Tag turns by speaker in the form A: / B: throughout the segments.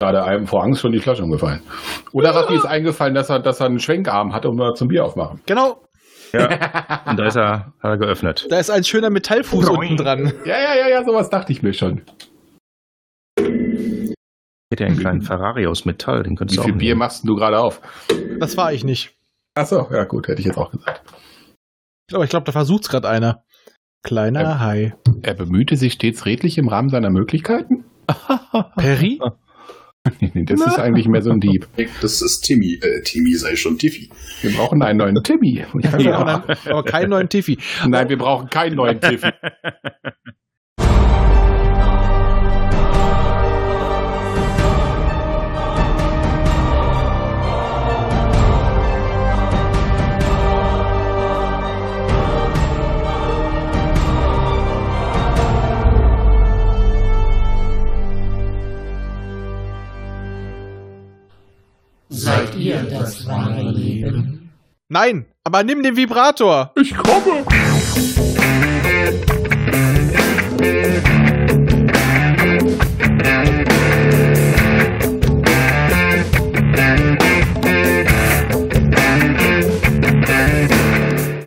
A: Gerade einem vor Angst schon die Flasche umgefallen. Oder Raffi ist eingefallen, dass er, dass er einen Schwenkarm hat, um da zum Bier aufmachen.
B: Genau,
C: Ja. Und da ist er, hat er geöffnet.
B: da ist ein schöner Metallfuß
C: Boing.
B: unten dran.
A: Ja, ja, ja, ja, sowas dachte ich mir schon.
C: Hätte ja einen kleinen Ferrari aus Metall, den
A: Wie
C: könntest du auch.
A: viel Bier
C: nehmen.
A: machst denn du gerade auf?
B: Das war ich nicht.
A: Achso, ja gut, hätte ich jetzt auch gesagt.
B: Aber ich glaube, da versucht's gerade einer. Kleiner
A: Ähm.
B: Hai.
A: Er bemühte sich stets redlich im Rahmen seiner Möglichkeiten?
B: Perry?
A: Nee, nee, das ist eigentlich mehr so ein Dieb.
D: Das ist Timmy. Äh, Timmy sei schon Tiffy.
A: Wir brauchen einen neuen Timmy.
B: Ja. aber dann- Aber keinen neuen Tiffy.
A: Nein, wir brauchen keinen neuen Tiffy.
E: Seid ihr das wahre Leben?
B: Nein, aber nimm den Vibrator.
A: Ich komme!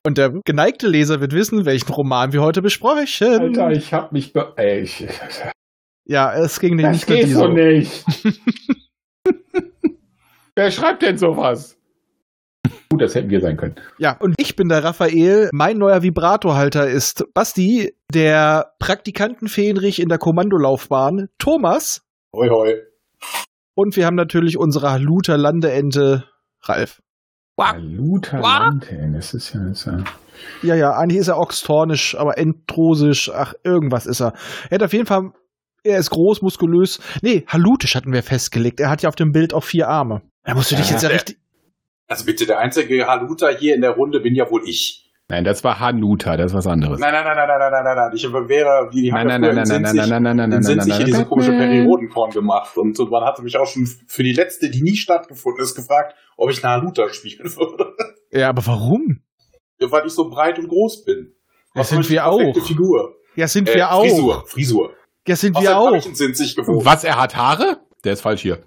B: Und der geneigte Leser wird wissen, welchen Roman wir heute besprechen.
A: Alter, ich hab mich be Ey, ich,
B: Ja, es ging nicht,
A: das
B: nicht nur
A: geht
B: die
A: so
B: so.
A: nicht. Wer schreibt denn sowas? Gut, das hätten wir sein können.
B: Ja, und ich bin der Raphael. Mein neuer Vibratorhalter ist Basti, der Praktikantenfähnrich in der Kommandolaufbahn, Thomas.
D: Hoi, hoi.
B: Und wir haben natürlich unsere Haluter Landeente, Ralf.
A: Ah. Luther Landhelm, das ist ja. äh, Das ist ja
B: Ja, ja, eigentlich ist er oxtornisch, aber entrosisch. Ach, irgendwas ist er. Er hat auf jeden Fall, er ist groß, muskulös. Nee, halutisch hatten wir festgelegt. Er hat ja auf dem Bild auch vier Arme. Da musst du dich
A: Ja.
B: jetzt ja richtig.
D: Also bitte, der einzige Haluta hier in der Runde bin ja wohl ich.
A: nein, das war Hanuta, das ist was anderes.
D: Nein, nein, nein, nein, nein, nein, nein, nein. Ich wäre, wie die haben ja früher in Sinzig-
A: nein, nein,
D: in Sinzig hier diese komische Periodenkorn gemacht. Und, und man hatte mich auch schon für die letzte, die nie stattgefunden ist, gefragt, ob ich eine Haluta spielen würde.
B: Ja, aber warum?
D: Ja, Weil ich so breit und groß bin.
B: Das
D: Außerdem
B: sind wir
D: habe ich eine perfekte
B: auch.
D: Figur.
B: Ja, sind
D: Äh,
B: wir auch.
D: Frisur, Frisur.
B: Ja, sind
D: Außerdem
B: wir
D: habe
B: auch.
D: ich in Sinzig gewohnt.
A: Was, er hat Haare? Der ist falsch hier.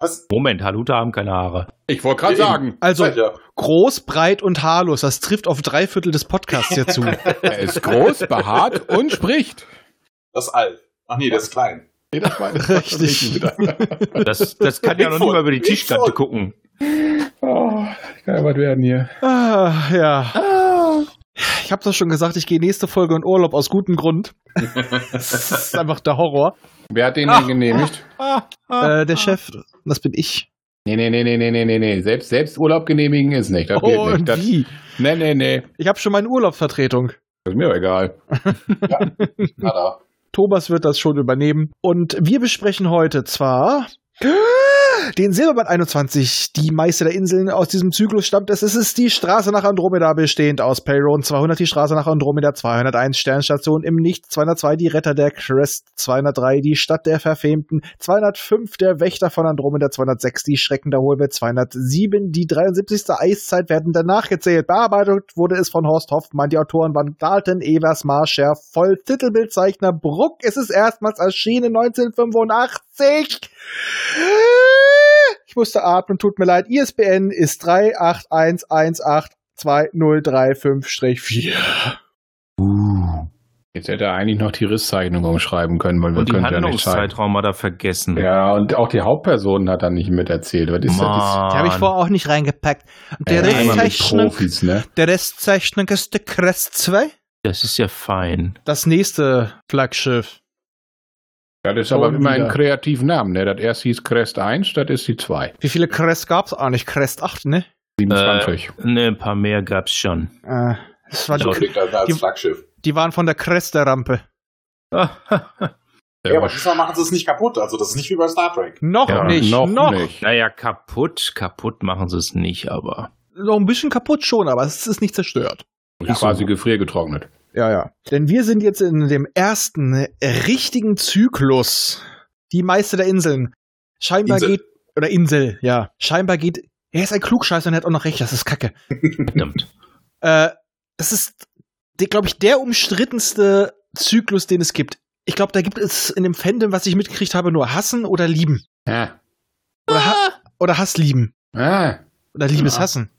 D: Was?
C: Moment, Haluta haben keine Haare.
A: Ich wollte gerade
D: Ja,
A: sagen,
B: Also,
D: Sag ja.
B: groß, breit und haarlos. Das trifft auf drei Viertel des Podcasts hier zu.
A: er ist groß, behaart und spricht.
D: Das All. Ach nee, das ist klein.
A: Jedes Mal
B: Richtig.
C: Das, das kann ja noch nicht mal über die
D: Bigfoot,
C: Tischkante
D: Bigfoot.
C: gucken.
A: Oh, kann ja was werden hier.
B: ah, ja.
A: Ah.
B: Ich habe das schon gesagt, ich gehe nächste Folge in Urlaub aus gutem Grund. das ist einfach der Horror.
A: Wer hat den denn genehmigt? Ah.
B: Äh, der Chef, das bin ich.
A: Nee, nee, nee, nee, nee, nee, nee, nee. Selbst, selbst Urlaub genehmigen ist nicht. Das
B: Oh,
A: geht nicht.
B: und
A: Das,
B: wie?
A: nee, nee, nee.
B: Ich habe schon meine Urlaubsvertretung.
A: Das ist mir doch egal.
D: Na da.
B: Thomas wird das schon übernehmen. Und wir besprechen heute zwar den Silberband 21, die Meister der Inseln aus diesem Zyklus stammt. Es ist es ist die Straße nach Andromeda, bestehend aus Peyron 200, die Straße nach Andromeda 201, Sternstation im Nichts 202, die Retter der Crest 203, die Stadt der Verfemten 205, der Wächter von Andromeda 206, die Schrecken der Hohlwelt 207, die 73. Eiszeit werden danach gezählt. Bearbeitet wurde es von Horst Hoffmann. Die Autoren waren Dalton, Evers, Marscher, Voll, Titelbildzeichner Bruck. Es ist erstmals erschienen 1985. Ich musste atmen, tut mir leid. ISBN ist 38111820353-4.
A: Jetzt hätte er eigentlich noch die Risszeichnung umschreiben können, weil wir
C: Und den
A: können ja nicht schreiben.
C: Handlungszeitraum hat er vergessen.
A: Ja, und auch die Hauptpersonen hat er nicht miterzählt. Was ist das?
C: Mann.
B: Die habe ich vorher auch nicht reingepackt. Und der
A: Ja, immer mit
B: Restzeichnung,
A: Profis, ne?
B: der Restzeichnung ist der Crest 2.
C: Das ist ja fein.
B: Das nächste Flaggschiff.
A: Ja, das ist aber
B: Schon
A: immer ein
B: wieder.
A: kreativen Namen. Ne? Das erste hieß Crest 1, das ist die 2.
B: Wie viele Crest gab's eigentlich? Crest 8, ne?
A: 27.
C: Ne, ein paar mehr gab's schon.
B: Äh, das war
A: ne?
D: Das
B: die,
D: liegt da als
B: die-
D: Flaggschiff.
B: die waren von der Crest der Rampe.
A: Ah.
D: Ja, aber diesmal machen sie es nicht kaputt. Also das ist nicht wie bei Star Trek.
B: Noch
C: Ja,
B: nicht, noch, noch.
A: nicht.
C: naja, kaputt, kaputt machen sie es nicht, aber.
B: ein bisschen kaputt schon, aber es ist nicht zerstört.
A: Ist quasi gefriergetrocknet.
B: Ja, ja. Denn wir sind jetzt in dem ersten richtigen Zyklus. Die Meister der Inseln. Scheinbar
D: Insel.
B: geht. Oder Insel, ja. Scheinbar geht. Er ist ein Klugscheißer und er hat auch noch recht, das ist Kacke.
C: Verdammt.
B: Äh, das ist, glaube ich, der umstrittenste Zyklus, den es gibt. ich glaube, da gibt es in dem Fandom, was ich mitgekriegt habe, nur hassen oder lieben.
A: Ah,
B: Oder, ha oder Hass lieben.
A: ah.
B: Oder Liebes hassen.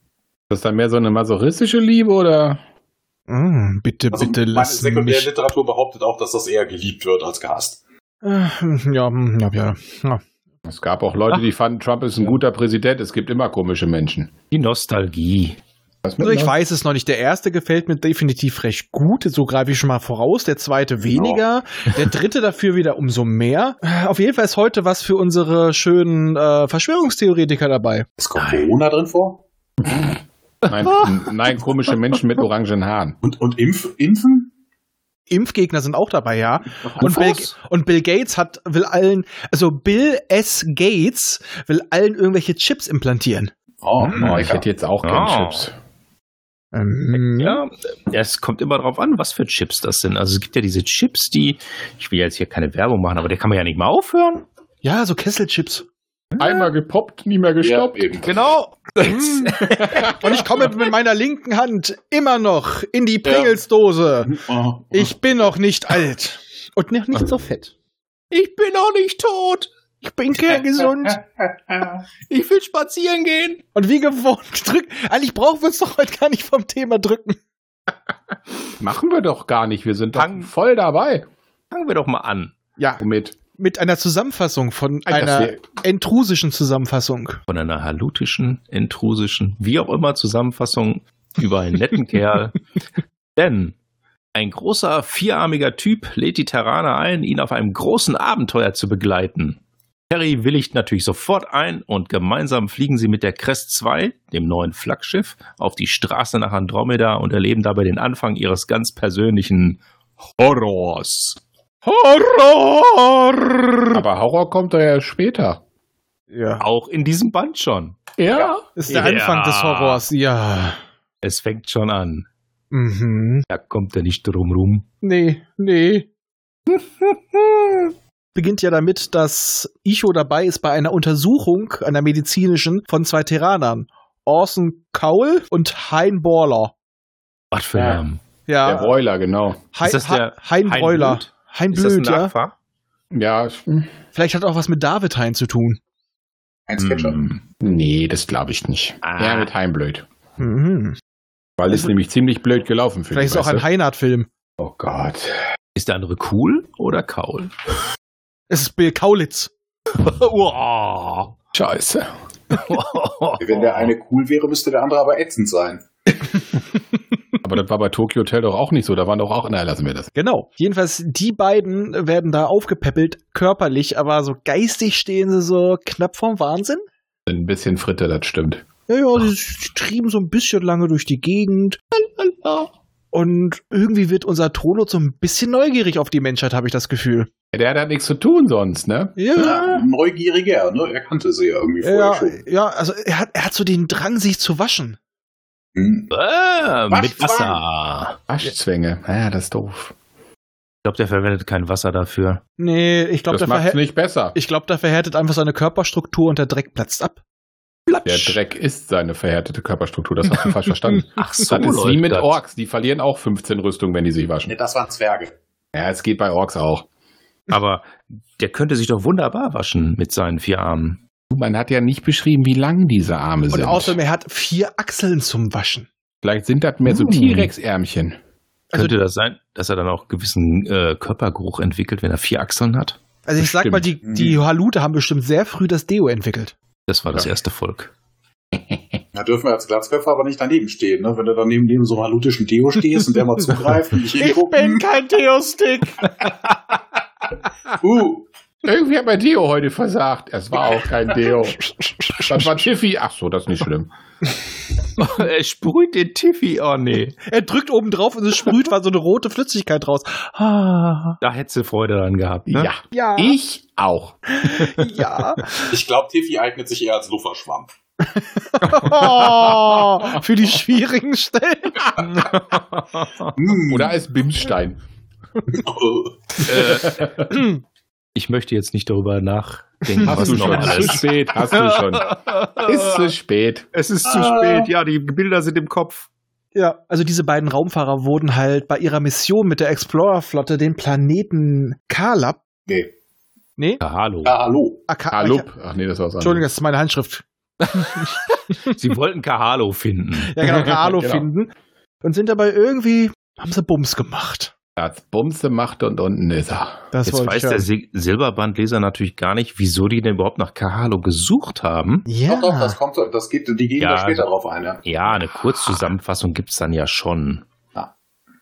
A: Das ist dann mehr so eine masochistische Liebe oder?
B: Mm, bitte,
D: Ah. Also
B: bitte
D: meine
B: lass mich.
D: Sekundärliteratur behauptet auch, dass das eher geliebt wird als gehasst.
B: Ah, Ja, mm, ja, ja. ja.
A: Es gab auch Leute, die fanden, Trump ist ein guter Präsident. Es gibt immer komische Menschen.
C: Die Nostalgie.
A: Was mit
B: Also ich
A: Leuten?
B: weiß es noch nicht. Der erste gefällt mir definitiv recht gut. So greife ich schon mal voraus. Der zweite weniger. Der dritte dafür wieder umso mehr. Auf jeden Fall ist heute was für unsere schönen äh, Verschwörungstheoretiker dabei.
D: Ist Corona drin vor?
A: Nein, n- nein, komische Menschen mit orangen Haaren.
D: Und, und Impf, Impfen?
B: Impfgegner sind auch dabei, ja. Und Bill, und Bill Gates hat, will allen, also Bill S. Gates will allen irgendwelche Chips implantieren.
D: Oh,
A: Oh, ich hätte jetzt auch gerne
C: Oh.
A: Chips. Mhm.
B: Ähm,
C: Ja, es kommt immer darauf an, was für Chips das sind. Also es gibt ja diese Chips, die, ich will jetzt hier keine Werbung machen, aber der kann man ja nicht mal aufhören.
B: Ja, so Kesselchips.
A: Einmal gepoppt, nie mehr
D: ja,
A: gestoppt.
D: eben.
C: Genau.
B: Und ich komme mit meiner linken Hand immer noch in die Pringelsdose.
D: Oh.
B: Ich bin noch nicht alt. Und noch nicht so fett.
C: Ich bin auch nicht tot.
B: Ich bin kerngesund.
C: Ich will spazieren gehen.
B: Und wie gewohnt drücken. Eigentlich brauchen wir uns doch heute gar nicht vom Thema drücken.
A: Machen wir doch gar nicht. Wir sind doch
C: Pang.
A: voll dabei.
C: Fangen wir doch mal an.
B: Ja,
A: Womit?
B: mit einer Zusammenfassung von
A: Ah, das
B: einer
A: wär-
B: intrusischen Zusammenfassung.
C: Von einer halutischen, intrusischen, wie auch immer Zusammenfassung über einen netten Kerl. Denn ein großer, vierarmiger Typ lädt die Terraner ein, ihn auf einem großen Abenteuer zu begleiten. Terry willigt natürlich sofort ein und gemeinsam fliegen sie mit der Crest 2, dem neuen Flaggschiff, auf die Straße nach Andromeda und erleben dabei den Anfang ihres ganz persönlichen Horrors. Horror!
A: Aber Horror kommt da ja später.
B: Ja.
C: Auch in diesem Band schon.
A: Ja.
B: Ist der
C: Ja.
B: Anfang des Horrors, ja.
C: Es fängt schon an.
B: Mhm.
C: Da kommt er nicht drum rum.
B: Nee, nee. Beginnt ja damit, dass Icho dabei ist bei einer Untersuchung, einer medizinischen, von zwei Terranern. Orson Cowell und Hein Borler.
C: Was für
A: Ja.
C: Namen.
A: Der
B: Ja,
A: Broiler, genau.
B: Hein,
C: Ist das der
B: hein
C: Hein
B: Breuler.
C: Blöd?
B: Hein
C: Ist das ein
B: Blöd, ja.
C: Nachfahr?
A: Ja. ich-
B: Vielleicht hat auch was mit David Hein zu tun.
D: Ein Sketcher.
C: Hm.
A: Nee, das glaube ich nicht.
C: Ah.
A: Ja, mit Heimblöd.
B: Mhm.
A: Weil es nämlich ziemlich blöd gelaufen für die,
B: Vielleicht ist es auch
A: weißt
B: ein
A: du?
B: Heinhardt-Film.
A: Oh Gott.
C: Ist der andere cool oder kaul?
B: Es ist Bill Kaulitz.
C: Uah.
A: Scheiße.
C: Äh,
D: Wenn der eine cool wäre, müsste der andere aber ätzend sein.
A: Aber das war bei Tokyo Hotel doch auch nicht so. Da waren doch auch, na, lassen wir das.
B: Genau. Jedenfalls, die beiden werden da aufgepäppelt, körperlich, aber so geistig stehen sie so knapp vorm Wahnsinn.
A: Ein bisschen Fritte, das stimmt.
B: Ja, ja, sie sie trieben so ein bisschen lange durch die Gegend. Und irgendwie wird unser Tronot so ein bisschen neugierig auf die Menschheit, habe ich das Gefühl.
A: Der hat halt nichts zu tun sonst, ne?
D: Ja, neugieriger, ne? Er kannte sie ja irgendwie vorher
B: Ja,
D: schon.
B: ja, also er hat, er hat so den Drang, sich zu waschen.
D: Hm.
C: Ah, mit
D: Waschzwang.
C: Wasser.
A: Aschzwänge. Ja, das ist doof.
C: Ich glaube, der verwendet kein Wasser dafür.
B: Nee, ich glaube,
A: das
B: der,
A: macht's
B: verhär
A: nicht besser.
B: ich glaub, der verhärtet einfach seine Körperstruktur und der Dreck platzt ab.
A: Der Dreck ist seine verhärtete Körperstruktur. Das hast du falsch verstanden.
C: Ach so,
A: Das ist wie
C: läuft
A: mit
C: das.
A: Orks. Die verlieren auch 15 Rüstung, wenn die sich waschen.
D: Ne, das waren Zwerge.
A: Ja, es geht bei Orks auch.
C: Aber der könnte sich doch wunderbar waschen mit seinen vier Armen.
A: Man hat ja nicht beschrieben, wie lang diese Arme
B: Und
A: sind.
B: außerdem, er hat vier Achseln zum Waschen.
A: Vielleicht sind das mehr so
C: Hm.
A: T-Rex-Ärmchen.
B: Also-
C: könnte das sein, dass er dann auch gewissen äh, Körpergeruch entwickelt, wenn er vier Achseln hat?
B: Also ich sag mal, die, die Halute haben bestimmt sehr früh das Deo entwickelt.
C: Das war das
A: Ja.
C: erste Volk.
D: Da dürfen wir als Glatzköpfer aber nicht daneben stehen, ne? Wenn du daneben neben so einem halutischen Deo stehst und der mal zugreift und dich hinguckt, hm,
B: kein Deo-Stick.
D: uh,
A: Irgendwie hat mein Deo heute versagt. Es war auch kein Deo. Das war Tiffy. Ach so, das ist nicht schlimm.
C: er sprüht den Tiffy. Oh nee.
B: Er drückt oben drauf und es sprüht war so eine rote Flüssigkeit raus. Ah, Eh?
C: Da hättest du Freude dran gehabt, ne?
A: Ja,
B: ja,
A: ich auch.
B: ja.
D: Ich glaube, Tiffy eignet sich eher als Lufferschwamm.
B: Oh, für die schwierigen Stellen.
D: Hm.
A: Oder als Bimsstein.
C: äh, ich möchte jetzt nicht darüber nachdenken,
A: Hast
C: was
A: du
C: noch
A: schon. Zu
C: alles.
A: spät. Hast du schon. Ist zu spät.
C: Es ist zu
D: Ah.
C: spät, ja, die Bilder sind im Kopf.
B: Ja, also diese beiden Raumfahrer wurden halt bei ihrer Mission mit der Explorer-Flotte den Planeten Kalab.
D: Nee.
B: Nee?
C: Ja, hallo.
D: Ah, hallo.
B: Ah, Ka-
A: Kalup. Ach nee, das war was
B: Entschuldigung,
A: anderes.
B: das ist meine Handschrift.
C: Sie wollten Kahalo finden.
B: Ja, genau, Kahlo
A: Genau.
B: finden. Und sind dabei irgendwie, haben sie Bums gemacht.
A: Er hat's Bumse macht und unten ist er.
B: Das
C: Jetzt
B: wollte
C: weiß
B: ich
C: der
B: hören.
C: Sil Silberbandleser natürlich gar nicht, wieso die denn überhaupt nach Kahalo gesucht haben.
B: Ja.
D: Doch, doch, das kommt, das geht, die gehen
C: Ja,
D: da später
C: also-
D: drauf ein. Ja.
C: Ja, eine Kurzzusammenfassung gibt's dann ja schon.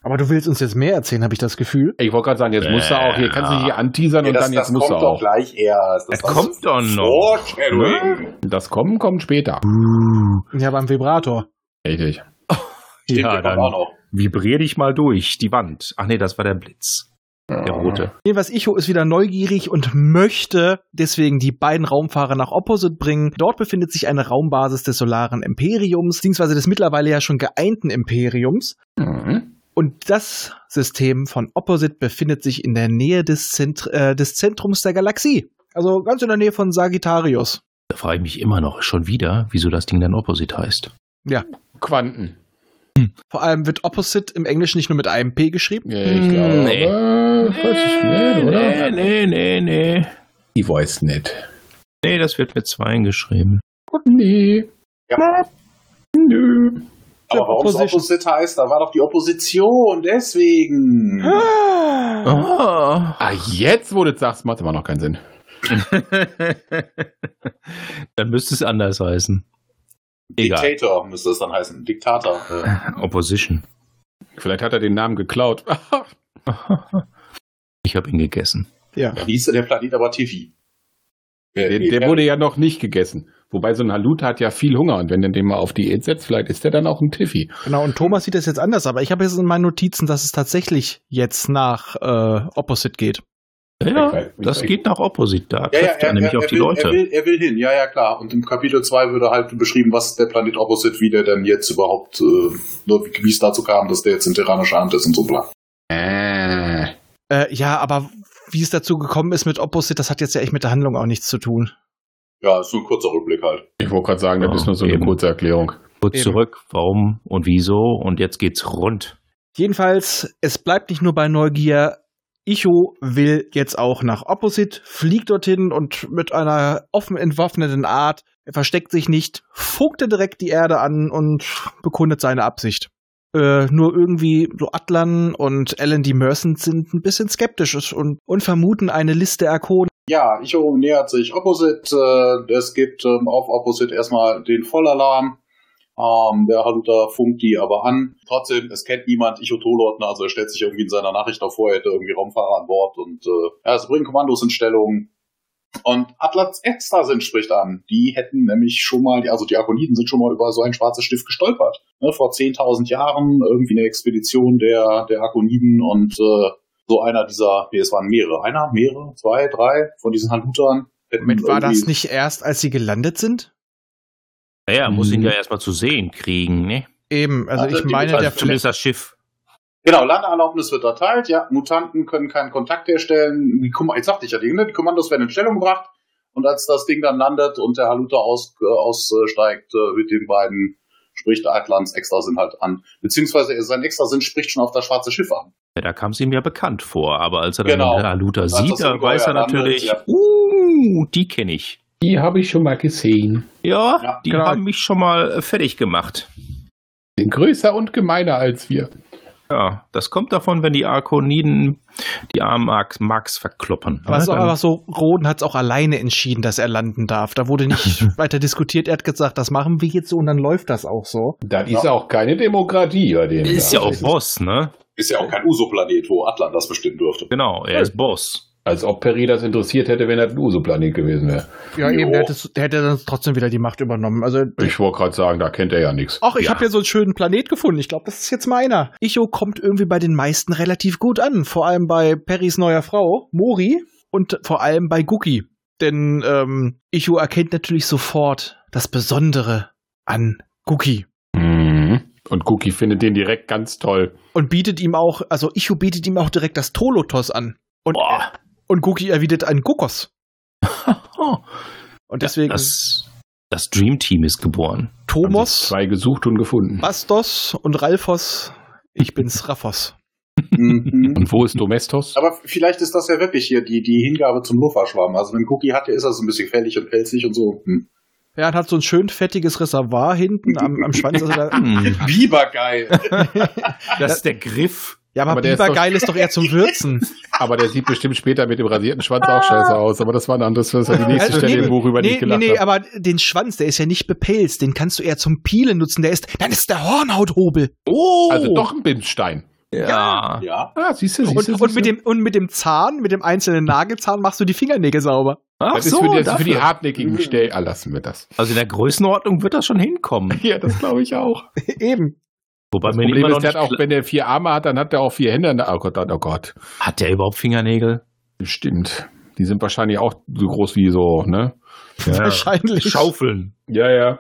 B: Aber du willst uns jetzt mehr erzählen, habe ich das Gefühl.
A: Ich wollte gerade sagen, jetzt musst du auch, hier kannst du nicht hier anteasern
D: Nee,
A: und
D: das
A: dann jetzt
D: das
A: musst du
D: kommt doch
A: auch.
D: gleich erst.
C: Das kommt doch noch. Hm?
D: Foreshadowing.
A: Das Kommen kommt später.
B: Ja, beim Vibrator.
A: Richtig.
D: Stimmt,
C: Ja,
D: der kommt
C: dann
D: auch noch.
C: vibrier dich mal durch die Wand. Ach nee, das war der Blitz. Der rote.
B: Jedenfalls, Icho ist wieder neugierig und möchte deswegen die beiden Raumfahrer nach Opposite bringen. Dort befindet sich eine Raumbasis des Solaren Imperiums, beziehungsweise des mittlerweile ja schon geeinten Imperiums.
A: Mhm.
B: Und das System von Opposite befindet sich in der Nähe des, Zent äh, des Zentrums der Galaxie. Also ganz in der Nähe von Sagittarius.
C: Da frage ich mich immer noch schon wieder, wieso das Ding dann Opposite heißt.
A: Quanten.
B: Vor allem wird Opposite im Englischen nicht nur mit einem P geschrieben.
A: Ja, ich
C: Mm,
A: glaube.
C: nee.
A: weiß ich nicht, oder?
C: nee, nee, nee.
A: Ich weiß nicht.
C: Nee, das wird mit zwei geschrieben.
A: Nee.
D: Ja.
A: Nö.
D: Aber warum es
B: Opposition.
D: Opposite heißt, da war doch die Opposition, deswegen.
C: Oh.
A: Ah, jetzt, wo du das sagst, macht immer noch keinen Sinn.
C: dann müsste es anders heißen. Egal.
D: Diktator müsste es dann heißen. Diktator. Äh,
A: Ah.
C: Opposition.
A: Vielleicht hat er den Namen geklaut.
C: Ich habe ihn gegessen.
B: Ja.
D: da hieß der Planet aber Tiffy. Äh,
A: Der,
D: nee,
A: der wurde ja noch nicht gegessen. Wobei so ein Halut hat ja viel Hunger und wenn du den mal auf Diät setzt, vielleicht ist der dann auch ein Tiffy.
B: Genau, und Thomas sieht das jetzt anders, aber ich habe jetzt in meinen Notizen, dass es tatsächlich jetzt nach äh, Opposite geht.
C: Ja,
A: weiß, ich
C: das
A: weiß.
C: geht nach Opposite. Da trifft er nämlich auf die
D: will,
C: Leute.
D: Er will, er will hin, ja, ja, klar. Und im Kapitel 2 würde halt beschrieben, was der Planet Opposite, wie der denn jetzt überhaupt, äh, wie wie es dazu kam, dass der jetzt in tyrannischer Hand ist und so bla.
A: Äh,
B: Äh, ja, aber wie es dazu gekommen ist mit Opposite, das hat jetzt ja echt mit der Handlung auch nichts zu tun.
D: Ja, ist nur ein kurzer Rückblick halt.
A: ich wollte gerade sagen, das
C: Ja,
A: ist nur so eine
C: eben.
A: kurze Erklärung.
C: Kurz
B: Eben.
C: zurück, warum und wieso und jetzt geht's rund.
B: Jedenfalls, es bleibt nicht nur bei Neugier. Icho will jetzt auch nach Opposite, fliegt dorthin und mit einer offen entwaffneten Art, er versteckt sich nicht, vogte direkt die Erde an und bekundet seine Absicht. Äh, nur irgendwie so Atlan und Alan D. Merson sind ein bisschen skeptisch und, und vermuten eine Liste Arkonen.
D: Ja, Icho nähert sich Opposite. Äh, es gibt ähm, auf Opposite erstmal den Vollalarm. Ähm, der Haluta funkt die aber an. Trotzdem, es kennt niemand Icho Tolot, ne, also er stellt sich irgendwie in seiner Nachricht auch vor, er hätte irgendwie Raumfahrer an Bord und äh, ja, es bringen Kommandos in Stellung. Und Atlas Extra sind spricht an. Die hätten nämlich schon mal, also die Akoniden sind schon mal über so einen schwarzen Stift gestolpert. Ne, vor 10.000 Jahren irgendwie eine Expedition der, der Akoniden und äh, so einer dieser, nee, es waren mehrere, einer, mehrere, zwei, drei von diesen Halutern. hätten
B: Moment, war das
D: irgendwie-
B: nicht erst, als sie gelandet sind?
C: Naja, muss ihn
A: Mhm.
C: ja erstmal zu sehen kriegen, ne?
B: Eben, also
D: Also
B: ich
D: die-
B: meine,
D: also
B: der
C: Also zumindest das Schiff.
D: Genau, Landeerlaubnis wird erteilt, ja, Mutanten können keinen Kontakt herstellen. Die Komm- Jetzt sagte ich ja, die, ne, die Kommandos werden in Stellung gebracht und als das Ding dann landet und der Haluta aus, äh, aussteigt äh, mit den beiden, spricht Atlans Extrasinn halt an. Beziehungsweise äh, sein Extrasinn spricht schon auf das schwarze Schiff an.
C: Ja, da kam es ihm ja bekannt vor, aber als er dann
D: Genau.
C: den Aluta
D: das
C: sieht, da
D: Ungeheuer
C: weiß er
D: landet,
C: natürlich,
D: ja.
C: uh, die kenne ich.
A: Die habe ich schon mal gesehen.
C: Ja,
D: Ja,
C: die
B: genau.
C: haben mich schon mal äh, fertig gemacht.
A: Sind größer und gemeiner als wir.
C: Ja, das kommt davon, wenn die Arkoniden die armen Marx, Marx verkloppen.
B: Aber es ist auch
C: Ja, dann-
B: einfach so, Roden hat es auch alleine entschieden, dass er landen darf. Da wurde nicht weiter diskutiert. Er hat gesagt, das machen wir jetzt so und dann läuft das auch so.
A: Das ist auch keine Demokratie bei dem.
C: ist
A: da.
C: ja auch Boss, ne?
D: Ist ja auch kein Uso-Planet, wo Atlan das bestimmen dürfte.
C: Genau, er ist Boss.
A: Als ob Peri das interessiert hätte, wenn er ein Uso-Planet gewesen wäre.
B: Ja,
D: Jo.
B: eben, der hätte, der hätte dann trotzdem wieder die Macht übernommen. Also,
A: Ich wollte gerade sagen, da kennt er ja nichts.
B: ach, ich
C: Ja.
B: habe hier so einen schönen Planet gefunden. Ich glaube, das ist jetzt meiner. Icho kommt irgendwie bei den meisten relativ gut an. Vor allem bei Perrys neuer Frau, Mori, und vor allem bei Guki. Denn ähm, Icho erkennt natürlich sofort das Besondere an Guki.
A: Mhm. Und Cookie findet den direkt ganz toll.
B: und bietet ihm auch, also Ichu bietet ihm auch direkt das Tolotos an. Und,
C: Boah.
B: und Guki erwidert einen Kokos.
C: Oh,
B: Und deswegen,
C: das, Das Dream Team ist geboren.
A: Thomas.
B: Thomas,
A: Zwei gesucht und gefunden.
B: Bastos und Ralfos. Ich bin's, Raffos.
D: Mhm.
A: Und wo ist Domestos?
D: Aber vielleicht ist das ja wirklich hier die, die Hingabe zum Lufferschwamm. Also wenn Cookie hat, ist das ein bisschen fällig und pelzig und so. Hm.
B: Ja, und hat so ein schön fettiges Reservoir hinten am, am Schwanz. Also da,
C: Hm,
D: Biber geil.
C: Das ist der Griff.
B: ja, aber,
A: Aber der ist doch-
B: Bibergeil ist doch eher zum Würzen.
A: Aber der sieht bestimmt später mit dem rasierten Schwanz auch scheiße aus. Aber das war ein anderes, das war die nächste
B: Also,
A: Stelle
B: nee,
A: im Buch, über die
B: Nee,
A: ich
B: nee,
A: gelacht
B: nee,
A: habe.
B: aber den Schwanz, der ist ja nicht bepelzt. Den kannst du eher zum Pielen nutzen. Der ist, dann ist der Hornhauthobel.
C: Oh!
A: Also doch ein Bimsstein.
C: Ja.
D: Ja.
A: Ah, siehst du, siehst du.
B: Und,
A: siehst
B: und,
A: du.
B: mit dem, und mit dem Zahn, mit dem einzelnen Nagelzahn machst du die Fingernägel sauber.
C: Ach
A: das ist für die, das ist für die
C: dafür.
A: hartnäckigen Stellen. Ah, lassen wir das.
C: Also in der Größenordnung wird das schon hinkommen.
A: Ja, das glaube ich auch.
B: Eben.
C: Wobei
A: Das
C: mir
A: Problem
C: immer noch
A: ist, der hat
C: nicht
A: auch, wenn der vier Arme hat, dann hat er auch vier Hände. an der- Oh Gott, oh Gott.
C: klar- hat der überhaupt Fingernägel?
A: Bestimmt. Die sind wahrscheinlich auch so groß wie so, ne?
B: Wahrscheinlich.
C: Schaufeln.
A: Ja, ja.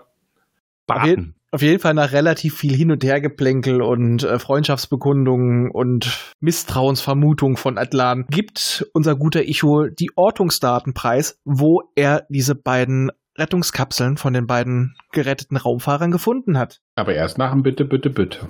C: Barten.
B: Auf jeden Fall nach relativ viel Hin- und Hergeplänkel und äh, Freundschaftsbekundungen und Misstrauensvermutungen von Atlan gibt unser guter Icho die Ortungsdaten preis, wo er diese beiden Rettungskapseln von den beiden geretteten Raumfahrern gefunden hat.
A: Aber erst nach dem Bitte, bitte, bitte.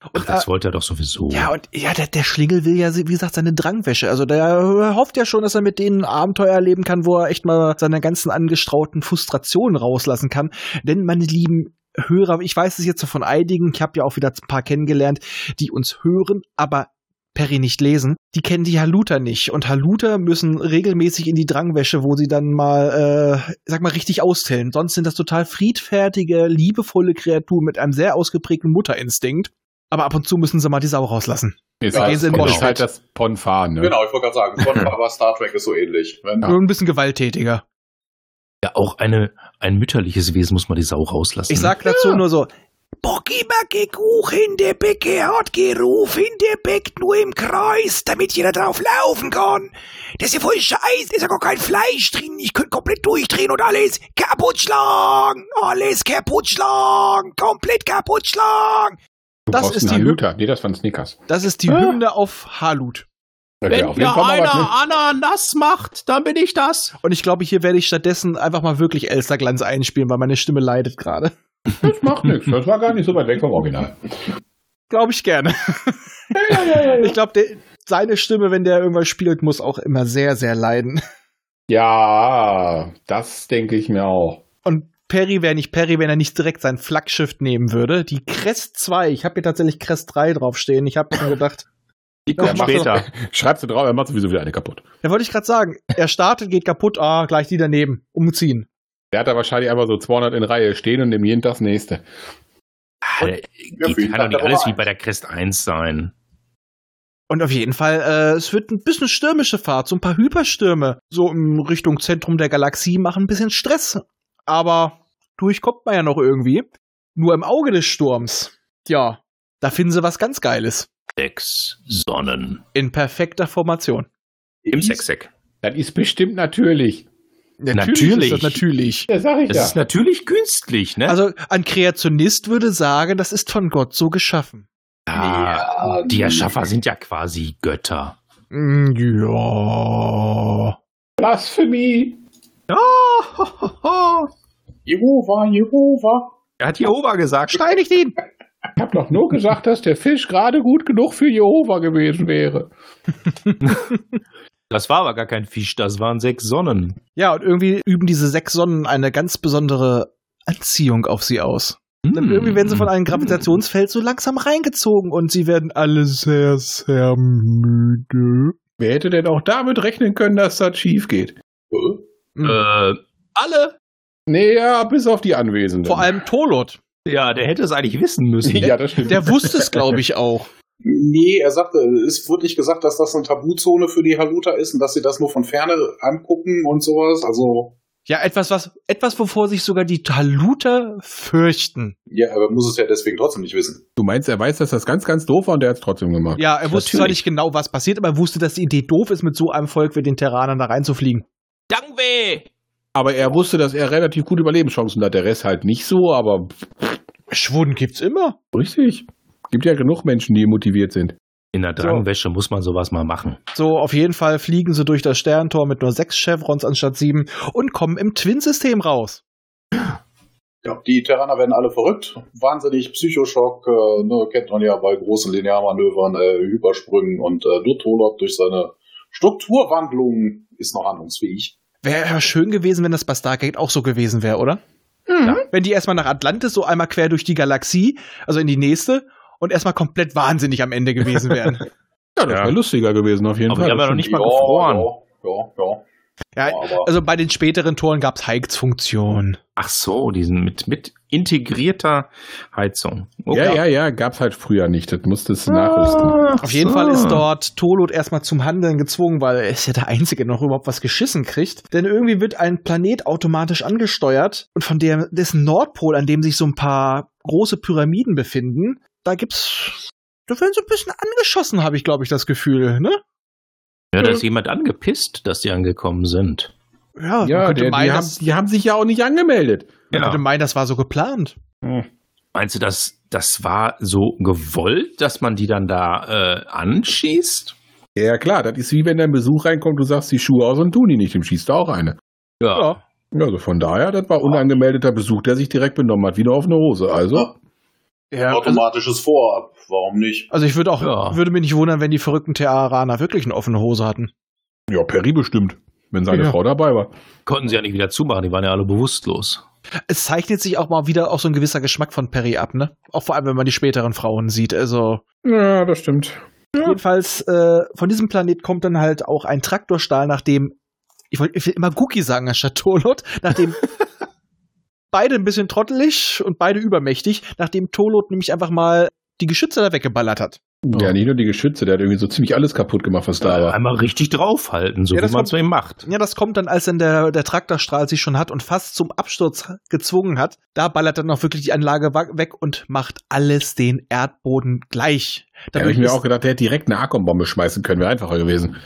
C: Ach,
B: Und,
C: das wollte er doch sowieso.
B: Ja, und ja, der, der Schlingel will ja, wie gesagt, seine Drangwäsche. Also der hofft ja schon, dass er mit denen ein Abenteuer erleben kann, wo er echt mal seine ganzen angestrauten Frustrationen rauslassen kann. Denn, meine lieben Hörer, ich weiß es jetzt von einigen, ich habe ja auch wieder ein paar kennengelernt, die uns hören, aber Perry nicht lesen, die kennen die Haluter nicht. Und Haluter müssen regelmäßig in die Drangwäsche, wo sie dann mal, äh, sag mal, richtig austellen. Sonst sind das total friedfertige, liebevolle Kreaturen mit einem sehr ausgeprägten Mutterinstinkt. Aber ab und zu müssen sie mal die Sau rauslassen.
A: Ist,
D: Ja,
A: halt,
D: gehen sie in
A: ist
B: Moschpit.
A: halt das Ponfar, ne?
D: Genau, ich wollte gerade sagen, Bonfire Star Trek ist so ähnlich. Wenn,
B: Nur ein bisschen gewalttätiger.
C: Ja, auch eine, ein mütterliches Wesen muss man die Sau rauslassen.
B: Ich sag dazu nur so, Bocki-Backi-Kuch in der Becke hat gerufen, der Beck nur im Kreis, damit jeder drauf laufen kann. Das ist ja voll scheiße, ist ja gar kein Fleisch drin, ich könnte komplett durchdrehen und alles kaputt schlagen, alles kaputt schlagen, komplett kaputt schlagen. Ah.
A: Du
B: Das
A: brauchst
B: ist
A: einen
B: die
A: Haluta. Nee, das waren Snickers.
B: Das ist die Hymne auf Halut.
A: Ja,
C: Wenn
A: ja,
C: mir
A: mal was, ne?
C: einer Ananas macht, dann bin ich das.
B: Und ich glaube, hier werde ich stattdessen einfach mal wirklich Elsterglanz einspielen, weil meine Stimme leidet gerade.
A: Das macht nichts. Das war gar nicht so weit weg vom Original.
B: Glaube ich gerne. Ich glaube, seine Stimme, wenn der irgendwas spielt, muss auch immer sehr, sehr leiden.
A: Ja, das denke ich mir auch.
B: Und Perry wäre nicht Perry, wenn er nicht direkt sein Flaggschiff nehmen würde. Die Crest 2. Ich habe hier tatsächlich Crest 3 draufstehen. Ich habe schon gedacht,
C: Die
B: Ja,
C: kommt
B: mach das
C: später.
A: Schreibst du drauf, er macht sowieso wieder eine kaputt.
B: da wollte ich gerade sagen, er startet, geht kaputt, ah, gleich die daneben, umziehen.
A: Der hat da wahrscheinlich einfach so 200 in Reihe stehen und nimmt jeden das nächste.
C: Alter,
D: Ja, für
C: die
D: ihn
C: Äh, kann doch
D: kann
C: nicht
D: das
C: alles
D: auch
C: wie
D: ein.
C: bei der Crest 1 sein.
B: Und auf jeden Fall, äh, es wird ein bisschen stürmische Fahrt, so ein paar Hyperstürme. So in Richtung Zentrum der Galaxie machen ein bisschen Stress. Aber durchkommt man ja noch irgendwie. Nur im Auge des Sturms, ja, da finden sie was ganz Geiles.
C: Sechs Sonnen.
B: In perfekter Formation.
C: Im Sechseck.
A: Das ist bestimmt natürlich.
B: Ist das natürlich.
A: Das sag ich
C: Das ist natürlich künstlich, ne?
B: Also ein Kreationist würde sagen, das ist von Gott so geschaffen.
C: ah,
D: Ja,
C: die Erschaffer sind ja quasi Götter.
B: Mm, Ja.
A: Blasphemie.
D: Jehova, Jehova.
C: Er hat Jehova gesagt.
B: Steinigt ihn!
A: Ich habe doch nur gesagt, dass der Fisch gerade gut genug für Jehova gewesen wäre.
C: Das war aber gar kein Fisch, das waren sechs Sonnen.
B: Ja, und irgendwie üben diese sechs Sonnen eine ganz besondere Anziehung auf sie aus.
C: Hm.
B: Und irgendwie werden sie von einem Gravitationsfeld so langsam reingezogen und sie werden alle sehr, sehr müde.
A: Wer hätte denn auch damit rechnen können, dass das schief geht?
D: Äh?
C: Äh, alle?
A: Naja, bis auf die Anwesenden.
B: Vor allem Tolot.
C: Ja, der hätte es eigentlich wissen müssen. ne?
A: Ja, das stimmt.
B: Der wusste es, glaube ich, auch.
D: Nee, er sagte, es wurde nicht gesagt, dass das eine Tabuzone für die Haluta ist und dass sie das nur von Ferne angucken und sowas. Also,
B: Ja, etwas, was, etwas, wovor sich sogar die Taluter fürchten.
D: ja, aber muss es ja deswegen trotzdem nicht wissen.
A: du meinst, er weiß, dass das ganz, ganz doof war und der hat es trotzdem gemacht.
B: Ja, er wusste zwar
C: Natürlich.
B: nicht genau, was passiert, aber er wusste, dass die Idee doof ist, mit so einem Volk wie den Terranern da reinzufliegen.
C: Dangwe!
A: Aber er wusste, dass er relativ gute Überlebenschancen hat. Der Rest halt nicht so, aber
B: Schwunden gibt's immer.
A: richtig. Gibt ja genug Menschen, die motiviert sind.
C: In der Drangwäsche muss man sowas mal machen.
B: So, auf jeden Fall fliegen sie durch das Sterntor mit nur sechs Chevrons anstatt sieben und kommen im Twin-System raus.
D: Ja, die Terraner werden alle verrückt. Wahnsinnig Psychoschock, äh, ne, kennt man ja bei großen Linearmanövern, äh, Übersprüngen und äh, Durtolop durch seine Strukturwandlungen ist noch handlungsfähig.
B: Wäre ja schön gewesen, wenn das bei Stargate auch so gewesen wäre, oder?
F: Mhm.
B: Wenn die erstmal nach Atlantis so einmal quer durch die Galaxie, also in die nächste, und erstmal komplett wahnsinnig am Ende gewesen wären.
A: Ja, das
C: Ja.
A: wäre lustiger gewesen auf jeden
C: Aber
A: Fall.
C: die haben ja noch nicht mal
D: Ja,
C: gefroren.
D: Ja, ja, ja.
B: ja,
D: aber
B: also bei den späteren Toren gab es Heigts-Funktion.
C: Ach so, die sind mit, mit integrierter Heizung. Oh
A: Ja, ja, ja, gab's halt früher nicht. Das musstest du
C: Ah.
A: nachrüsten.
B: Auf jeden Fall ist dort Tolot erstmal zum Handeln gezwungen, weil er ist ja der Einzige, der noch überhaupt was geschissen kriegt. Denn irgendwie wird ein Planet automatisch angesteuert und von der, dessen Nordpol, an dem sich so ein paar große Pyramiden befinden, da gibt's. Da werden so ein bisschen angeschossen, habe ich, glaube ich, das Gefühl, ne?
C: Ja, da ist jemand angepisst, dass die angekommen sind.
B: Ja, man
A: Ja,
B: könnte
A: der, die,
B: meinen,
A: haben,
B: das,
A: die haben sich ja auch nicht angemeldet.
B: man könnte meinen, das war so geplant.
C: Meinst du, das, das war so gewollt, dass man die dann da äh, anschießt?
A: Ja, klar, das ist wie wenn dein Besuch reinkommt, du sagst die Schuhe aus und tun die nicht, dem schießt du auch eine.
B: Ja.
A: Ja, Also von daher, das war unangemeldeter Besuch, der sich direkt benommen hat, wie eine offene Hose. Also,
B: Ja, also,
D: automatisches Vorab, warum nicht?
B: also ich würde auch,
C: Ja.
B: würde mich nicht wundern, wenn die verrückten Tearaner wirklich eine offene Hose hatten.
A: ja, Perry bestimmt, wenn seine
B: Ja.
A: Frau dabei war.
C: Konnten sie ja nicht wieder zumachen, die waren ja alle bewusstlos.
B: Es zeichnet sich auch mal wieder auch so ein gewisser Geschmack von Perry ab, ne? Auch vor allem, wenn man die späteren Frauen sieht. Also
A: Ja, das stimmt.
B: jedenfalls äh, von diesem Planet kommt dann halt auch ein Traktorstahl, nachdem ich wollte ich will immer Guki sagen anstatt Tolot, nachdem beide ein bisschen trottelig und beide übermächtig, nachdem Tolot nämlich einfach mal die Geschütze da weggeballert hat.
A: Ja, nicht nur die Geschütze, der hat irgendwie so ziemlich alles kaputt gemacht, was da war.
C: Äh, Einmal richtig draufhalten, so
B: Ja, das
C: wie man es eben macht.
B: Ja, das kommt dann, als dann der, der Traktorstrahl sich schon hat und fast zum Absturz gezwungen hat. Da ballert dann auch wirklich die Anlage wa- weg und macht alles den Erdboden gleich.
A: Da habe ich mir
B: ist-
A: auch gedacht, der hätte direkt eine Arkombombe schmeißen können, wäre einfacher gewesen.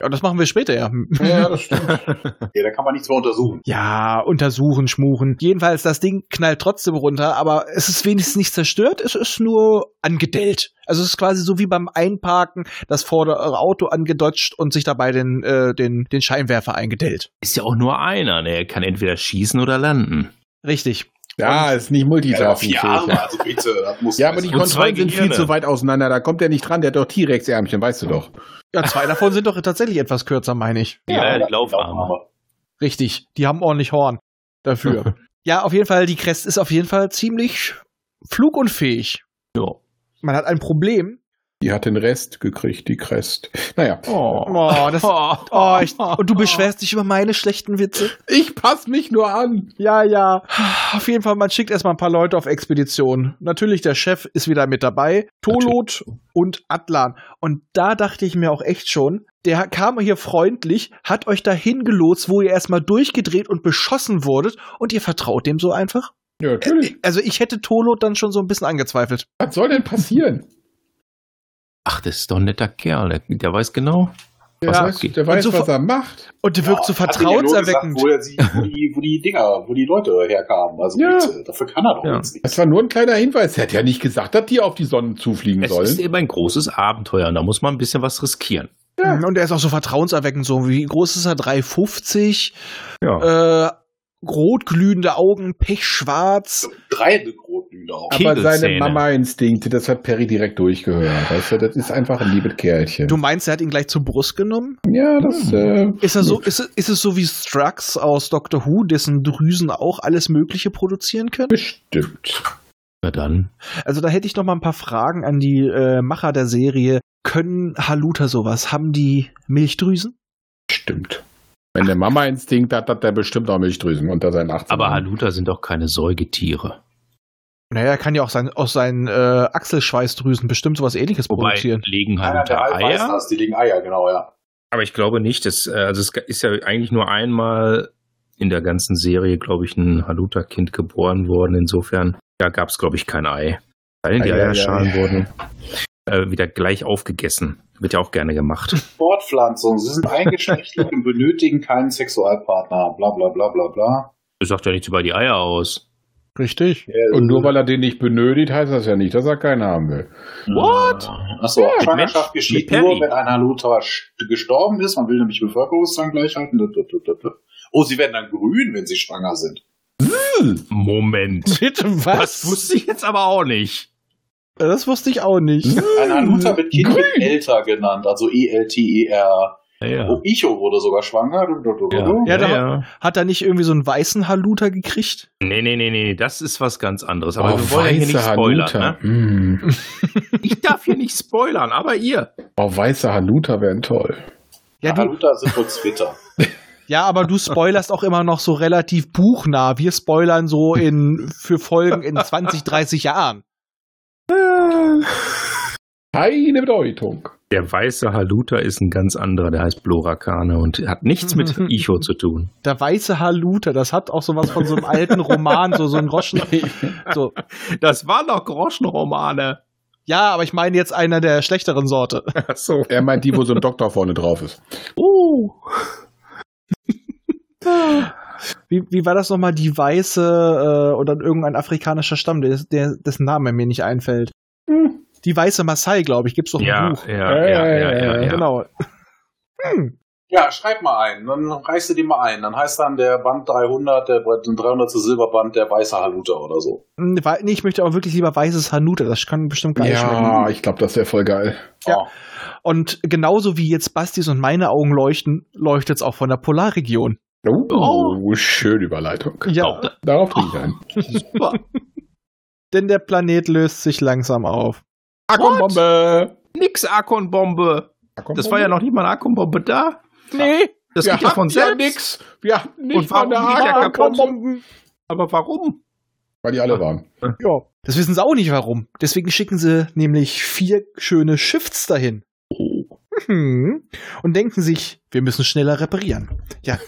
B: Ja, das machen wir später, ja.
A: Ja, das stimmt.
D: Ja, da kann man nichts mehr untersuchen.
B: Ja, untersuchen, schmuchen. Jedenfalls, das Ding knallt trotzdem runter, aber es ist wenigstens nicht zerstört, es ist nur angedellt. Also es ist quasi so wie beim Einparken, das vordere Auto angedodged und sich dabei den, äh, den, den Scheinwerfer eingedellt.
C: Ist ja auch nur einer, ne? Er kann entweder schießen oder landen.
B: Richtig.
A: Ja, ist nicht
D: Ja,
A: multitasking.
D: vier Arme, also bitte, das muss
A: Ja, aber die
C: Und zwei
A: Kontrollen sind viel
C: Gehirne.
A: zu weit auseinander. Da kommt er nicht dran. Der hat doch T-Rex-Ärmchen, weißt du doch.
B: Ja, zwei davon sind doch tatsächlich etwas kürzer, meine ich.
C: Ja, die
D: genau.
C: Laufarme.
B: Richtig, die haben ordentlich Horn dafür. ja, auf jeden Fall, die Crest ist auf jeden Fall ziemlich flugunfähig.
C: Ja.
B: Man hat ein Problem.
A: Die hat den Rest gekriegt, die Crest. Naja,
C: Oh.
B: Oh, das,
C: Oh.
B: oh, ich, und du beschwerst dich über meine schlechten Witze.
A: ich pass mich nur an.
B: Ja, ja. Auf jeden Fall, man schickt erstmal ein paar Leute auf Expedition. Natürlich, der Chef ist wieder mit dabei. Tolot und Atlan. Und da dachte ich mir auch echt schon, der kam hier freundlich, hat euch dahin gelotst, wo ihr erstmal durchgedreht und beschossen wurdet und ihr vertraut dem so einfach?
A: Ja, natürlich.
B: Also ich hätte Tolot dann schon so ein bisschen angezweifelt.
A: Äh, Was soll denn passieren?
C: Ach, das ist doch ein netter Kerl. Der, der weiß genau, was
A: der,
C: abgeht.
A: der weiß,
B: Und so
A: was er macht.
B: Und der wirkt so vertrauenserweckend.
D: Wo, er sie, wo, die, wo die Dinger, wo die Leute herkamen. Also
A: Ja.
D: bitte, dafür kann er doch
C: Ja.
D: jetzt nichts.
A: Das war nur ein kleiner Hinweis. Er hat ja nicht gesagt, dass die auf die Sonne zufliegen
C: Es ist
A: sollen.
C: eben ein großes Abenteuer und da muss man ein bisschen was riskieren.
A: Ja.
B: Mhm. Und er ist auch so vertrauenserweckend, so wie groß ist er? 350,
C: Ja.
B: äh, rotglühende Augen, pechschwarz.
D: Drei Grotlüde auch.
C: Ki-
A: Aber seine
C: Kegelzähne.
A: Mama-Instinkte, das hat Perry direkt durchgehört. Weißt du, das ist einfach ein liebes Kerlchen.
B: Du meinst, er hat ihn gleich zur Brust genommen?
A: ja, das. Äh,
B: Ist, er so, ist, es- ist es so wie Strax aus Doctor Who, dessen Drüsen auch alles Mögliche produzieren können?
A: bestimmt.
C: Na dann.
B: Also da hätte ich noch mal ein paar Fragen an die äh, Macher der Serie. Können Haluta sowas? Haben die Milchdrüsen?
A: Stimmt. Wenn der Mama-Instinkt hat, hat der bestimmt auch Milchdrüsen unter seinen 18.
C: Aber Haluta sind doch keine Säugetiere.
B: Naja, er kann ja auch sein, aus seinen äh, Achselschweißdrüsen bestimmt sowas ähnliches
C: Wobei
B: produzieren.
C: legen
D: Einer der
C: Haluta
D: Alpha
C: Eier.
D: das, die legen Eier, genau, ja.
C: Aber ich glaube nicht. Das, äh, also es ist ja eigentlich nur einmal in der ganzen Serie, glaube ich, ein Haluta-Kind geboren worden. Insofern, da gab es, glaube ich, kein Ei. Sei denn, die
A: Ei, ei,
C: Eierschalen
A: ei.
C: wurden äh, wieder gleich aufgegessen. Wird ja auch gerne gemacht.
D: Fortpflanzung, sie sind eingeschlechtlich und benötigen keinen Sexualpartner, bla bla bla bla bla.
C: Das sagt ja nichts über die Eier aus.
B: Richtig.
D: Äh,
A: Und nur weil er den nicht benötigt, heißt das ja nicht, dass er keinen haben will.
C: What?
D: Achso,
C: Ja,
D: Schwangerschaft
C: Mensch,
D: geschieht
C: mit
D: nur,
C: Perry.
D: wenn ein Haluta st- gestorben ist. Man will nämlich Bevölkerungszahl gleich halten. Dut, dut, dut, dut, dut. Oh, sie werden dann grün, wenn sie schwanger sind.
C: Moment.
B: Bitte
C: Das wusste ich jetzt aber auch nicht.
B: Äh, Das wutsch ich auch nicht.
D: Ein Hanuta wird Kind mit Elter genannt, also E-L-T-E-R.
C: Ja.
D: Oh, Icho wurde sogar schwanger. Du, du, du, du, du.
B: Ja, da- Hat er nicht irgendwie so einen weißen Haluta gekriegt?
C: Nee, nee, nee, nee, das ist was ganz anderes.
B: Oh,
C: Aber wir wollen ja hier nicht spoilern. Ne?
A: Mm.
C: Ich darf hier nicht spoilern, aber ihr.
A: Oh, weiße Hanuta wären toll.
B: Ja, du,
D: Hanuta sind wohl Twitter.
B: ja, aber du spoilerst auch immer noch so relativ buchnah. Wir spoilern so in für Folgen in 20, 30 Jahren.
A: Keine Bedeutung.
C: Der weiße Haluta ist ein ganz anderer, der heißt Blorakane und hat nichts mit Icho zu tun.
B: Der weiße Haluta, das hat auch sowas von so einem alten Roman, so, so ein Groschen. So.
C: Das waren doch Groschenromane.
B: Ja, aber ich meine jetzt einer der schlechteren Sorte.
C: Ach so.
A: Er meint die, wo so ein Doktor vorne drauf ist.
C: Uh.
B: Wie, wie war das nochmal? Die weiße äh, oder irgendein afrikanischer Stamm, der, der, dessen Name mir nicht einfällt. Die weiße Maasai, glaube ich, gibt's doch ein
C: Ja,
B: Buch.
C: ja, ja, ja, ja, ja.
B: Genau.
D: Ja, schreib mal ein. Dann reichst du den mal ein. Dann heißt dann der Band 300, der 300. Silberband, der weiße Haluta oder so.
B: Hm, wei- Nee, ich möchte aber wirklich lieber weißes Hanuta. Das kann bestimmt geil schmecken.
A: ich glaube, das wäre voll geil.
B: Ja.
D: Oh.
B: Und genauso wie jetzt Bastis und meine Augen leuchten, leuchtet's auch von der Polarregion.
A: Oh,
C: Oh.
A: schöne Überleitung.
C: Oh, da-
A: Darauf kriege ich ein.
C: super.
B: Denn der Planet löst sich langsam auf.
A: Bombe!
C: Nix Akonbombe. Das war ja noch nicht mal eine Akonbombe da.
B: Nee,
C: Das
A: Wir
C: geht ja von
A: hatten ja
C: selbst.
A: nix. Wir hatten nicht
C: Und warum
A: mal eine
C: die wieder
A: Haken-
C: kaputt sind? Ah.
A: Bomben.
C: Aber warum?
A: Weil die alle waren.
B: ja. Das wissen sie auch nicht warum. Deswegen schicken sie nämlich vier schöne Shifts dahin. Mhm. Und denken sich, wir müssen schneller reparieren. Ja.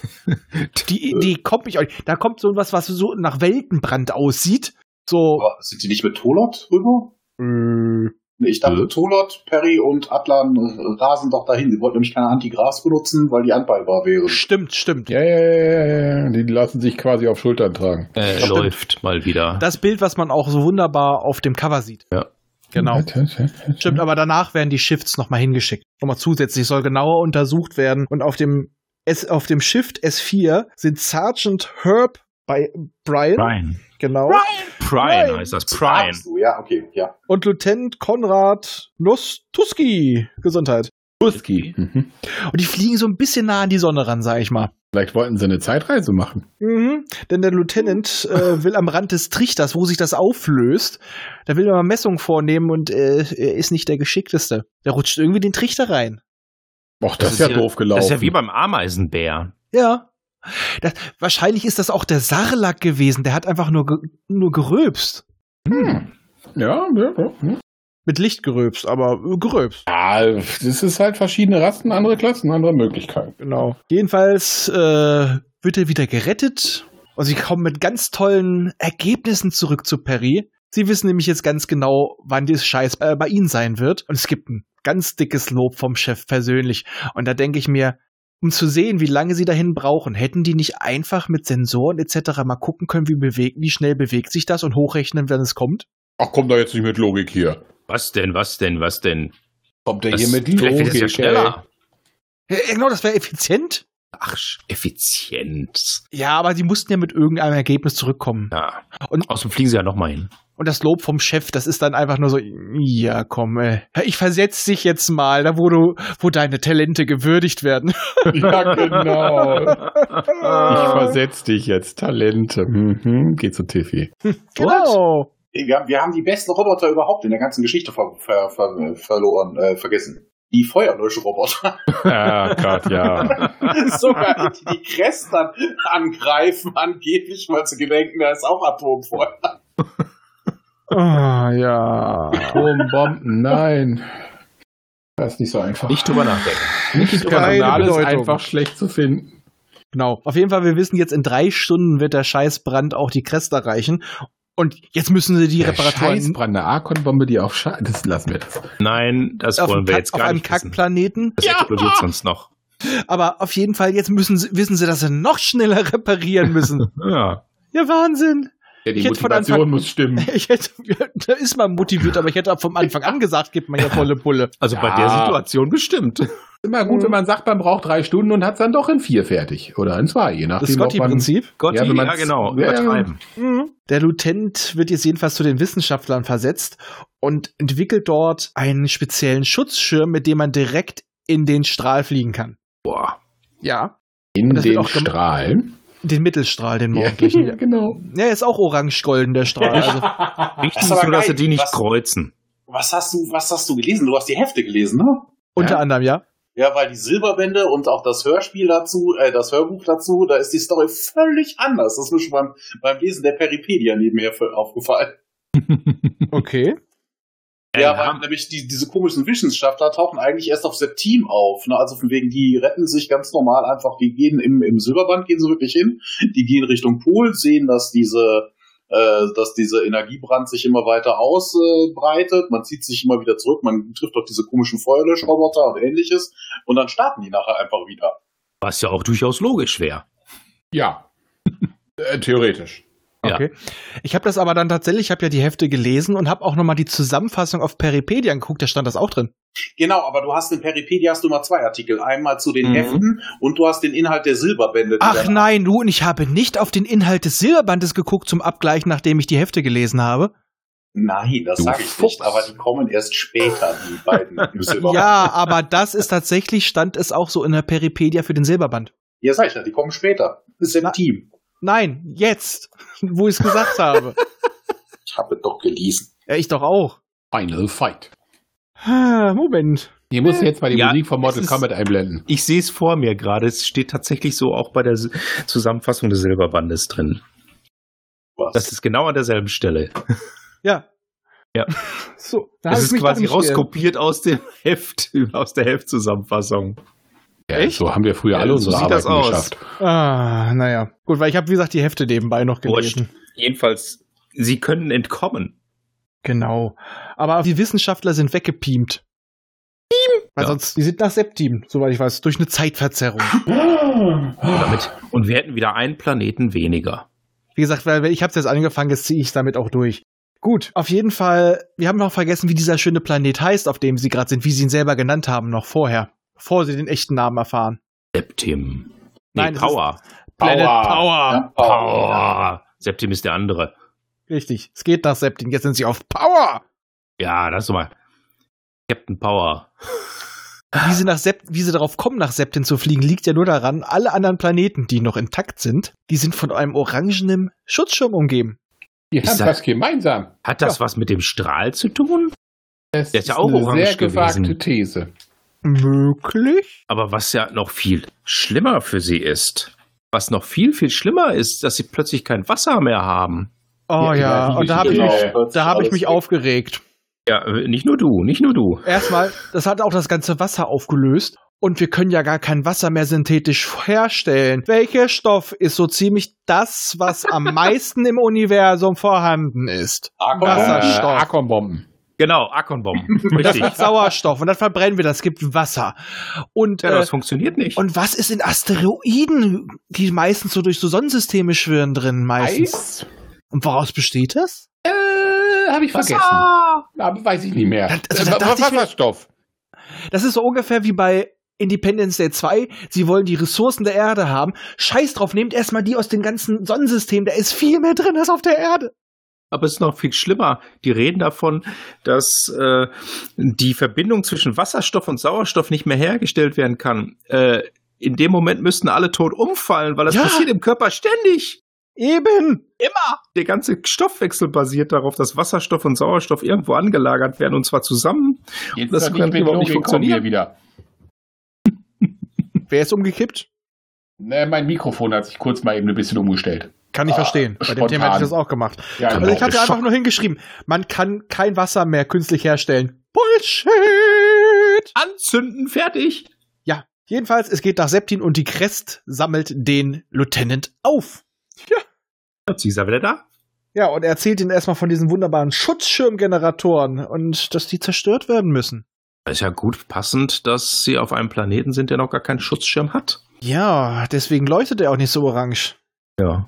B: Die Idee kommt mich auch nicht. Da kommt so was, was so nach Weltenbrand aussieht. So,
D: Oh, Aber sind die nicht mit Tolot rüber?
B: äh,
D: Nee, Ich dachte, Tolot, Perry und Atlan äh, rasen doch dahin. Die wollten nämlich keine Antigras benutzen, weil die anballbar wären.
B: stimmt, stimmt.
A: Ja, ja, ja, ja, ja. Die lassen sich quasi auf Schultern tragen.
C: Äh, läuft mal wieder.
B: Das Bild, was man auch so wunderbar auf dem Cover sieht.
C: Ja.
B: Genau.
A: Stimmt.
B: Stimmt, aber danach werden die Shifts nochmal hingeschickt. Nochmal zusätzlich soll genauer untersucht werden. Und auf dem, S, auf dem Shift S4 sind Sergeant Herb bei Brian,
C: Prime.
B: genau.
C: Prime heißt das. Prime.
D: Sagst du, ja, okay, ja.
B: Und Lieutenant Konrad Lustuski. Gesundheit.
A: Whisky. Mhm.
B: Und die fliegen so ein bisschen nah an die Sonne ran, sag ich mal.
A: Vielleicht wollten sie eine Zeitreise machen.
B: Mhm, denn der Lieutenant äh, will am Rand des Trichters, wo sich das auflöst, da will er mal Messungen vornehmen und äh, er ist nicht der Geschickteste. Der rutscht irgendwie den Trichter rein.
A: Och, das,
C: Das
A: ist ja
C: ist ja-
A: doof gelaufen.
C: Das ist ja wie beim Ameisenbär.
B: Ja. Das, wahrscheinlich ist das auch der Sarlacc gewesen. Der hat einfach nur, ge nur geröbst.
A: ja, ja, ja.
B: Mit Licht geröbst, aber äh, geröbst.
A: Ja, das ist halt verschiedene Rassen, andere Klassen, andere Möglichkeiten.
B: Genau. Jedenfalls äh, wird er wieder gerettet. Und sie kommen mit ganz tollen Ergebnissen zurück zu Perry. Sie wissen nämlich jetzt ganz genau, wann dieses Scheiß äh, bei ihnen sein wird. Und es gibt ein ganz dickes Lob vom Chef persönlich. Und da denke ich mir, um zu sehen, wie lange sie dahin brauchen, hätten die nicht einfach mit Sensoren etc. mal gucken können, wie, bewegt, wie schnell bewegt sich das und hochrechnen, wenn es kommt?
A: Ach, komm da jetzt nicht mit Logik hier.
C: Was denn, was denn, was denn?
A: Kommt der
C: Das,
A: hier mit
C: vielleicht
A: Logik?
C: ist es ja schneller.
B: Ja, genau, das wäre effizient.
C: Ach, Effizienz.
B: Ja, aber sie mussten ja mit irgendeinem Ergebnis zurückkommen.
C: Ja.
B: Und-
C: Und außerdem fliegen sie ja nochmal hin.
B: Und das Lob vom Chef, das ist dann einfach nur so, ja, komm, ey. ich versetz dich jetzt mal, da wo du, wo deine Talente gewürdigt werden.
A: Ja, genau. Ich versetz dich jetzt. Talente. Mhm. Geh zu Tiffy.
B: Genau.
D: Wir haben, wir haben die besten Roboter überhaupt in der ganzen Geschichte ver ver ver verloren, äh, vergessen. Die Feuerlöschroboter.
A: Ah, grad ja.
D: Sogar die, die Crest dann angreifen, angeblich, weil sie gedenken, da ist auch Atomfeuer.
B: Ah, ja.
A: Atombomben, nein. Das ist nicht so einfach.
C: Nicht drüber nachdenken.
A: Nicht
B: keine
A: Personal ist
B: Bedeutung.
A: einfach schlecht zu finden.
B: Genau. Auf jeden Fall, wir wissen jetzt, in drei Stunden wird der Scheißbrand auch die Crest erreichen. Und jetzt müssen sie die Reparaturen
A: Scheißbrand, eine Arkon-Bombe, die auf Scha Das lassen wir jetzt.
C: Nein, das
B: auf,
C: wollen
B: dem
C: wir
B: Kack-
C: jetzt
B: auf
C: gar
B: einem
C: nicht wissen.
B: Kackplaneten.
C: Das explodiert sonst noch.
B: Aber auf jeden Fall, jetzt müssen sie, wissen sie, dass sie noch schneller reparieren müssen.
C: Ja.
B: ja, Wahnsinn.
A: Ja, die
B: Ich hätte von Anfang-
A: Motivation muss stimmen.
B: Ich hätte, da ist man motiviert, aber ich hätte ab vom Anfang an gesagt, gibt man ja volle Pulle.
C: Also bei
A: Ja.
C: der Situation bestimmt.
A: Immer gut, wenn man sagt, man braucht drei Stunden und hat es dann doch in vier fertig. Oder in zwei, je nachdem.
B: Das
A: ob man-
B: Scotty-Prinzip.
C: Gotti,
A: Ja,
C: ja,
A: wenn man's-
C: genau,
A: Ja, ja.
C: übertreiben.
B: Der Lutent wird jetzt jedenfalls zu den Wissenschaftlern versetzt und entwickelt dort einen speziellen Schutzschirm, mit dem man direkt in den Strahl fliegen kann.
C: Boah.
B: Ja.
A: In
B: das wird
A: den
B: auch gem-
A: Strahl.
B: Den Mittelstrahl, den
A: Ja,
B: morgendlichen. Ja,
A: genau.
B: ja ist auch orange-golden, der Strahl. Also,
C: Wichtig ist
D: Das ist aber
C: nur, dass sie
D: geil.
C: die nicht
D: Was-
C: kreuzen.
D: Was hast du, was hast du gelesen? Du hast die Hefte gelesen, ne?
B: unter anderem, ja.
D: Ja, weil die Silberbände und auch das Hörspiel dazu, äh, das Hörbuch dazu, da ist die Story völlig anders. Das ist mir schon beim, beim Lesen der Peripedia nebenher voll aufgefallen.
B: Okay.
D: Ja,
C: ja.
D: weil nämlich die, diese komischen Wissenschaftler tauchen eigentlich erst auf Septim auf. Ne? Also von wegen, die retten sich ganz normal einfach, die gehen im, im Silberband, gehen sie wirklich hin, die gehen Richtung Pol, sehen, dass diese, äh, dass diese Energiebrand sich immer weiter ausbreitet, man zieht sich immer wieder zurück, man trifft auf diese komischen Feuerlöschroboter und ähnliches und dann starten die nachher einfach wieder.
C: Was ja auch durchaus logisch wäre.
A: Ja. äh, theoretisch.
C: Ja.
B: Okay. Ich habe das aber dann tatsächlich, ich habe ja die Hefte gelesen und habe auch nochmal die Zusammenfassung auf Peripedia geguckt, da stand das auch drin.
D: Genau, aber du hast in Peripedia hast du mal zwei Artikel. Einmal zu den
C: Mhm.
D: Heften und du hast den Inhalt der Silberbände. die
B: Ach
D: dann-
B: nein, du, und ich habe nicht auf den Inhalt des Silberbandes geguckt zum Abgleichen, nachdem ich die Hefte gelesen habe.
D: Nein, das
C: Du
D: sage ich
C: Fuchs.
D: nicht, aber die kommen erst später, die beiden im Silberband.
B: Ja, aber das ist tatsächlich, stand es auch so in der Peripedia für den Silberband.
D: Ja, sag ich ja, die kommen später. Das ist im
B: Na-
D: Team.
B: Nein, jetzt, wo ich es gesagt habe.
D: Ich habe doch gelesen.
B: Ja, ich doch auch.
A: Final Fight.
B: Ah, Moment.
A: Ihr müsst jetzt mal die
C: Ja,
A: Musik von Mortal
C: es ist-
A: Kombat einblenden.
C: Ich sehe es vor mir gerade. Es steht tatsächlich so auch bei der S- Zusammenfassung des Silberbandes drin.
D: Was?
C: Das ist genau an derselben Stelle.
B: Ja.
C: Ja.
B: So, da
C: Das
B: hab ich
C: ist
B: mich
C: quasi
B: doch nicht geirrt.
C: rauskopiert aus dem Heft, aus der Heftzusammenfassung.
A: Ja,
B: Echt?
A: So haben wir früher alle
C: Ja, so
A: unsere
C: sieht das
A: Arbeiten
C: aus.
A: geschafft.
B: Ah, naja. Gut, weil ich habe, wie gesagt, die Hefte nebenbei noch
C: Wurscht.
B: gelesen.
C: Jedenfalls, sie können entkommen.
B: Genau. Aber die Wissenschaftler sind weggepiemt. Weil
C: Ja.
B: sonst, die sind nach Septim, soweit ich weiß, durch eine Zeitverzerrung.
C: Damit. Und wir hätten wieder einen Planeten weniger.
B: Wie gesagt, weil ich hab's jetzt angefangen, jetzt ziehe ich damit auch durch. Gut, auf jeden Fall, wir haben noch vergessen, wie dieser schöne Planet heißt, auf dem sie gerade sind, wie sie ihn selber genannt haben, noch vorher. Bevor sie den echten Namen erfahren.
C: Septim. Nee,
B: Nein, es
C: Power.
B: Planet Power.
D: Ja,
C: Power. Septim ist der andere.
B: Richtig. Es geht nach Septim. Jetzt sind sie auf Power.
C: Ja, das mal. Captain Power.
B: Wie sie, nach Sept, wie sie darauf kommen, nach Septim zu fliegen, liegt ja nur daran, alle anderen Planeten, die noch intakt sind, die sind von einem orangenen Schutzschirm umgeben.
A: Wir
C: Ich
A: haben
C: sag-
A: was gemeinsam.
C: Hat das was mit dem Strahl zu tun?
A: Das
C: Der ist ja auch orange
A: sehr gewagte
C: gewesen.
A: These.
B: Möglich?
C: Aber was ja noch viel schlimmer für sie ist, was noch viel, viel schlimmer ist, dass sie plötzlich kein Wasser mehr haben.
B: Oh ja,
A: ja,
B: und da habe ich
A: genau.
B: mich, da hab ich mich
D: auf.
B: aufgeregt.
C: Ja, äh, nicht nur du, nicht nur du.
B: Erstmal, das hat auch das ganze Wasser aufgelöst. Und wir können ja gar kein Wasser mehr synthetisch herstellen. Welcher Stoff ist so ziemlich das, was am meisten im Universum vorhanden ist?
C: Ah.
A: Äh,
B: Wasserstoff.
A: Atombomben.
C: Genau, Akonbomben. Richtig. ja,
B: Sauerstoff. Und dann verbrennen wir das, gibt Wasser. Und, äh,
C: das funktioniert nicht.
B: und was ist in Asteroiden, die meistens so durch so Sonnensysteme schwirren drin meistens?
A: Eis?
B: Und woraus besteht das?
A: Äh, habe ich vergessen.
F: Ah,
A: Aber weiß ich nicht mehr.
B: Das- also da
A: Äh,
B: dachte ich mir-
A: Wasserstoff.
B: Das ist so ungefähr wie bei Independence Day 2. Sie wollen die Ressourcen der Erde haben. Scheiß drauf, nehmt erstmal die aus dem ganzen Sonnensystem. Da ist viel mehr drin als auf der Erde.
C: Aber es ist noch viel schlimmer. Die reden davon, dass äh, die Verbindung zwischen Wasserstoff und Sauerstoff nicht mehr hergestellt werden kann. Äh, in dem Moment müssten alle tot umfallen, weil das
B: Ja.
C: passiert im Körper ständig.
B: Eben.
C: Der ganze Stoffwechsel basiert darauf, dass Wasserstoff und Sauerstoff irgendwo angelagert werden und zwar zusammen.
A: Jetzt
C: Das
A: noch
C: kann
A: mit
C: überhaupt nicht
A: Logik kommen
C: funktionieren.
A: hier wieder.
B: Wer ist umgekippt?
A: Ne, mein Mikrofon hat sich kurz mal eben ein bisschen umgestellt.
B: Kann ich
A: Ah,
B: verstehen. Bei dem
A: spontan.
B: Thema hätte ich das auch gemacht.
A: Ja,
B: Also ich
A: genau.
B: habe ja
C: Schock.
B: einfach nur hingeschrieben, man kann kein Wasser mehr künstlich herstellen. Bullshit.
C: Anzünden, fertig.
B: Ja, jedenfalls, es geht nach Septin und die Crest sammelt den Lieutenant auf.
C: Und sie ist ja wieder da.
B: Ja, und er erzählt ihnen erstmal von diesen wunderbaren Schutzschirmgeneratoren und dass die zerstört werden müssen.
C: Ist ja gut passend, dass sie auf einem Planeten sind, der noch gar keinen Schutzschirm hat.
B: Ja, deswegen leuchtet er auch nicht so orange.
C: Ja.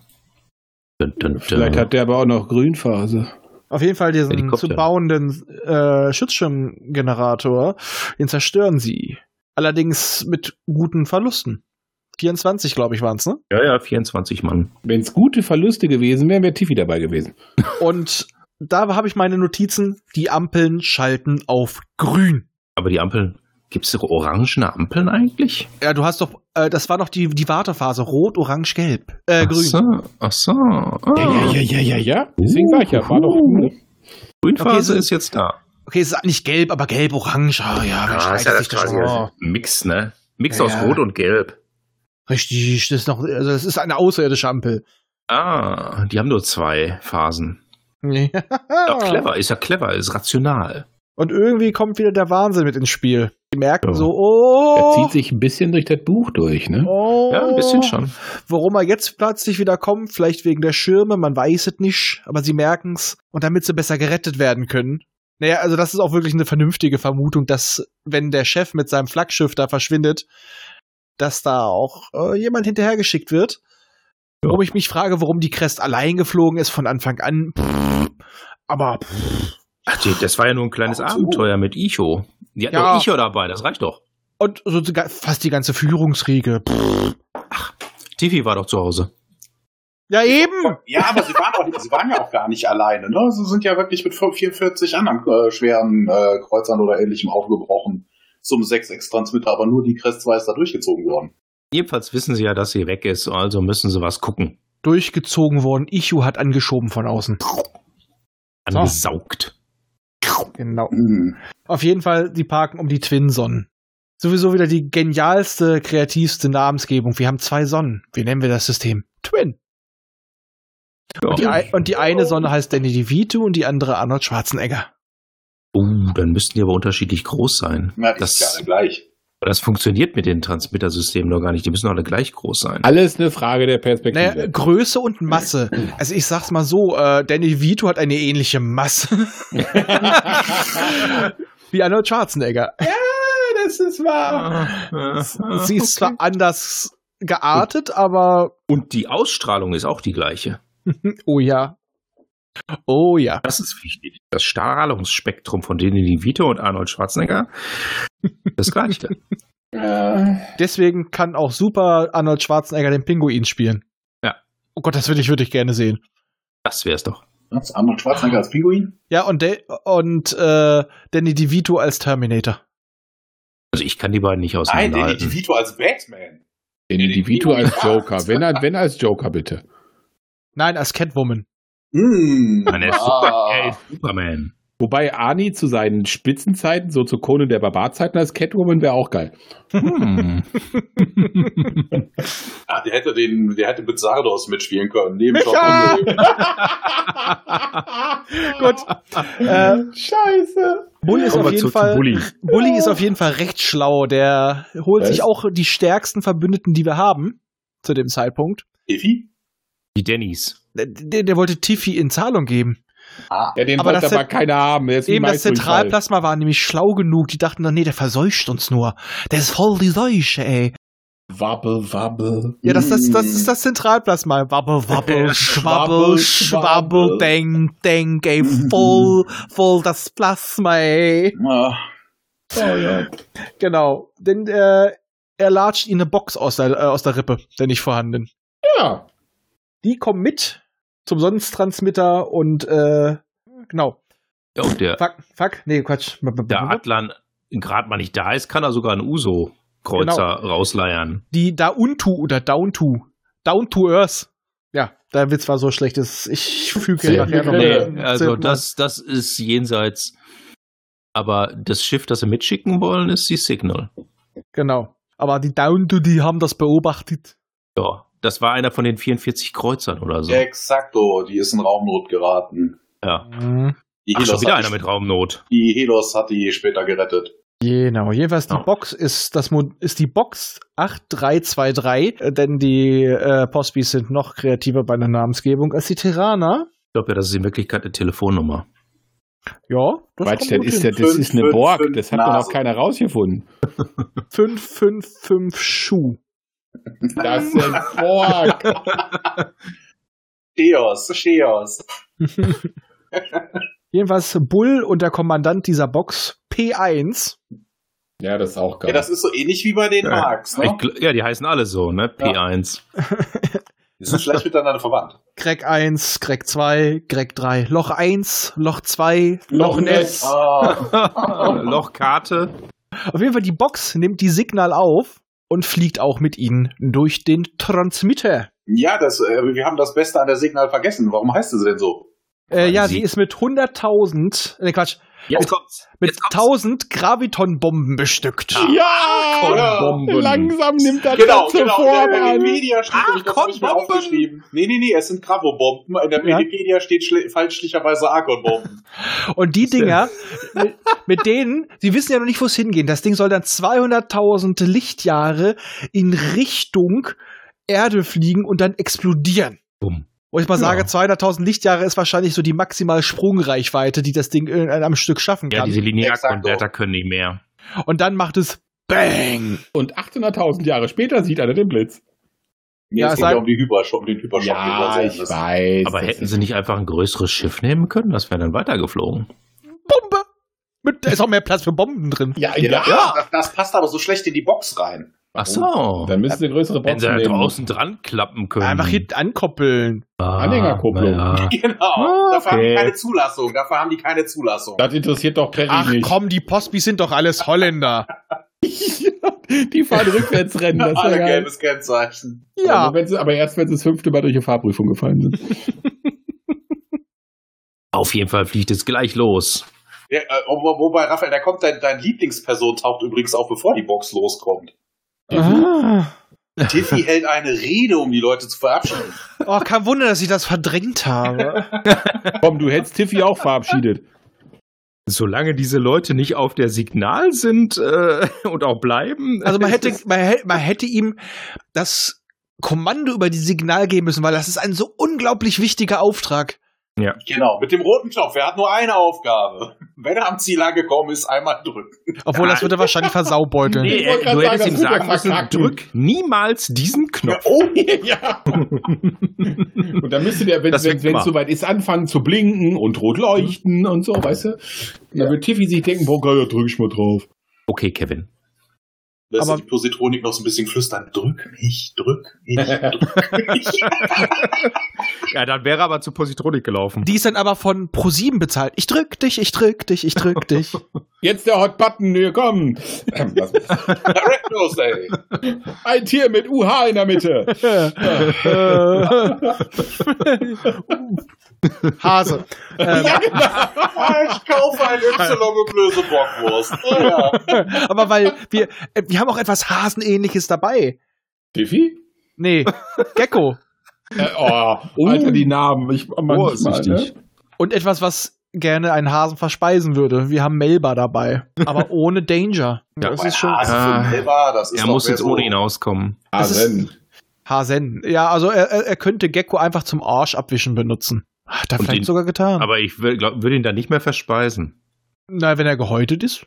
C: Dun, dun, dun.
F: Vielleicht hat der aber auch noch Grünphase.
B: Auf jeden Fall diesen
C: Helikopter.
B: zu bauenden äh, Schutzschirmgenerator, den zerstören sie. Allerdings mit guten Verlusten. 24, glaube ich, waren es, ne?
C: Ja, ja, 24 Mann.
F: Wenn es gute Verluste gewesen wären, wäre Tiffy dabei gewesen.
B: Und da habe ich meine Notizen, die Ampeln schalten auf grün.
C: Aber die Ampeln, gibt es orangene Ampeln eigentlich?
B: Ja, du hast doch, äh, das war doch die, die Wartephase, rot, orange, gelb, äh,
C: Ach
B: grün.
C: so, ach so. Ah.
F: ja, ja, ja. Deswegen sag ich ja, war doch.
C: Grünphase
B: Okay, so-
C: ist jetzt da.
B: Okay, es ist nicht gelb, aber gelb, orange, ah, ja, wer streitet sich da schon? Oh,
C: Mix, ne? Mix
B: Ja,
C: aus
B: ja.
C: Rot und Gelb.
B: Richtig, das ist noch, also das ist eine außerirdische Ampel.
C: Ah, die haben nur zwei Phasen. Ja, clever, ist ja clever, ist rational.
B: Und irgendwie kommt wieder der Wahnsinn mit ins Spiel. Die merken
C: Ja.
B: so,
F: Er
B: oh,
F: zieht sich ein bisschen durch das Buch durch, ne?
B: oh,
C: Ja, ein bisschen schon.
B: Warum er jetzt plötzlich wieder kommt, vielleicht wegen der Schirme, man weiß es nicht, aber sie merken es. Und damit sie besser gerettet werden können. Naja, also das ist auch wirklich eine vernünftige Vermutung, dass wenn der Chef mit seinem Flaggschiff da verschwindet, dass da auch äh, jemand hinterhergeschickt wird.
C: Ja.
B: Warum ich mich frage, warum die Crest allein geflogen ist von Anfang an. Pff, aber pff,
C: Ach, die, das war ja nur ein kleines
D: Ach so.
C: Abenteuer mit Icho. Die hatten
B: Ja.
C: doch Icho dabei, das reicht doch.
B: und so die ga- fast die ganze Führungsriege. Pff.
C: Tiffy war doch zu Hause.
B: Ja, eben!
D: Ja, aber sie waren, auch, sie waren ja auch gar nicht alleine. Ne? Sie sind ja wirklich mit 44 anderen äh, schweren äh, Kreuzern oder ähnlichem aufgebrochen zum 6X-Transmitter, aber nur die Crest 2 ist da durchgezogen worden.
C: Jedenfalls wissen sie ja, dass sie weg ist, also müssen sie was gucken.
B: Durchgezogen worden. Ichu hat angeschoben von außen.
C: Angesaugt.
B: Genau.
C: Mhm.
D: Hm.
B: Auf jeden Fall, die parken um die Twin Sonnen. Sowieso wieder die genialste, kreativste Namensgebung. Wir haben zwei Sonnen. Wie nennen wir das System? Twin. Und die, ei- und die eine Sonne heißt Danny DeVito und die andere Arnold Schwarzenegger.
C: Oh, dann müssten die aber unterschiedlich groß sein.
D: Na, die
C: Das-
D: ist ja alle gleich.
C: Das funktioniert mit den Transmittersystemen doch gar nicht. Die müssen alle gleich groß sein.
F: Alles eine Frage der Perspektive.
B: Naja, Größe und Masse. Also ich sag's mal so, äh, Danny DeVito hat eine ähnliche Masse wie Arnold Schwarzenegger.
F: das ist wahr.
C: Ah,
B: Sie ist zwar anders geartet, aber
C: Und die Ausstrahlung ist auch die gleiche.
B: oh ja. Oh ja.
C: Das ist wichtig. Das Strahlungsspektrum von Danny DeVito und Arnold Schwarzenegger das gleiche.
B: Deswegen kann auch super Arnold Schwarzenegger den Pinguin spielen.
C: Ja.
B: Oh Gott, das würde ich wirklich gerne sehen.
C: Das wär's doch.
D: Was? Arnold Schwarzenegger als Pinguin?
B: Ja, und, De und äh, Danny DeVito als Terminator.
C: Also ich kann die beiden nicht
D: Nein, Danny
C: auseinanderhalten.
D: DeVito als Batman.
F: Danny DeVito als Joker. Wenn, er- wenn als Joker, bitte.
B: Nein, als Catwoman.
D: Hm.
C: Nein, er ist super, er ist Superman.
F: Wobei Arnie zu seinen Spitzenzeiten, so zu Conan der Barbarzeiten als Catwoman, wäre auch geil.
C: Hm.
D: Ah, der hätte den, der hätte mit Sardos mitspielen können. Neben
B: Micha!
D: John Connery.
B: Gut. äh,
F: Scheiße.
B: Bully ist
C: Kommen
B: auf
C: wir zu,
B: jeden
C: zu
B: Fall.
C: Bully.
B: Bully ist auf jeden Fall recht schlau. Der holt sich auch die stärksten Verbündeten, die wir haben zu dem Zeitpunkt.
D: Effi?
C: Die Dannys.
B: Der, der der wollte Tiffy in Zahlung geben.
D: Ah,
F: Ja, den
B: Aber
F: wollte
B: das
F: aber
B: Zent-
F: keiner haben. Der ist wie
B: Eben das
F: Maisdurchfall.
B: Zentralplasma war nämlich schlau genug. Die dachten dann, nee, der verseucht uns nur. Der ist voll die Seuche, ey.
F: Wabbel, wabbel.
B: Ja, das, das, das
D: Mm.
B: ist das Zentralplasma. Wabbel, wabbel, schwabbel,
F: Schwabbel,
B: schwabbel,
F: schwabbel.
B: denk, denk, ey, voll, voll das Plasma, ey.
D: ah.
F: Oh, ja.
B: Genau, denn äh, er latscht ihnen eine Box aus der, äh, aus der Rippe, der nicht vorhandenen.
F: ja.
B: Die kommen mit zum Sonnenstransmitter und, äh, genau.
C: Ja, und der,
B: Fuck, fuck, nee, Quatsch.
C: der Atlan gerade mal nicht da ist, kann er sogar einen Uso-Kreuzer rausleiern.
B: Die da unto oder down to. Down to earth. Ja, der Witz war so schlecht, dass ich füge
F: Sehr
B: nachher noch
F: gut.
B: mal-
C: Nee, also das, das ist jenseits. Aber das Schiff, das sie mitschicken wollen, ist die Signal.
B: Genau. Aber die Down to, die haben das beobachtet.
C: Ja, das war einer von den 44 Kreuzern oder so.
D: Exakto, die ist in Raumnot geraten.
C: Ja.
D: Die
C: Ach, schon
D: Helos,
C: wieder
D: hat
C: einer
D: die,
C: mit Raumnot.
D: die Helos hat die später gerettet.
B: Genau, jedenfalls die
C: Ja.
B: Box ist das Mo ist die Box 8323, äh, denn die äh, Postbis sind noch kreativer bei der Namensgebung als die Terraner.
C: Ich glaube ja, das ist in Wirklichkeit eine Telefonnummer.
B: Ja,
F: Quatsch, das ist, ja, das
D: Fünf,
F: ist eine
D: fünf,
F: Borg.
D: fünf
F: Das hat doch noch
D: Nase.
F: keiner rausgefunden.
B: 555 Schuh.
F: Das ist eine Borg.
D: Cheos, Cheos.
B: Jedenfalls Bull und der Kommandant dieser Box P1
A: Ja, das ist auch geil.
D: Ja, das ist so ähnlich wie bei den
C: Ja.
D: Marx,
C: Ich
D: ne?
C: gl- Ja, die heißen alle so, ne?
D: Ja.
C: P1.
D: Die sind vielleicht miteinander verwandt.
B: Greg 1, Greg 2, Greg 3, Loch 1, Loch 2,
A: Loch Ness.
D: Ah,
C: Lochkarte.
B: Auf jeden Fall, die Box nimmt die Signal auf und fliegt auch mit ihnen durch den Transmitter.
D: ja, das, äh, wir haben das Beste an der Signal vergessen. Warum heißt es denn so?
B: Äh, ja,
C: Sie-
B: sie ist mit 100.000, ne Quatsch,
C: Jetzt kommt's.
B: mit
C: Jetzt kommt's.
B: 1000 Gravitonbomben bestückt.
F: Ja!
C: Bomben.
F: Langsam nimmt das
D: Genau,
F: Ganze
D: genau.
F: Form
D: In der
F: an.
D: Wikipedia steht,
C: Ah,
D: ich das hab ich mir
C: Kornbomben.
D: aufgeschrieben. Nee, nee, nee, es sind Gravobomben. In der
B: Ja.
D: Wikipedia steht schli- fälschlicherweise Argonbomben.
B: Und die
C: denn?
B: Dinger, mit, mit denen, sie wissen ja noch nicht, wo es hingehen. Das Ding soll dann 200.000 Lichtjahre in Richtung Erde fliegen und dann explodieren.
C: Bumm.
B: Wo ich mal
C: Ja.
B: sage, 200.000 Lichtjahre ist wahrscheinlich so die maximale Sprungreichweite, die das Ding in einem Stück schaffen
C: Ja,
B: kann.
C: diese
D: Exakt
C: Linearkonverter
D: so.
C: können nicht mehr.
B: und dann macht es Bang!
F: Und 800.000 Jahre später sieht einer den Blitz.
D: Nee,
B: Ja,
D: es geht
B: sag-
D: ja um die Hyperschock, um den Hyperschock. den wir sehen müssen.
A: weiß.
C: Aber
A: Das
C: hätten
A: ist-
C: sie nicht einfach ein größeres Schiff nehmen können? Das wäre dann weitergeflogen.
B: Bombe! Mit, da ist auch mehr Platz für Bomben drin.
A: Ja,
D: Ja,
A: ja.
D: Das, das, das passt aber so schlecht in die Box rein.
C: Ach so.
A: Dann müssen sie größere
C: Wenn
A: Boxen
C: sie halt da
A: nehmen.
C: draußen dran klappen können.
B: Einfach hinten ankoppeln.
C: Ah,
F: Anhängerkupplung.
C: na ja.
D: Genau.
C: Ah,
D: Dafür haben
C: okay.
D: die keine Zulassung. Dafür haben die keine Zulassung.
A: Das interessiert doch Perry
B: Ach
A: nicht.
B: komm, die Postbis sind doch alles Holländer.
F: Die fahren rückwärts rennen. Das ist ja
D: Alle
F: geil.
D: gelbes Kennzeichen.
B: Ja.
A: Also
F: Aber, wenn sie, aber erst wenn sie das fünfte Mal durch die Fahrprüfung gefallen sind.
C: Auf jeden Fall fliegt es gleich los.
D: Ja, äh, wo- wobei, Raphael, da kommt dein, dein Lieblingsperson, taucht übrigens auch, bevor die Box loskommt.
C: Mhm.
B: Ah.
D: Tiffy hält eine Rede, um die Leute zu verabschieden.
B: Oh, kein Wunder, dass ich das verdrängt habe.
F: Komm, du hättest Tiffy auch verabschiedet.
C: Solange diese Leute nicht auf der Signal sind äh, und auch bleiben. äh,
B: Also man
C: ist
B: hätte,
C: es-
B: man, hätte, man hätte ihm das Kommando über die Signal geben müssen, weil das ist ein so unglaublich wichtiger Auftrag.
D: genau, mit dem roten Knopf. Er hat nur eine Aufgabe. Wenn er am Ziel angekommen ist, einmal drücken.
B: Obwohl, das würde er wahrscheinlich versaubeuteln.
C: Nee,
F: Ich wollte
C: äh, du
F: gerade
C: hättest
F: sagen,
C: ihm sagen
F: das wird doch
C: müssen,
F: verkackt.
C: drück niemals diesen Knopf.
D: oh,
F: ja.
A: Und dann müsste der, wenn
C: Das
A: es
C: wirkt immer.
A: soweit ist, anfangen zu blinken und rot leuchten und so, weißt du? Und Dann wird Tiffy sich denken, boah, geil, da drücke ich mal drauf.
C: Okay, Kevin.
D: Lässt
B: Aber-
D: die Positronik noch so ein bisschen flüstern. Drück mich, drück mich, drück mich.
C: Ja, dann wäre er aber zur Positronik gelaufen.
B: Die ist dann aber von Pro7 bezahlt. Ich drück dich, ich drück dich, ich drück dich.
F: Jetzt der Hot Button, hier komm. Ähm, lass mich.
D: Directors, ey.
F: Ein Tier mit UH in der Mitte.
B: Hase. Ähm,
D: Ah, Ich kaufe ein Y und löse Bockwurst. Oh, ja.
B: aber weil wir, äh, wir haben auch etwas Hasenähnliches dabei.
A: Tiffy?
B: Nee, Gecko.
A: Äh, oh,
F: Oh.
A: Alter, die Namen. Ich, manchmal,
F: Vorsichtig.
A: ne?
B: Und etwas, was gerne einen Hasen verspeisen würde. Wir haben Melba dabei. Aber ohne Danger. das ist schon.
D: Ah, so
C: Ah.
D: ein Elber, das ist
C: Er
D: doch
C: muss
D: mehr
C: jetzt
D: so-
C: ohne hinauskommen.
B: Das ist-
A: Hasen.
B: Hasen. Ja, also er, er er könnte Gecko einfach zum Arsch abwischen benutzen. Hat er
C: Und
B: vielleicht
C: den-
B: sogar getan.
C: Aber ich wür- glaub, würde ihn dann nicht mehr verspeisen.
B: Na, wenn er gehäutet ist.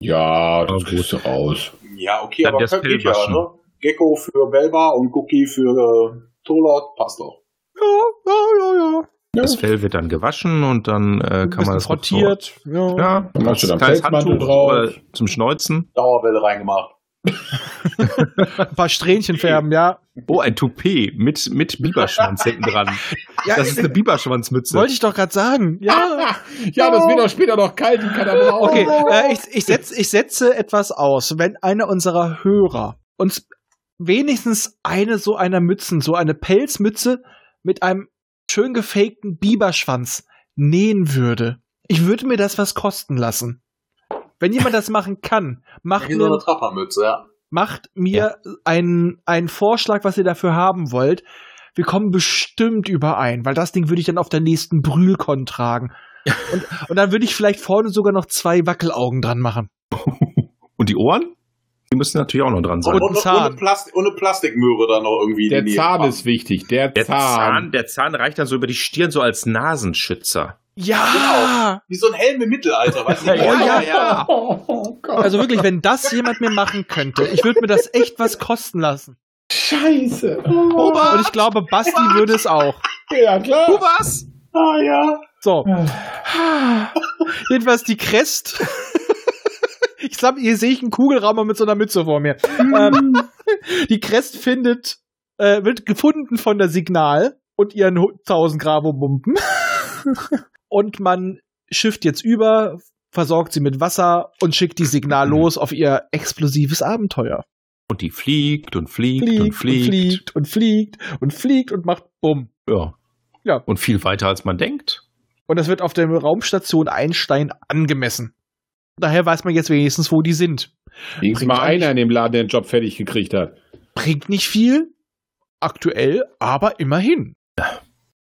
A: Ja, das
C: Ah, gut.
A: kriegst du raus.
D: Ja, okay,
C: Dann
D: aber
C: das
D: das geht ja,
C: Pellwaschen.
D: ne? Gecko für Belba und Cookie für äh, Tolot, passt doch.
B: Ja, ja, ja, ja.
C: Das Fell wird dann gewaschen und dann äh,
B: Ein
C: kann
B: bisschen
C: man das noch so-
B: frottiert. Ja.
C: Ja,
A: Dann machst du da einen
C: kleines
A: Pelzmantel
C: Handtuch
A: drauf.
C: äh, zum Schneuzen.
D: Dauerwelle reingemacht.
B: Ein paar Strähnchen färben, ja.
C: Oh, ein Toupet mit, mit Biberschwanz hinten dran.
B: Ja,
C: Das ist eine Biberschwanzmütze.
B: wollte ich doch gerade sagen. Ja.
F: Ja, das wird auch später noch kalt und kann er brauchen.
B: Okay, äh, ich, ich, setz, ich setze etwas aus, wenn einer unserer Hörer uns wenigstens eine so einer Mützen, so eine Pelzmütze mit einem schön gefakten Biberschwanz nähen würde. Ich würde mir das was kosten lassen. Wenn jemand das machen kann, macht
D: Wie so eine
B: mir,
D: Trappermütze, ja.
B: macht mir einen, einen Vorschlag, was ihr dafür haben wollt. Wir kommen bestimmt überein, weil das Ding würde ich dann auf der nächsten Brühlkon tragen. Und, und dann würde ich vielleicht vorne sogar noch zwei Wackelaugen dran machen.
C: Und die Ohren? Die müssen natürlich auch noch dran sein.
B: Und ein
D: ohne,
B: Zahn.
D: ohne, Plastik, ohne Plastikmöhre dann noch irgendwie. in
F: Der
D: die Nähe
F: Zahn
D: packen.
F: ist wichtig. Der,
C: der, Zahn,
F: Zahn.
C: der Zahn reicht dann so über die Stirn, so als Nasenschützer.
B: Ja!
D: Wie so ein Helm im Mittelalter, weißt du?
B: Oh, Ja, ja,
D: ja.
B: Also wirklich, wenn das jemand mir machen könnte, ich würde mir das echt was kosten lassen.
A: Scheiße.
B: Und ich glaube, Basti würde es auch.
A: Ja, klar.
C: was?
D: Ah, ja.
B: So. Jedenfalls die Crest. Ich Schlamm, hier sehe ich einen Kugelraumer mit so einer Mütze vor mir. ähm, die Crest findet, äh, wird gefunden von der Signal und ihren hu- 1000 Grabo-Bumpen. und man schifft jetzt über, versorgt sie mit Wasser und schickt die Signal
C: Mhm.
B: los auf ihr explosives Abenteuer.
C: Und die fliegt und fliegt, und fliegt.
B: und fliegt und fliegt und macht Bumm.
C: Ja.
B: Ja.
C: Und viel weiter als man denkt.
B: Und das wird auf der Raumstation Einstein angemessen. Daher weiß man jetzt wenigstens, wo die sind.
A: Wenigstens mal einer in dem Laden, der den Job fertig gekriegt hat.
B: Bringt nicht viel, aktuell, aber immerhin.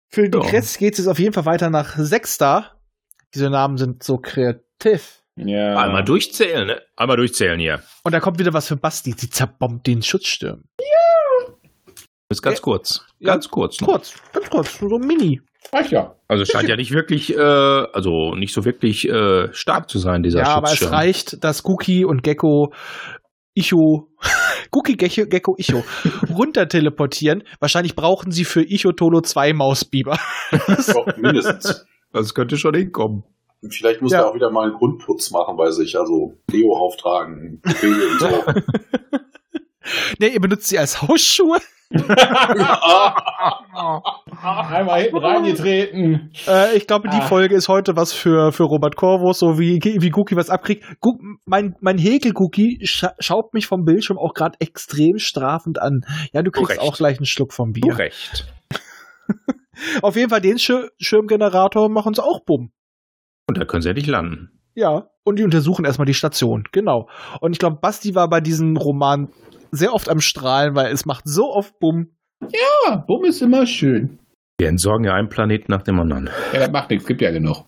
B: Für die
C: Ja.
B: Kretz geht es jetzt auf jeden Fall weiter nach Sechster. Diese Namen sind so kreativ.
A: Ja.
C: Einmal durchzählen, ne? Einmal durchzählen hier.
B: Und da kommt wieder was für Basti, die zerbombt den Schutzsturm.
C: Ist ganz
B: Äh,
C: kurz.
B: ja,
C: Ganz kurz. noch.
B: Kurz, ganz kurz, so mini.
A: Ach ja.
C: Also scheint ja nicht wirklich, äh, also nicht so wirklich äh, stark zu sein, dieser
B: Ja, aber es
C: Schutzschirm.
B: reicht, dass Guki und Gecko Icho, Guki, Gecko, Gecko Icho runter teleportieren. Wahrscheinlich brauchen sie für Icho Tolo zwei Mausbiber.
D: Doch, mindestens.
C: Das Also könnte schon hinkommen.
D: Vielleicht muss
B: Ja.
D: er auch wieder mal einen Grundputz machen bei sich, also Deo auftragen, Pille und so.
B: Ne, ihr benutzt sie als Hausschuhe.
A: Einmal
F: Oh.
A: hinten reingetreten.
B: Äh, ich glaube, die
A: Ah.
B: Folge ist heute was für, für Robert Corvus, so wie, wie Guki was abkriegt. Guck, mein, mein Häkel-Guki scha schaut mich vom Bildschirm auch gerade extrem strafend an. Ja, du kriegst
C: Korrekt.
B: auch gleich einen Schluck vom
C: Du
B: Bier.
C: recht.
B: Auf jeden Fall den Schir Schirmgenerator machen sie auch bumm.
C: Und da können sie ja nicht landen.
B: Ja. Und die untersuchen erstmal die Station. Genau. Und ich glaube, Basti war bei diesem Roman sehr oft am Strahlen, weil es macht so oft bumm.
F: Ah, Bumm ist immer schön.
C: Wir entsorgen ja einen Planeten nach dem anderen.
A: Ja, das macht nichts, gibt ja genug.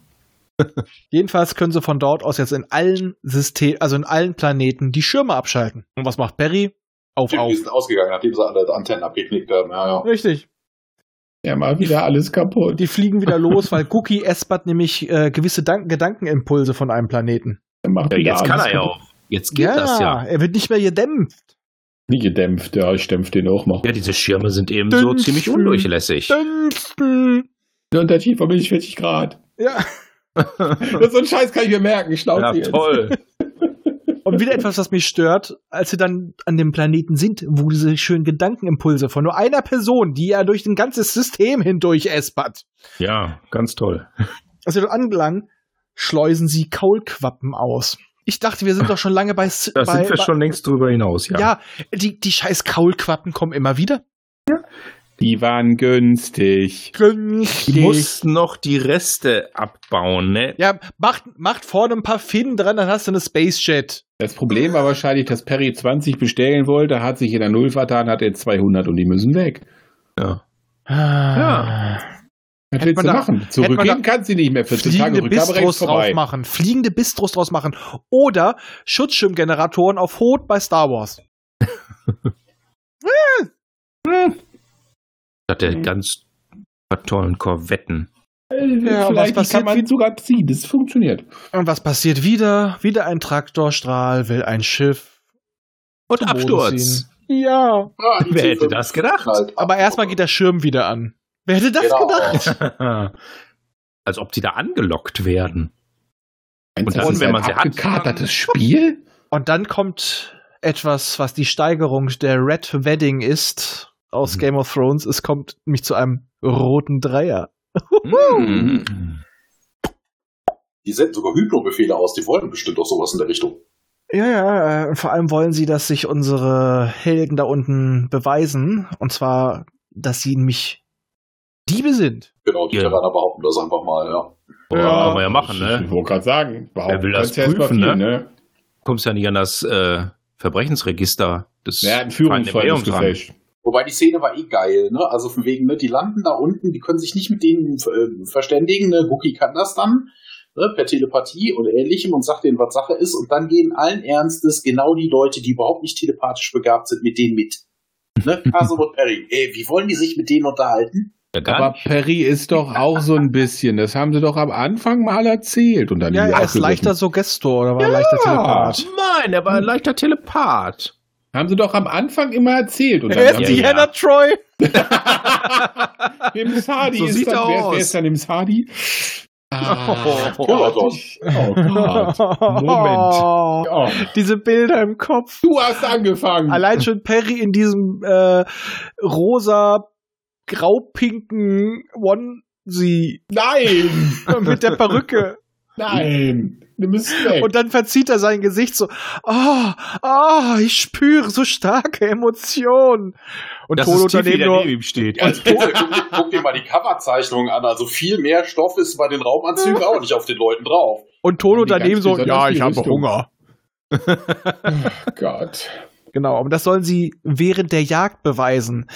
B: Jedenfalls können sie von dort aus jetzt in allen System, also in allen Planeten die Schirme abschalten. Und was macht Perry? Auf,
D: Die
B: auf.
D: sind ausgegangen, nachdem sie alle Antennen abgeknickt haben. Ja, ja.
B: Richtig.
A: Ja, mal wieder alles kaputt.
B: Die fliegen wieder los, weil Cookie espert nämlich äh, gewisse Dank Gedankenimpulse von einem Planeten.
A: Der macht
C: Ja,
A: wieder
C: jetzt kann
A: alles
C: er ja
A: kaputt.
C: auch. Jetzt geht das ja.
B: Er wird nicht mehr gedämpft.
A: Nie gedämpft, ja, ich dämpfe den auch mal.
C: Ja, diese Schirme sind eben so
B: Dünn,
C: ziemlich
B: dünn,
C: undurchlässig.
B: Dünsten.
A: Der Unterschied von minus 40 Grad.
B: Ja.
A: Das ist so ein Scheiß, kann ich mir merken.
C: Ja,
A: Schnauze jetzt.
C: toll.
B: Und wieder etwas, was mich stört, als sie dann an dem Planeten sind, wo diese schönen Gedankenimpulse von nur einer Person, die ja durch ein ganzes System hindurch espert.
C: Ja, ganz toll.
B: Als sie dort angelangen, schleusen sie Kaulquappen aus. Ich dachte, wir sind doch schon lange bei. S-
C: Da
B: bei
C: sind wir
B: bei,
C: schon längst drüber hinaus, ja.
B: Ja, die, die scheiß Kaulquappen kommen immer wieder.
F: Die waren günstig.
C: Die
B: Günstig.
C: mussten noch die Reste abbauen, ne?
B: Ja, macht, macht vorne ein paar Finnen dran, dann hast du eine Space Jet.
A: Das Problem war wahrscheinlich, dass Perry 20 bestellen wollte, hat sich in der Null vertan, hat jetzt 200 und die müssen weg.
C: Ah.
B: Ja.
A: Was
B: Hätte
A: willst
B: man
A: du
B: da-
A: machen?
B: man da
A: Zurückgehen kannst du nicht mehr. 40 Tage
B: Fliegende
A: Rückgabe rechts
B: Bistros draus
A: vorbei.
B: machen. Fliegende Bistros draus machen. Oder Schutzschirmgeneratoren auf Hot bei Star Wars.
C: Hat der ganz paar tollen Korvetten.
F: Äh,
B: Ja, was
A: Vielleicht
B: passiert
A: kann man
B: wie-
A: sogar ziehen. Das funktioniert.
B: Und was passiert wieder? Wieder ein Traktorstrahl will ein Schiff.
C: Und
B: zum Boden
C: Absturz.
B: ziehen. Ja.
D: ja die
C: Wer hätte
D: Tiefe
C: das gedacht?
D: knallt ab.
B: Aber erstmal geht der Schirm wieder an. Wer hätte das
D: Genau.
B: gedacht?
C: Als ob die da angelockt werden.
A: Und
C: dann, wenn man sie hat,
A: Abgekatertes Spiel?
B: Und dann kommt etwas, was die Steigerung der Red Wedding ist aus
C: Mhm.
B: Game of Thrones. Es kommt nämlich zu einem roten Dreier.
C: Mhm.
D: Die senden sogar Hypnobefehle aus, die wollten bestimmt auch sowas in der Richtung.
B: Ja, ja, äh, und vor allem wollen sie, dass sich unsere Helden da unten beweisen. Und zwar, dass sie nämlich Diebe sind.
D: Genau, die
C: Ja.
D: Terraner behaupten das einfach mal, ja.
C: Boah,
A: Ja.
C: Kann man ja machen,
A: Ich
C: ne?
A: wollte gerade sagen. Warum
C: Wer will das
A: kannst du erst mal
C: prüfen,
A: viel,
C: ne?
A: ne?
C: Kommst ja nicht an das äh, Verbrechensregister. Das
A: Wer hat ein
C: Museums
A: Führungszeugnis
C: dran.
A: gefälscht?
D: Wobei die Szene war eh geil, ne? Also von wegen, ne, die landen da unten, die können sich nicht mit denen äh, verständigen, ne? Wookie kann das dann, ne, per Telepathie oder ähnlichem und sagt denen, was Sache ist, und dann gehen allen Ernstes genau die Leute, die überhaupt nicht telepathisch begabt sind, mit denen mit. Ne? Caso und Perry, ey, wie wollen die sich mit denen unterhalten?
C: ja, gar
F: Aber
C: nicht.
F: Perry ist doch auch so ein bisschen. Das haben sie doch am Anfang mal erzählt. Und dann
B: Ja,
F: wieder
B: er ist
F: abgegriffen.
B: leichter Suggestor oder war er leichter Telepath.
C: Nein, er Ah, war ein leichter Telepath.
F: Haben sie doch am Anfang immer erzählt. Und
B: Er
F: dann
B: ist
C: Ja, ja.
B: Diana Troy.
F: Im Sardi
C: So
F: ist
C: sieht
F: dann,
C: er
F: wer, ist-
C: aus.
F: wer ist dann im Sardi?
C: Ah,
D: Kolatos.
A: Oh Gott.
B: Moment.
A: Oh,
B: Diese Bilder im Kopf.
A: du hast
C: Mhm.
A: angefangen.
B: Allein schon Perry in diesem äh, rosa graupinken Onesie
A: Nein,
B: mit der Perücke.
A: nein. Nimm es weg.
B: Und dann verzieht er sein Gesicht so, ah, ah, ich spüre so starke Emotionen. Und
C: das
B: Tolo
C: ist tief,
B: daneben
C: wie der
B: nur,
C: neben ihm steht.
D: Als Probe, also guck, dir- guck dir mal die Coverzeichnungen an. Also viel mehr Stoff ist bei den Raumanzügen auch nicht auf den Leuten drauf.
B: und Tolo
A: Die ganz
B: daneben so,
A: besonders
B: ja,
A: die
B: ich habe
A: Rüstung.
B: Hunger.
A: oh Gott.
B: Genau, aber das sollen sie während der Jagd beweisen.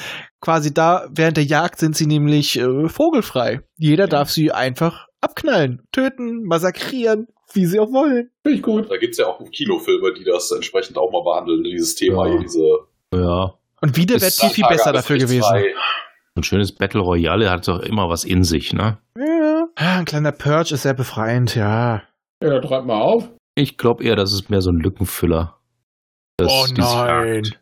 B: Quasi da, während der Jagd sind sie nämlich äh, vogelfrei. Jeder darf sie einfach abknallen, töten, massakrieren, wie sie auch wollen.
A: Finde ich gut.
D: Da gibt's ja auch Kinofilme, die das entsprechend auch mal behandeln, dieses Thema
C: Ja.
D: hier, diese
C: Ja.
B: Und wieder wäre
C: Ist also
B: Tiffy
D: Tage
B: besser
D: alles
B: dafür
D: nicht
B: gewesen.
D: frei.
C: Ein schönes Battle Royale hat doch immer was in sich, ne?
B: Ja. Ah, Ein kleiner Purge ist sehr befreiend, ja.
A: Ja, dann treibt mal auf.
C: Ich glaube eher, das ist mehr so ein Lückenfüller. Das-
B: Oh
F: Oh
C: dieses Jagd.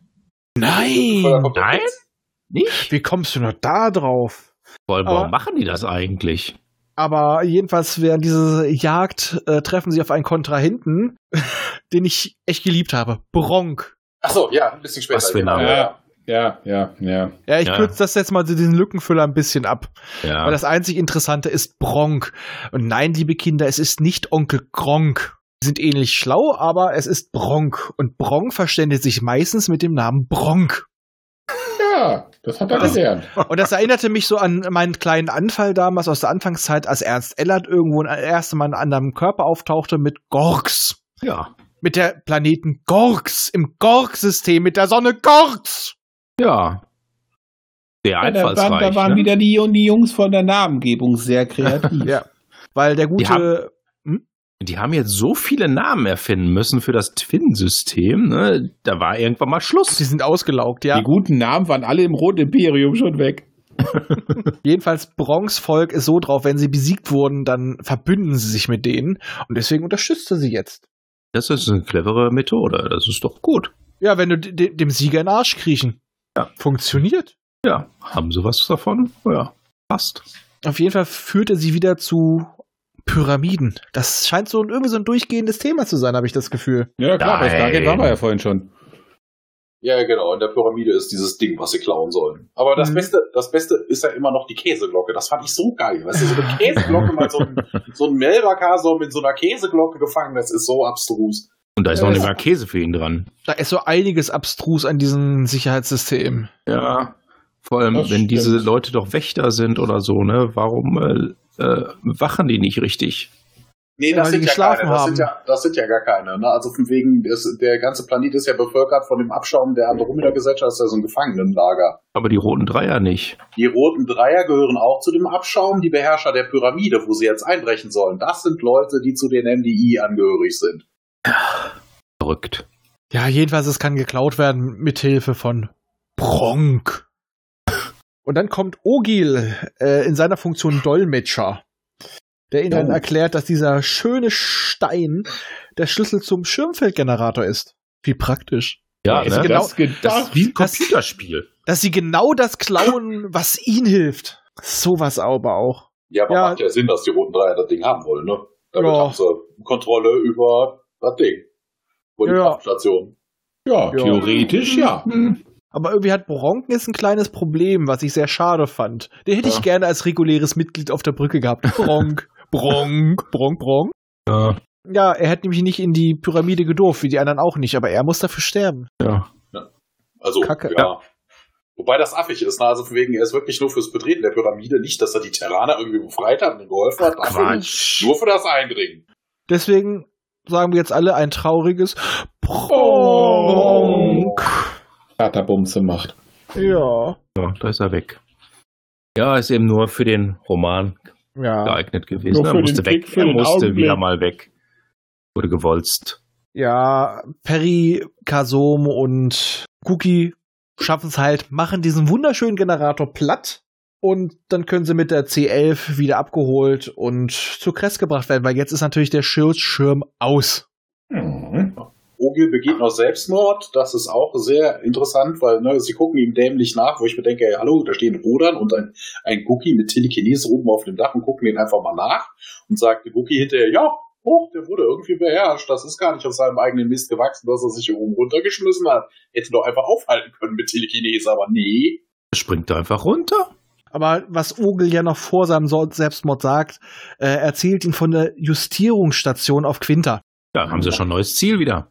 D: Da
B: Nein!
D: kommt der
C: Nein?
D: Blitz.
C: Nicht?
B: Wie kommst du nur da drauf?
C: Vor allem, warum
B: Aber-
C: machen die das eigentlich?
B: Aber jedenfalls während dieser Jagd äh, treffen sie auf einen Kontrahenten, den ich echt geliebt habe. Bronk.
D: Ach so, ja, ein bisschen später.
C: Was für ein Name.
D: ja.
A: Ja, ja, ja.
B: Ja, ich
C: Ja.
B: kürze das jetzt mal diesen Lückenfüller ein bisschen ab.
C: Ja.
B: Weil das einzig Interessante ist Bronk. Und nein, liebe Kinder, es ist nicht Onkel Gronk. Die sind ähnlich schlau, aber es ist Bronk. Und Bronk verständigt sich meistens mit dem Namen Bronk.
A: Ja, das hat er
C: Das-
A: gelernt.
B: Und das erinnerte mich so an meinen kleinen Anfall damals aus der Anfangszeit, als Ernst Ellert irgendwo ein erste Mal in einem anderen Körper auftauchte mit Gorks.
C: ja.
B: Mit der Planeten Gorks im Gork-System, mit der Sonne Gorks.
C: Ja. Sehr
F: Ja, da, waren,
C: einfallsreich.
F: da waren
C: ne?
F: wieder die und die Jungs von der Namengebung sehr kreativ.
B: Ja. Weil der
C: Die haben-
B: gute.
C: die haben jetzt so viele Namen erfinden müssen für das Twin-System, ne? Da war irgendwann mal
B: Die
C: Schluss.
B: sind ausgelaugt, ja.
F: Die guten Namen waren alle im Roten Imperium schon weg.
B: Jedenfalls Bronxvolk ist so drauf, wenn sie besiegt wurden, dann verbünden sie sich mit denen. Und deswegen unterstützt er sie jetzt.
C: Das ist eine clevere Methode. Das ist doch gut.
B: Ja, wenn du de dem Sieger in den Arsch kriechen.
C: Ja.
B: Funktioniert.
C: Ja. Haben sie was davon? Ja. Passt.
B: Auf jeden Fall führte sie wieder zu Pyramiden. Das scheint so ein, irgendwie so ein durchgehendes Thema zu sein, habe ich das Gefühl.
F: Ja, klar, das
C: Nein.
F: Target waren wir ja vorhin schon.
D: ja, genau. In der Pyramide ist dieses Ding, was sie klauen sollen. Aber das
B: Mhm.
D: Beste, das Beste ist ja immer noch die Käseglocke. Das fand ich so geil. Weißt du, so eine Käseglocke, mal so ein, so ein Melbacaso mit so einer Käseglocke gefangen, das ist so abstrus.
C: Und da ist noch eine Markese für ihn dran.
B: Da ist so einiges abstrus an diesem Sicherheitssystem.
C: Ja, vor allem,
A: Das
C: wenn
A: stimmt.
C: diese Leute doch Wächter sind oder so, ne? Warum äh, äh, wachen die nicht richtig?
D: Nee,
B: Ja,
D: das
B: weil
D: sind
B: die
D: ja
B: geschlafen
D: keine. Das sind
B: haben.
D: ja, das sind ja gar keine. Ne? Also von wegen, das, der ganze Planet ist ja bevölkert von dem Abschaum der Andromeda-Gesellschaft, das ist ja so ein Gefangenenlager.
C: Aber die roten Dreier nicht.
D: Die roten Dreier gehören auch zu dem Abschaum, die Beherrscher der Pyramide, wo sie jetzt einbrechen sollen. Das sind Leute, die zu den MDI angehörig sind.
C: Verrückt.
B: Ja, jedenfalls, es kann geklaut werden mit Hilfe von Bronk. Und dann kommt Ogil äh, in seiner Funktion Dolmetscher, der ihnen dann
A: Oh.
B: erklärt, dass dieser schöne Stein der Schlüssel zum Schirmfeldgenerator ist. Wie praktisch.
C: Ja,
F: Wer hätte
C: ne?
B: genau-
F: das gedacht?
C: das ist wie ein
B: das-
C: Computerspiel.
B: Dass sie genau das klauen, was ihnen hilft. Sowas aber auch.
D: Ja, aber
B: Ja.
D: macht ja Sinn, dass die roten Dreier das Ding haben wollen, ne? Damit
B: Ja.
D: haben sie Kontrolle über das Ding. Über die
B: Ja.
D: Kraftstation.
A: Ja,
B: Ja.
A: theoretisch ja.
C: Mhm.
B: Aber irgendwie hat Bronken jetzt ein kleines Problem, was ich sehr schade fand. Den hätte ich
C: Ja.
B: gerne als reguläres Mitglied auf der Brücke gehabt. Bronk, Bronk, Bronk, Bronk.
C: Ja,
B: Ja, er hätte nämlich nicht in die Pyramide gedurft, wie die anderen auch nicht, aber er muss dafür sterben.
C: ja.
D: Also,
B: Kacke.
D: ja. Wobei das affig ist, ne? Also von wegen, er ist wirklich nur fürs Betreten der Pyramide, nicht, dass er die Terraner irgendwie befreit hat und geholfen hat. Dafür-
C: Quatsch.
D: Nur für das Eindringen.
B: Deswegen sagen wir jetzt alle ein trauriges
A: Bronk.
B: Bronk.
A: Katerbumse macht.
B: Ja.
C: Ja, da ist er weg. Ja, ist eben nur für den Roman
B: Ja.
C: geeignet gewesen.
A: Nur
C: Er
A: für
C: musste
A: den Kick,
C: weg.
A: für
C: Er
A: den
C: musste
A: Augenblick.
C: wieder mal weg. Wurde gewolzt.
B: Ja, Perry, Kasom und Cookie schaffen es halt, machen diesen wunderschönen Generator platt und dann können sie mit der C11 wieder abgeholt und zu Crest gebracht werden, weil jetzt ist natürlich der Schildschirm aus.
A: Mhm.
D: Ogil begeht noch Selbstmord. Das ist auch sehr interessant, weil ne, sie gucken ihm dämlich nach, wo ich mir denke, hey, hallo, da stehen Rudern und ein, ein Cookie mit Telekinese oben auf dem Dach und gucken den einfach mal nach und sagt der Cookie hinterher, ja, oh, der wurde irgendwie beherrscht. Das ist gar nicht auf seinem eigenen Mist gewachsen, dass er sich hier oben runtergeschmissen hat. Hätte doch einfach aufhalten können mit Telekinese, aber nee.
C: Er springt da einfach runter.
B: Aber was Ogel ja noch vor seinem So- Selbstmord sagt, äh, er erzählt ihn von der Justierungsstation auf Quinta.
C: Da haben sie schon ein neues Ziel wieder.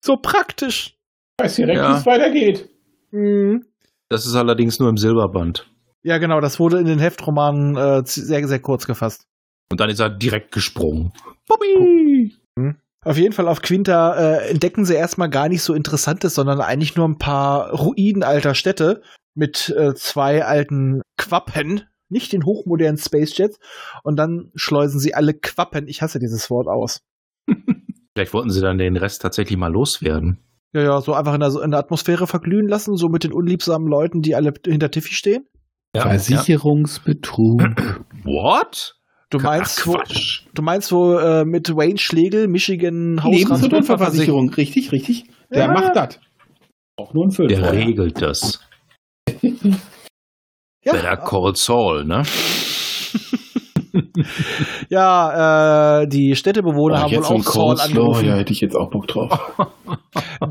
B: So praktisch.
F: Weiß direkt,
C: Ja.
F: wie es weitergeht.
B: Mhm.
C: Das ist allerdings nur im Silberband.
B: Ja, genau, das wurde in den Heftromanen äh, z- sehr, sehr kurz gefasst.
C: Und dann ist er direkt gesprungen. Bobby!
B: Auf jeden Fall auf Quinta äh, entdecken sie erstmal gar nicht so Interessantes, sondern eigentlich nur ein paar Ruinen alter Städte mit äh, zwei alten Quappen, nicht den hochmodernen Spacejets. Und dann schleusen sie alle Quappen, ich hasse dieses Wort aus.
C: Vielleicht wollten sie dann den Rest tatsächlich mal loswerden.
B: Ja, ja, so einfach in der, in der Atmosphäre verglühen lassen, so mit den unliebsamen Leuten, die alle hinter Tiffy stehen.
F: Versicherungsbetrug.
C: What?
B: Du meinst,
C: Ach,
B: wo,
C: Quatsch.
B: du meinst wo äh, mit Wayne Schlegel, Michigan
F: Lebens-
B: Hausrat.
F: und Unfallversicherung, richtig, richtig. Der
B: Ja.
F: macht das. Auch nur ein Film.
C: Der regelt das. Better
B: Ja,
C: Call Saul, ne?
B: ja äh, die Städtebewohner
A: Oh,
B: haben wohl
G: jetzt so ein
B: auch Saul
G: Coleslaw,
B: angerufen.
G: ja, hätte ich jetzt auch Bock drauf.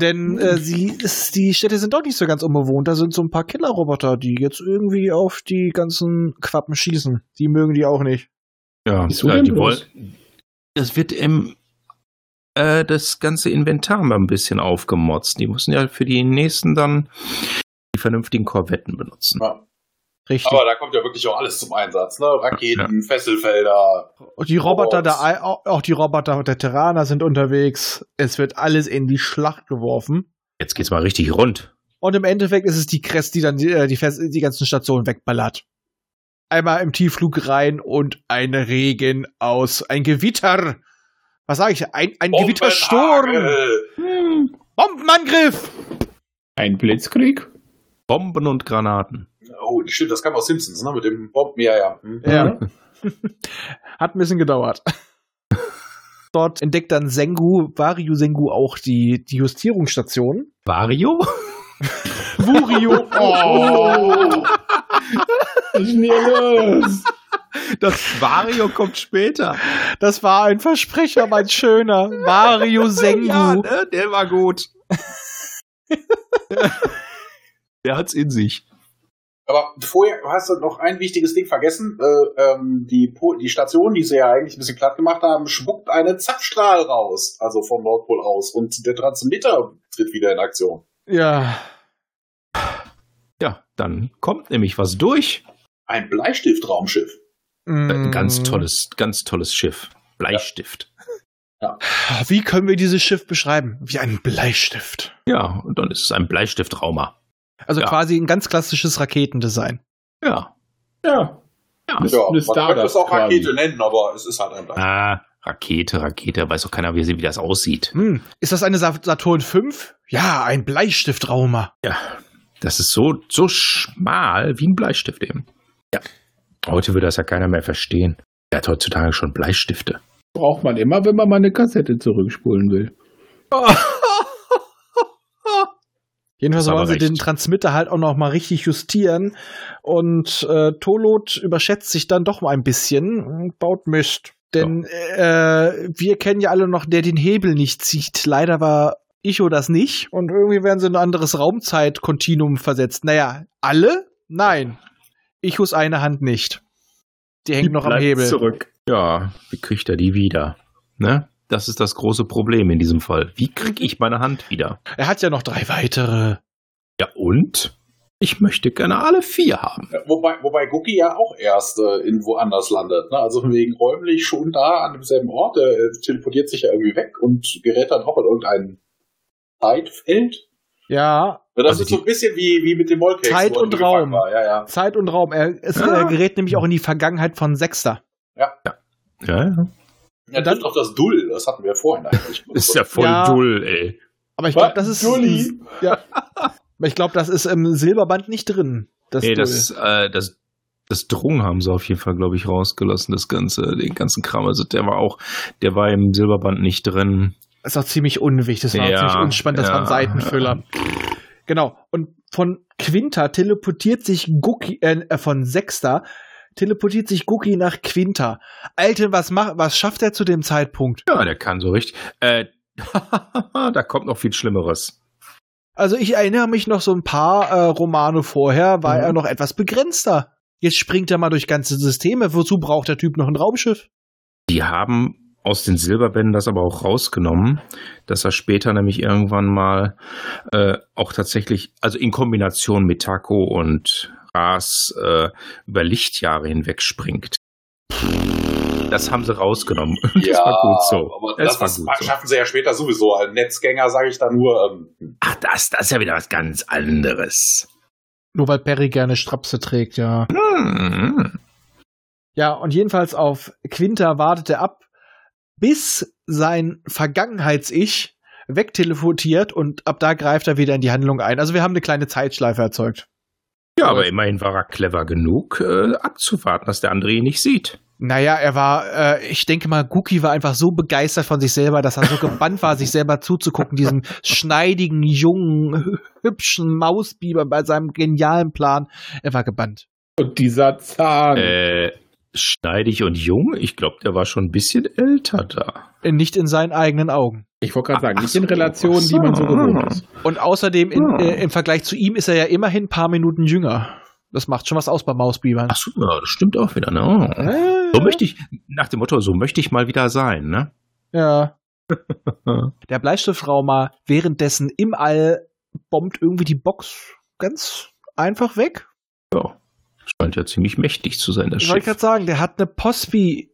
B: Denn äh, sie ist, die Städte sind doch nicht so ganz unbewohnt. Da sind so ein paar Killerroboter, die jetzt irgendwie auf die ganzen Quappen schießen. Die mögen die auch nicht.
C: Ja,
F: Wieso
C: ja
F: denn
C: die
F: bloß?
C: wollen. Das wird im. Äh, das ganze Inventar mal ein bisschen aufgemotzt. Die müssen ja für die nächsten dann die vernünftigen Korvetten benutzen.
D: Ja.
B: Richtig.
D: Aber da kommt ja wirklich auch alles zum Einsatz, ne? Raketen, Fesselfelder.
B: Und die Roboter,
D: Robots.
B: da, auch auch die Roboter der Terraner sind unterwegs. Es wird alles in die Schlacht geworfen.
C: Jetzt geht's mal richtig rund.
B: Und im Endeffekt ist es die Crest, die dann die, äh, die, Fest- die ganzen Stationen wegballert. Einmal im Tiefflug rein und ein Regen aus. Ein Gewitter. Was sage ich? Ein, ein Gewittersturm.
D: Bombenhagel.
B: Bombenangriff.
F: Ein Blitzkrieg?
C: Bomben und Granaten.
D: Oh, stimmt, das kam aus Simpsons, ne? Mit dem Bomben, ja, ja. Hm.
B: Ja. Hat ein bisschen gedauert. Dort entdeckt dann Sengu, Wario Sengu auch die, die Justierungsstation.
C: Vario?
B: Wario,
F: Oh! Was ist denn hier los?
C: Das Vario kommt später.
B: das war ein Versprecher, mein schöner. Wario Sengu.
C: Ja, ne? der war gut. der hat's in sich.
D: Aber vorher hast du noch ein wichtiges Ding vergessen. Äh, ähm, die, Po- die Station, die sie ja eigentlich ein bisschen platt gemacht haben, spuckt einen Zapfstrahl raus, also vom Nordpol aus. Und der Transmitter tritt wieder in Aktion.
B: Ja.
C: Ja, dann kommt nämlich was durch.
D: Ein Bleistiftraumschiff.
C: Ein
B: Mm.
C: ganz tolles, ganz tolles Schiff. Bleistift.
B: Wie können wir dieses Schiff beschreiben? Wie ein Bleistift.
C: Ja, und dann ist es ein Bleistiftraumer.
B: Also
C: Ja.
B: quasi ein ganz klassisches Raketendesign.
C: Ja.
F: Ja.
C: Ja.
F: Eine,
D: Ja,
F: eine
D: man könnte es
F: Stardust
D: auch Rakete
F: quasi.
D: nennen, aber es ist halt ein Bleistiftraumschiff.
C: Ah, Rakete, Rakete. Weiß auch keiner, wie, sie- wie das aussieht.
B: Hm. Ist das eine Sa- Saturn 5? Ja, ein Bleistiftraumer.
C: Das ist so, so schmal wie ein Bleistift eben. Ja. Heute würde das ja keiner mehr verstehen. Wer hat heutzutage schon Bleistifte?
F: Braucht man immer, wenn man mal eine Kassette zurückspulen will.
B: Jedenfalls
C: Das ist
B: wollen
C: aber
B: sie den
C: recht.
B: Transmitter halt auch noch mal richtig justieren. Und äh, Tolot überschätzt sich dann doch mal ein bisschen und baut Mist. Denn äh, wir kennen ja alle noch, der den Hebel nicht zieht. Leider war Icho das nicht. Und irgendwie werden sie in ein anderes Raumzeitkontinuum versetzt. Naja, alle? Nein. Ichos eine Hand nicht. Die hängt noch am Hebel.
C: zurück. Ja, wie kriegt er die wieder? Ne? Das ist das große Problem in diesem Fall. Wie kriege ich meine Hand wieder?
B: Er hat ja noch drei weitere.
C: Ja, und? Ich möchte gerne alle vier haben.
D: Wobei, wobei Gookie ja auch erst äh, in woanders landet. Ne? Also von wegen räumlich schon da an demselben Ort, der äh, teleportiert sich ja irgendwie weg und gerät dann auch in irgendein Zeitfeld.
B: Ja,
D: Ja, Das
C: Also
D: ist
C: die-
D: so ein bisschen wie, wie mit dem Molkex.
B: Zeit
D: wo er
B: und
D: gefangen
B: Raum.
D: War. Ja, ja.
B: Zeit und Raum. Er, es,
C: Ja.
B: er gerät nämlich auch in die Vergangenheit von Sechster.
C: Ja, ja.
D: Ja,
B: Und
D: das
B: dann-
D: ist doch das Dull, das hatten wir vorhin eigentlich.
C: Ist ja voll
B: Ja.
C: dull, ey.
B: Aber ich glaube,
F: Was?
B: das ist.
F: Dulli?
B: Ja. Aber ich glaube, das ist im Silberband nicht drin. Das
C: Nee,
B: Dull.
C: das, äh, das, das Drung haben sie auf jeden Fall, glaube ich, rausgelassen, das ganze, den ganzen Kram. Also der war auch, der war im Silberband nicht drin.
B: ist auch ziemlich unwichtig, das war
C: Ja,
B: auch ziemlich unspannend, das
C: ja,
B: war ein Seitenfüller. Genau. Und von Quinta teleportiert sich Gucki, äh, äh, von Sechster teleportiert sich Gucki nach Quinta. Alter, was macht, was schafft er zu dem Zeitpunkt?
C: Ja, der kann so richtig. Äh, da kommt noch viel Schlimmeres.
B: Also ich erinnere mich noch so ein paar äh, Romane vorher, war
C: Mhm.
B: er noch etwas begrenzter. Jetzt springt er mal durch ganze Systeme. Wozu braucht der Typ noch ein Raumschiff?
C: Die haben aus den Silberbänden das aber auch rausgenommen, dass er später nämlich irgendwann mal äh, auch tatsächlich, also in Kombination mit Taco und Ras äh, über Lichtjahre hinweg springt. Das haben sie rausgenommen. Das war gut so.
D: Aber das,
C: war
D: ist- ah,
C: gut so.
D: schaffen sie ja später sowieso. Ein Netzgänger, sage ich da nur. Ähm,
C: Ach, das, das ist ja wieder was ganz anderes.
B: Nur weil Perry gerne Strapse trägt, ja.
C: Hm.
B: Ja, und jedenfalls auf Quinter wartet er ab, bis sein Vergangenheits-Ich wegteleportiert und ab da greift er wieder in die Handlung ein. Also wir haben eine kleine Zeitschleife erzeugt.
C: Ja, aber immerhin war er clever genug, äh, abzuwarten, dass der andere ihn nicht sieht.
B: Naja, er war, äh, ich denke mal, Guki war einfach so begeistert von sich selber, dass er so gebannt war, sich selber zuzugucken, diesem schneidigen, jungen, hübschen Mausbiber bei seinem genialen Plan. Er war gebannt.
F: Und dieser
B: Mhm.
F: Zahn.
C: Äh, schneidig und jung? Ich glaube, der war schon ein bisschen älter da.
B: Nicht in seinen eigenen Augen.
F: Ich wollte gerade sagen,
C: ach
F: nicht in
C: so,
F: Relationen,
C: ach
F: die man so
C: so.
F: gewohnt ist.
B: Und außerdem in,
C: Hm.
B: äh, im Vergleich zu ihm ist er ja immerhin ein paar Minuten jünger. Das macht schon was aus bei Mausbibern.
C: Ach so, ja, das stimmt auch wieder, ne?
B: Äh,
C: So möchte ich, nach dem Motto, so möchte ich mal wieder sein, ne?
B: ja. Der Bleistiftrauma währenddessen im All bombt irgendwie die Box ganz einfach weg.
C: Scheint ja ziemlich mächtig zu sein, das
B: Ich wollte gerade
C: Schiff.
B: sagen, der hat eine Postbi.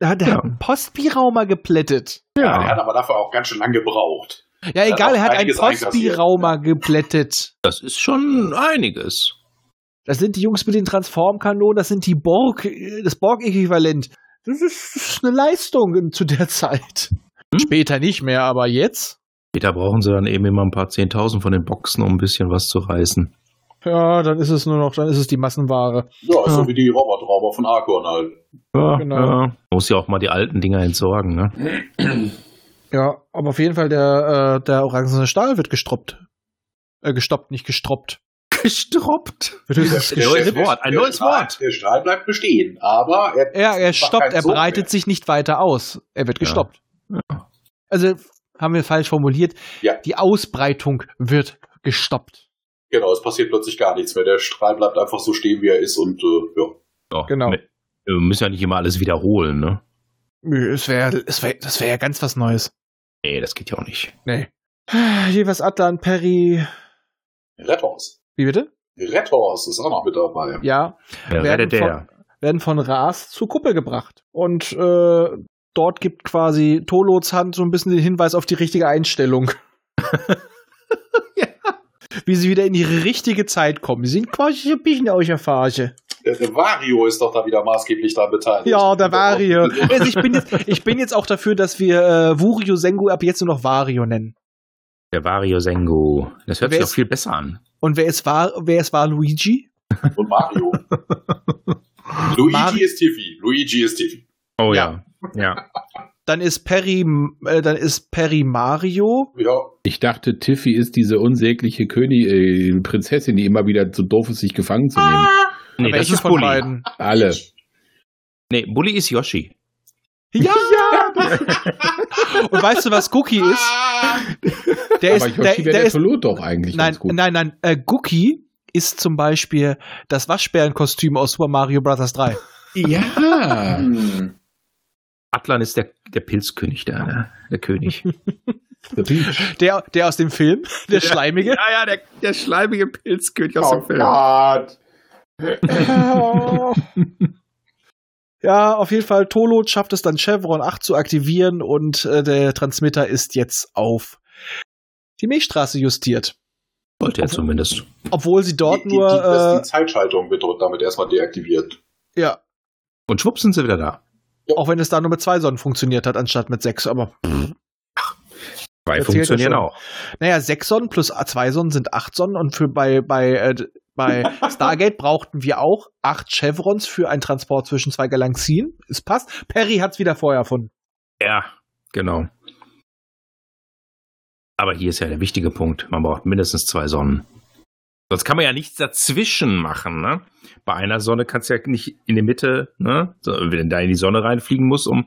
B: Der hat, der
C: Ja.
B: hat einen Postbi-Rauma geplättet.
D: ja. Der hat aber dafür auch ganz schön lang gebraucht.
B: Ja,
D: hat
B: egal, er
D: auch
B: hat einen
D: einiges
B: Postbi-Rauma geplättet.
C: das ist schon einiges.
B: Das sind die Jungs mit den Transformkanonen, das sind die Borg, äh, das Borg-Äquivalent. Das ist, das ist eine Leistung in- zu der Zeit.
C: Hm?
B: Später nicht mehr, aber jetzt?
C: Später brauchen sie dann eben immer ein paar Zehntausend von den Boxen, um ein bisschen was zu reißen.
B: Ja, dann ist es nur noch, dann ist es die Massenware.
D: Ja, ist
B: Ja.
C: Ah.
D: so wie die Robotrauber von Arkorn halt.
C: Ja,
B: Genau.
C: ja. Muss ja auch mal die alten Dinger entsorgen, ne?
B: Ja, aber auf jeden Fall, der, äh, der orangene Stahl wird gestoppt. Äh, gestoppt, nicht gestoppt.
C: Gestroppt.
B: Wird höchstens
C: Der- der-
B: gestoppt.
C: neues Wort, ein
D: der
C: neues
D: Stahl-
C: Wort.
D: Der Stahl bleibt bestehen, aber er,
B: Er, er
D: macht
B: stoppt,
D: keinen
B: er
D: Sog mehr.
B: breitet sich nicht weiter aus. Er wird
C: Ja.
B: gestoppt.
C: Ja.
B: Also haben wir falsch formuliert.
D: Ja.
B: Die Ausbreitung wird gestoppt.
D: Genau, es passiert plötzlich gar nichts mehr. Der Strahl bleibt einfach so stehen, wie er ist und äh, ja.
C: Ja,
B: Genau.
C: Wir wir müssen ja nicht immer alles wiederholen, ne?
B: Es wäre, es wär, das wäre ja ganz was Neues.
C: Nee, das geht ja auch nicht.
B: Nee. Jeweils Atlan, Perry.
D: Rettors.
B: Wie bitte?
D: Rettors ist auch noch mit dabei.
B: Ja.
C: Wer
B: Werden
C: rettet der?
B: Werden von Raas zur Kuppel gebracht. Und äh, dort gibt quasi Tolots Hand so ein bisschen den Hinweis auf die richtige Einstellung.
C: Ja.
B: Wie sie wieder in ihre richtige Zeit kommen. Sie sind quasi ein bisschen aus der Phase.
D: Der, der Vario ist doch da wieder maßgeblich daran beteiligt.
B: Ja, der Vario.
D: Also,
B: Also ich, bin jetzt, ich bin jetzt auch dafür, dass wir äh, Vurio Sengu ab jetzt nur noch Vario nennen.
C: Der Wario Sengo. Das hört
B: Wer
C: sich
B: ist-
C: auch viel besser an.
B: Und wer es war, wer es war Luigi?
D: Und Mario. Luigi
B: Mari-
D: ist Tiffy. Luigi ist Tiffy.
C: Oh
B: Ja.
C: ja. ja.
B: Dann ist Perry, äh, dann ist Perry Mario.
D: Ja,
F: Ich dachte, Tiffy ist diese unsägliche König äh, Prinzessin, die immer wieder so doof ist, sich gefangen zu nehmen.
C: Nee, das
B: Welche
C: ist
B: von
C: Bully.
B: beiden?
F: Alle.
C: Nee, Bully ist Yoshi.
B: Ja, Und weißt du, was Cookie ist? Der ist,
F: Aber ich
B: der,
F: Yoshi wäre
B: der
F: der
B: ist
F: Pilot doch eigentlich
B: nein,
F: ganz gut.
B: nein, nein, äh, Cookie ist zum Beispiel das Waschbärenkostüm aus Super Mario Bros. 3.
F: Ja.
D: Hm.
C: Atlan ist der, der Pilzkönig da, ne? Der König.
F: The Peach.
B: Der, der aus dem Film, der Schleimige.
C: ja, der, der schleimige Pilzkönig
D: Oh Gott.
B: Ja, auf jeden Fall, Tolot schafft es dann Chevron 8 zu aktivieren und äh, der Transmitter ist jetzt auf die Milchstraße justiert.
C: Wollte er zumindest.
B: Obwohl sie dort
D: die,
B: nur.
D: Die, die, das-
B: äh,
D: die Zeitschaltung wird dort damit erstmal deaktiviert.
B: ja,
C: Und schwupp sind sie wieder da.
B: auch wenn es da nur mit zwei Sonnen funktioniert hat, anstatt mit sechs. Aber
C: Zwei
B: Erzählt
C: funktionieren
B: er schon.
C: auch.
B: naja, sechs Sonnen plus zwei Sonnen sind acht Sonnen und für bei, bei, äh, bei Stargate brauchten wir auch acht Chevrons für einen Transport zwischen zwei Galaxien. Es passt. Perry hat's wieder vorher erfunden.
C: Ja, genau. Aber hier ist ja der wichtige Punkt. Man braucht mindestens zwei Sonnen. Sonst kann man ja nichts dazwischen machen. Ne? Bei einer Sonne kannst du ja nicht in die Mitte, ne? so, wenn du da in die Sonne reinfliegen musst, um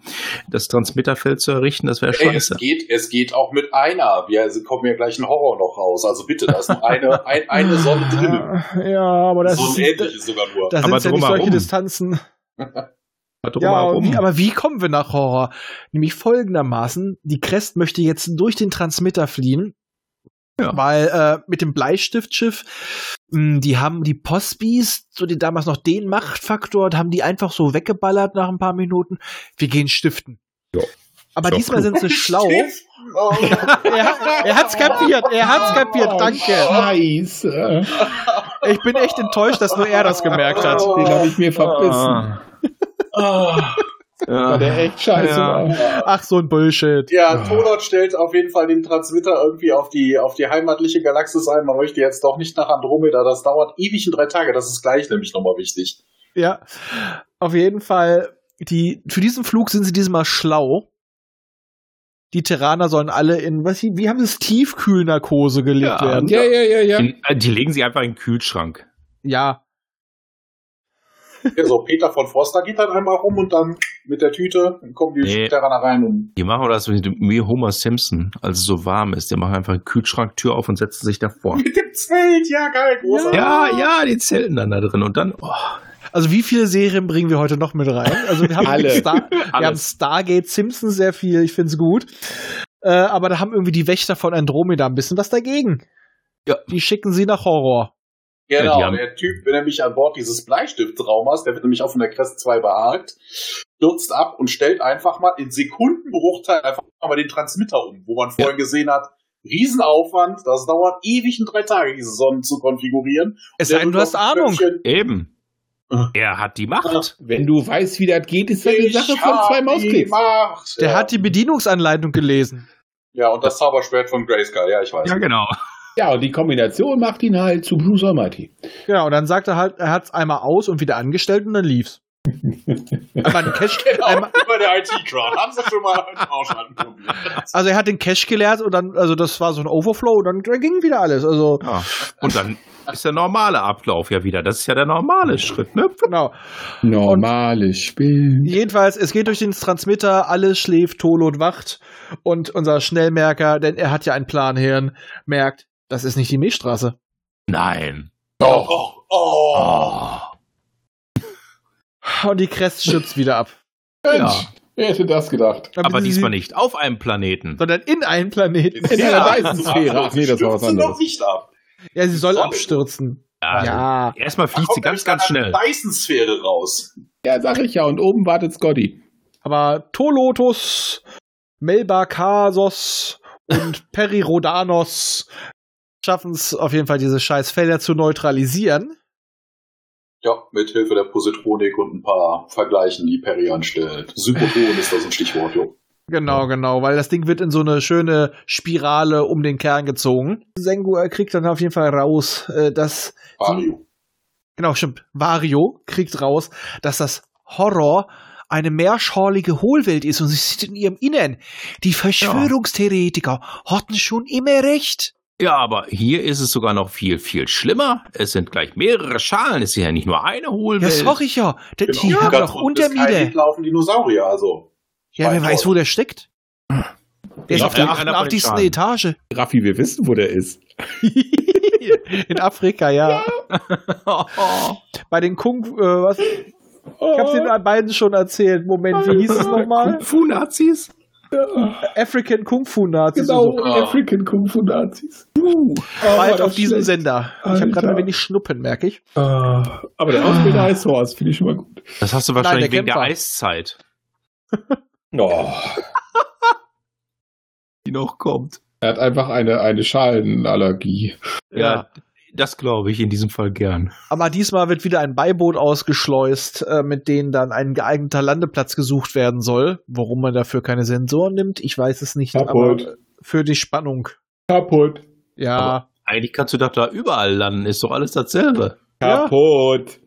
C: das Transmitterfeld zu errichten, das wäre
D: Ey, es,
C: scheiße.
D: geht, es geht auch mit einer. Wir kommen ja gleich einen Horror noch raus. Also bitte, da ist noch eine, ein, eine Sonne drin.
B: Ah, Ja, aber das
D: so ein
B: ist.
D: ähnliches sogar nur.
B: Da sind
C: Aber
B: ja nicht
C: drumherum.
B: solche Distanzen. Ja, aber
C: Drumherum.
B: wie, aber wie kommen wir nach Horror? Nämlich folgendermaßen, die Crest möchte jetzt durch den Transmitter fliehen,
C: Ja.
B: weil äh, mit dem Bleistiftschiff, mh, die haben die Posbis, so die damals noch den Machtfaktor, haben die einfach so weggeballert nach ein paar Minuten. Wir gehen stiften.
C: Ja.
B: Aber
C: Ist doch
B: diesmal sind sie schlau.
D: Oh,
B: er, er hat's kapiert, er hat's kapiert,
A: Oh,
B: danke.
F: Scheiße.
B: Ich bin echt enttäuscht, dass nur er das gemerkt hat.
F: Den habe ich mir verbissen.
C: Ah.
D: Ah.
F: Weil
C: Ja.
F: Der echt scheiße
C: Ja.
F: war.
B: Ach, so ein Bullshit.
D: Ja, Tolot stellt auf jeden Fall den Transmitter irgendwie auf die, auf die heimatliche Galaxis ein. Man möchte jetzt doch nicht nach Andromeda. Das dauert ewig und drei Tage. Das ist gleich nämlich nochmal wichtig.
B: Ja, auf jeden Fall. Die, für diesen Flug sind sie diesmal schlau. Die Terraner sollen alle in, was, wie haben sie es, Tiefkühlnarkose gelegt
C: Ja,
B: werden?
F: Ja, ja, ja, ja.
C: In, äh, die legen sie einfach in den Kühlschrank.
B: Ja,
D: Ja, so Peter von Foster geht dann einmal rum und dann mit der Tüte kommen die
C: Nee.
D: Terraner rein und
C: Die machen das wie, wie Homer Simpson, als es so warm ist. Die machen einfach eine Kühlschranktür auf und setzen sich davor.
D: mit dem Zelt. Ja, geil, großartig.
C: Ja, ja, die zelten dann da drin. Und dann, oh,
B: also wie viele Serien bringen wir heute noch mit rein? Also wir haben,
F: Alle.
B: Star, wir haben
C: alles.
B: Stargate, Simpsons sehr viel, ich find's gut. Äh, aber da haben irgendwie die Wächter von Andromeda ein bisschen was dagegen.
C: Ja.
B: Die schicken sie nach Horror.
C: Ja,
D: Genau,
C: die haben-
D: der Typ, wenn er mich an Bord dieses Bleistiftraumas, der wird nämlich auch von der Crest 2 behagt, stürzt ab und stellt einfach mal in Sekundenbruchteil einfach mal den Transmitter um, wo man vorhin gesehen hat, Riesenaufwand, das dauert ewig und drei Tage, diese Sonnen zu konfigurieren.
B: Es
D: Der
B: sei denn, du
D: wird
B: hast
D: auf ein
B: Ahnung.
D: Knöpfchen-
C: Eben.
D: Ah.
C: Er hat die Macht.
F: Wenn du weißt, wie das geht, ist das eine
D: Ich
F: Sache von
D: hab
F: zwei
D: die
F: Mausklicks.
D: Macht.
B: Der
D: ja.
B: hat die Bedienungsanleitung gelesen.
D: ja, und das Zauberschwert von Grayskull, ja, ich weiß.
C: genau.
F: Ja, und die Kombination macht ihn halt zu Blue Almighty.
B: Ja, und dann sagt er halt, er hat's einmal aus und wieder angestellt und dann lief's. Aber einen Cash,
C: Genau.
B: einmal,
D: Über der IT-Crowd. Haben Sie schon mal einen Ausschalten probiert?
B: also er hat den Cash geleert und dann, also das war so ein Overflow und dann, dann ging wieder alles. Also,
C: Ja. Und dann ist der normale Ablauf ja wieder. Das ist ja der normale Schritt, ne?
B: genau.
F: Normales Spiel.
B: Jedenfalls, es geht durch den Transmitter, alles schläft, Tolot wacht und unser Schnellmerker, denn er hat ja einen Planhirn, merkt, das ist nicht die Milchstraße.
C: Nein.
D: Oh, oh.
C: Oh.
B: Und die Crest schützt wieder ab.
C: Ja.
F: Wer hätte das gedacht?
B: Dann
C: Aber
B: sind sie-
C: diesmal nicht auf einem Planeten.
B: Sondern in einen Planeten.
F: In einer Leistensphäre. Ach nee, das war was
D: Stürzen
F: anderes.
D: doch nicht ab.
B: Ja, sie soll
D: Soll-
B: abstürzen.
C: Ja.
B: Ja.
C: Erstmal fliegt sie ganz, ganz schnell.
D: Dyson-Sphäre raus.
F: Ja, sag ich ja. Und oben wartet Scotty.
B: Aber Tolotus, Melbarkasos und Perirodanos schaffen es auf jeden Fall, diese scheiß Felder zu neutralisieren.
D: Ja, mit Hilfe der Positronik und ein paar Vergleichen, die Perry anstellt. Synchrotron ist das ein Stichwort, jo.
B: Genau, genau, weil das Ding wird in so eine schöne Spirale um den Kern gezogen. Sengu äh, kriegt dann auf jeden Fall raus, äh, dass,
D: Mario.
B: genau, stimmt, Vario kriegt raus, dass das Horror eine meerschorlige Hohlwelt ist und sie sieht in ihrem Innern. Die Verschwörungstheoretiker hatten schon immer recht.
C: Ja, aber hier ist es sogar noch viel, viel schlimmer. Es sind gleich mehrere Schalen. Es ist ja nicht nur eine
B: Ja,
C: Hohlwelt.
B: sorry, ja, denn Genau. die haben
D: Ganz
B: doch
D: rund bis
B: Untermiete.
D: Kailit laufen Dinosaurier, also.
B: Ja, wer
D: Weiß
B: weiß, wo der steckt. Der
F: In
B: steckt in der
C: Afrika, einer von den
B: 88.
C: Schaden.
B: Etage.
F: Raffi, wir wissen, wo der ist.
B: In Afrika, ja. Bei den Kung, äh, was? Ich
F: Oh,
B: hab's den beiden schon erzählt. Moment, wie hieß es nochmal?
C: Fu-Nazis?
B: African Kung Fu Nazis.
F: Genau,
B: und
D: Ah.
F: African Kung Fu Nazis.
B: So. Bald
F: das
B: Halt auf diesem
F: schlecht.
B: Sender. Ich habe gerade
F: Alter.
B: ein wenig Schnuppen, merke ich.
F: aber der Ausbilder heißt Horst, finde ich schon mal gut.
C: Das hast du
B: Nein,
C: wahrscheinlich
B: der
C: wegen der
B: Kämpfer.
C: Eiszeit,
F: Oh,
C: die noch kommt.
F: er hat einfach eine, eine Schalenallergie.
C: Ja, das glaube ich in diesem Fall gern.
B: Aber diesmal wird wieder ein Beiboot ausgeschleust, äh, mit denen dann ein geeigneter Landeplatz gesucht werden soll. Warum man dafür keine Sensoren nimmt, ich weiß es nicht.
F: Kaputt.
B: Aber äh, für die Spannung.
F: Kaputt.
B: Ja.
C: Aber- Eigentlich kannst du doch da überall landen. Ist doch alles dasselbe.
B: Ja.
F: Kaputt.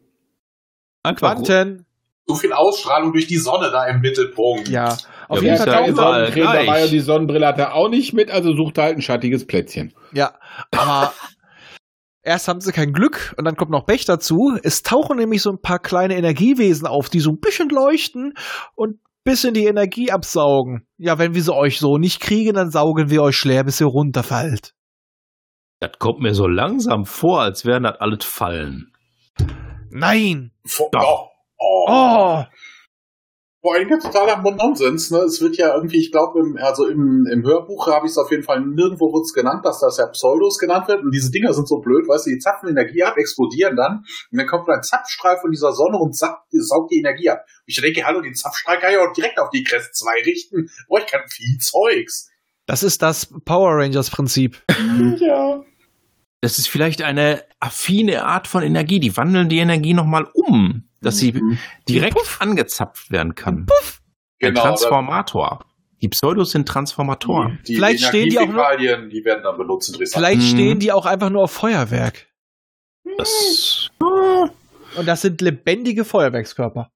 C: Einfach
B: Quanten.
D: So viel Ausstrahlung durch die Sonne da im Mittelpunkt.
B: Ja, Auf jeden
C: Ja,
B: Fall
C: wie ist ja
B: tauchen sie
C: überall.
B: auf.
A: Sonnencreme dabei
C: gleich.
A: und die Sonnenbrille hat er auch nicht mit, also sucht er halt ein schattiges Plätzchen.
B: Ja, aber erst haben sie kein Glück und dann kommt noch Pech dazu. Es tauchen nämlich so ein paar kleine Energiewesen auf, die so ein bisschen leuchten und bisschen die Energie absaugen. Ja, wenn wir sie euch so nicht kriegen, dann saugen wir euch schwer, bis ihr runterfallt.
C: Das kommt mir so langsam vor, als wären das alles Fallen.
B: Nein!
D: Vor-
C: Doch.
D: Oh.
B: Oh!
D: Vor allem ganz totaler Nonsens. Ne? Es wird ja irgendwie, ich glaube, im, also im, im Hörbuch habe ich es auf jeden Fall nirgendwo wird's genannt, dass das ja Pseudos genannt wird. Und diese Dinger sind so blöd, weißt du, die zapfen Energie ab, explodieren dann. Und dann kommt ein Zapfstrahl von dieser Sonne und zapp, saugt die Energie ab. Und ich denke, hallo, den Zapfstrahl kann ich auch direkt auf die Crest 2 richten. Oh, ich kann viel Zeugs.
B: Das ist das Power Rangers-Prinzip.
D: ja.
C: Das ist vielleicht eine affine Art von Energie. Die wandeln die Energie nochmal um, dass sie direkt angezapft werden kann. Ein
D: Genau, Mhm.
C: Transformator. Die Pseudos sind Transformatoren.
D: Die
B: Vielleicht stehen die auch noch-
D: Energiefäkalien, die werden dann benutzt. interessant.
B: Vielleicht
C: Mhm.
B: stehen die auch einfach nur auf Feuerwerk.
C: Das
B: Und das sind lebendige Feuerwerkskörper.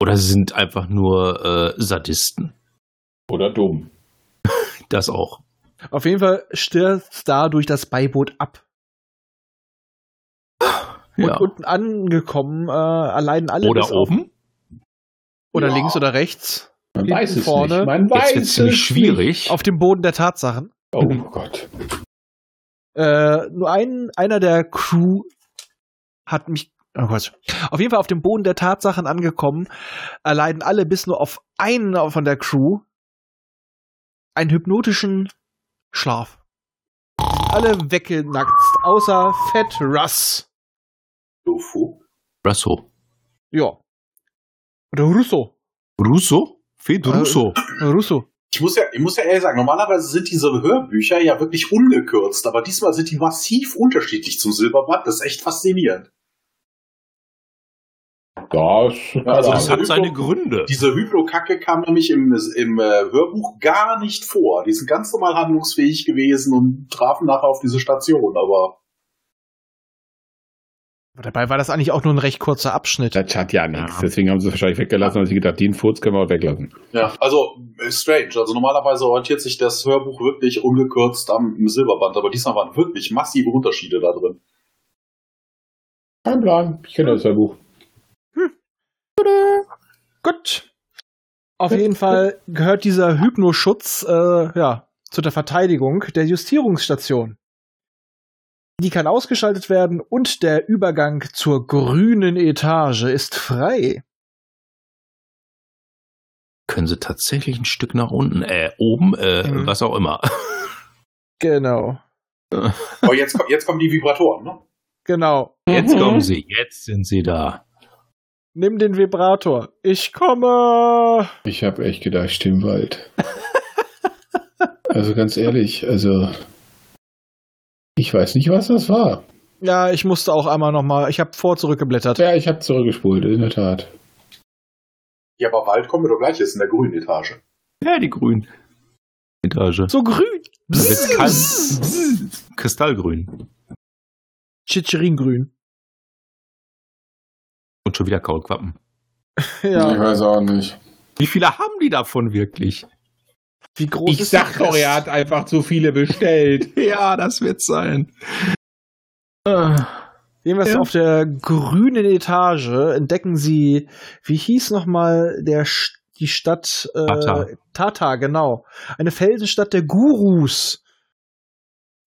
C: oder sie sind einfach nur äh, Sadisten.
A: Oder dumm.
C: Das auch.
B: Auf jeden Fall stürzt dadurch das Beiboot ab. Und
C: Ja.
B: unten angekommen, äh, allein alle.
C: Oder
B: bis auf-
C: oben?
B: Oder
D: Ja.
B: links oder rechts.
F: Man
B: Hinten
F: weiß es
B: vorne.
F: nicht. Man
C: Jetzt
F: weiß
C: wird
F: es
C: ziemlich schwierig.
B: Auf dem Boden der Tatsachen.
A: Oh Gott.
B: Äh, nur ein, einer der Crew hat mich. Oh Gott. Auf jeden Fall auf dem Boden der Tatsachen angekommen, erleiden alle bis nur auf einen von der Crew einen hypnotischen Schlaf. Alle weggenackt, außer Fett Russ.
D: Lufu.
C: Russo.
B: Ja. Oder Russo.
C: Russo? Fed Russo.
B: Russo.
D: Ich muss ja, ich muss ja ehrlich sagen, normalerweise sind diese Hörbücher ja wirklich ungekürzt, aber diesmal sind die massiv unterschiedlich zum Silberband. Das ist echt faszinierend.
A: Das,
D: Also
C: das hat seine Gründe.
D: Diese Hypnokacke kam nämlich im, im äh, Hörbuch gar nicht vor. Die sind ganz normal handlungsfähig gewesen und trafen nachher auf diese Station, aber
B: Dabei war das eigentlich auch nur ein recht kurzer Abschnitt.
F: Das hat ja nichts.
C: Ja.
F: Deswegen haben sie es wahrscheinlich weggelassen, weil sie gedacht, den Furz können wir auch weglassen.
D: ja, also äh, strange. Also normalerweise orientiert sich das Hörbuch wirklich ungekürzt am im Silberband, aber diesmal waren wirklich massive Unterschiede da drin.
A: Kein Plan. Ich kenne das Buch.
B: Gut. Auf jeden Fall gehört dieser Hypnoschutz äh, ja, zu der Verteidigung der Justierungsstation. Die kann ausgeschaltet werden und der Übergang zur grünen Etage ist frei.
C: Können sie tatsächlich ein Stück nach unten, äh, oben, äh,
B: Mhm.
C: was auch immer.
B: Genau.
D: Aber jetzt, kommt- jetzt kommen die Vibratoren, ne?
B: Genau.
C: Jetzt kommen sie, jetzt sind sie da.
B: Nimm den Vibrator. Ich komme.
A: Ich habe echt gedacht, Stimmwald. also ganz ehrlich, also ich weiß nicht, was das war.
B: Ja, ich musste auch einmal nochmal. Ich habe vor zurückgeblättert.
A: Ja, ich habe zurückgespult, in der Tat.
D: Ja, aber Wald kommen wir doch gleich jetzt in der grünen Etage.
C: Ja, die grünen. Etage.
B: So grün.
C: Da wird's kalt. Kristallgrün.
B: Chichiringrün.
C: Und schon wieder Kaulquappen.
B: Ja.
A: weiß auch nicht.
C: Wie viele haben die davon wirklich?
B: Wie groß
F: Ich
B: ist der
F: sag doch, er
B: Rest?
F: hat einfach zu viele bestellt.
C: Ja, das wird sein. Ah.
B: Jedenfalls
C: Ja.
B: auf der grünen Etage entdecken sie, wie hieß nochmal der Sch- die Stadt äh,
C: Tata.
B: Tata, genau. Eine Felsenstadt der Gurus.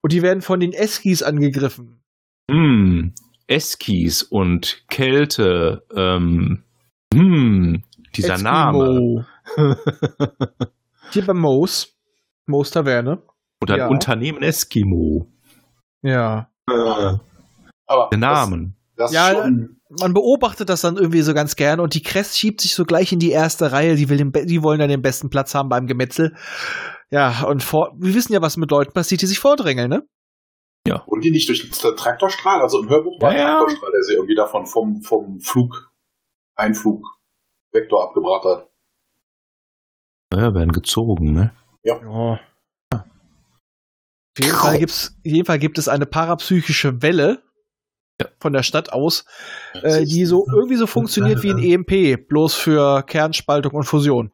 B: Und die werden von den Eskis angegriffen.
C: Hm, Eskis und Kälte. Ähm, hm, dieser Name.
B: Eskimo. Hier bei Moos. Moos Taverne.
C: Oder
B: Ja.
C: ein Unternehmen Eskimo.
B: Ja.
D: Aber
C: Der Namen.
D: Das, das
B: Ja,
D: ist schon,
B: Man beobachtet das dann irgendwie so ganz gern und die Crest schiebt sich so gleich in die erste Reihe. Die, will den be- die wollen dann den besten Platz haben beim Gemetzel. Ja, und vor wir wissen ja, was mit Leuten passiert, die sich vordrängeln, ne?
D: und die nicht durch den Traktorstrahl, also im Hörbuch war
C: Ja, ja.
D: ein Traktorstrahl, der sie irgendwie davon vom, vom Flug, Einflugvektor abgebracht hat.
C: Ja, werden gezogen, ne?
B: Ja. Auf jeden Fall, gibt's, auf jeden Fall gibt es eine parapsychische Welle, von der Stadt aus, äh, die so irgendwie so funktioniert wie ein EMP, bloß für Kernspaltung und Fusion.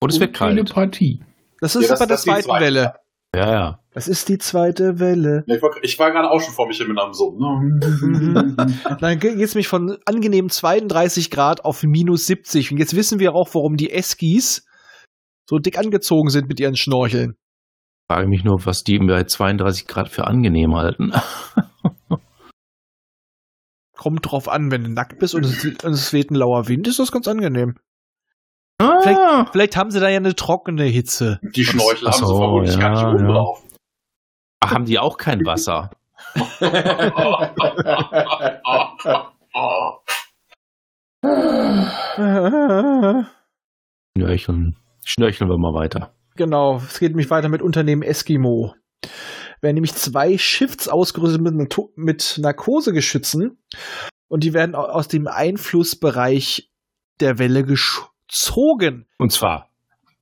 C: Und es wird kalt.
F: Telepathie.
B: Das ist
D: Ja, das-
B: aber der
D: das ist die
B: zweiten
D: zweite.
B: Welle.
C: Ja, ja.
B: Das ist die zweite Welle.
D: Ja, ich war, ich war gerade auch schon vor mich hin mit einem Summen. Ne?
B: Dann geht es mich von angenehm 32 Grad auf minus 70. Und jetzt wissen wir auch, warum die Eskis so dick angezogen sind mit ihren Schnorcheln.
C: Ich frage mich nur, was die bei 32 Grad für angenehm halten.
B: Kommt drauf an, wenn du nackt bist und es, und es weht ein lauer Wind, ist das ganz angenehm.
C: Ah,
B: Vielleicht haben sie da ja eine trockene Hitze.
D: Die Schnorchel haben
C: Ach
D: sie
C: so,
D: vermutlich gar
C: ja,
D: nicht
C: ja.
D: rumgelaufen.
C: Ah, haben die auch kein Wasser? Schnörcheln. Schnörcheln wir mal weiter.
B: Genau, es geht nämlich weiter mit Unternehmen Eskimo. Werden nämlich zwei Shifts ausgerüstet mit, Nato- mit Narkosegeschützen und die werden au- aus dem Einflussbereich der Welle gezogen.
C: Und zwar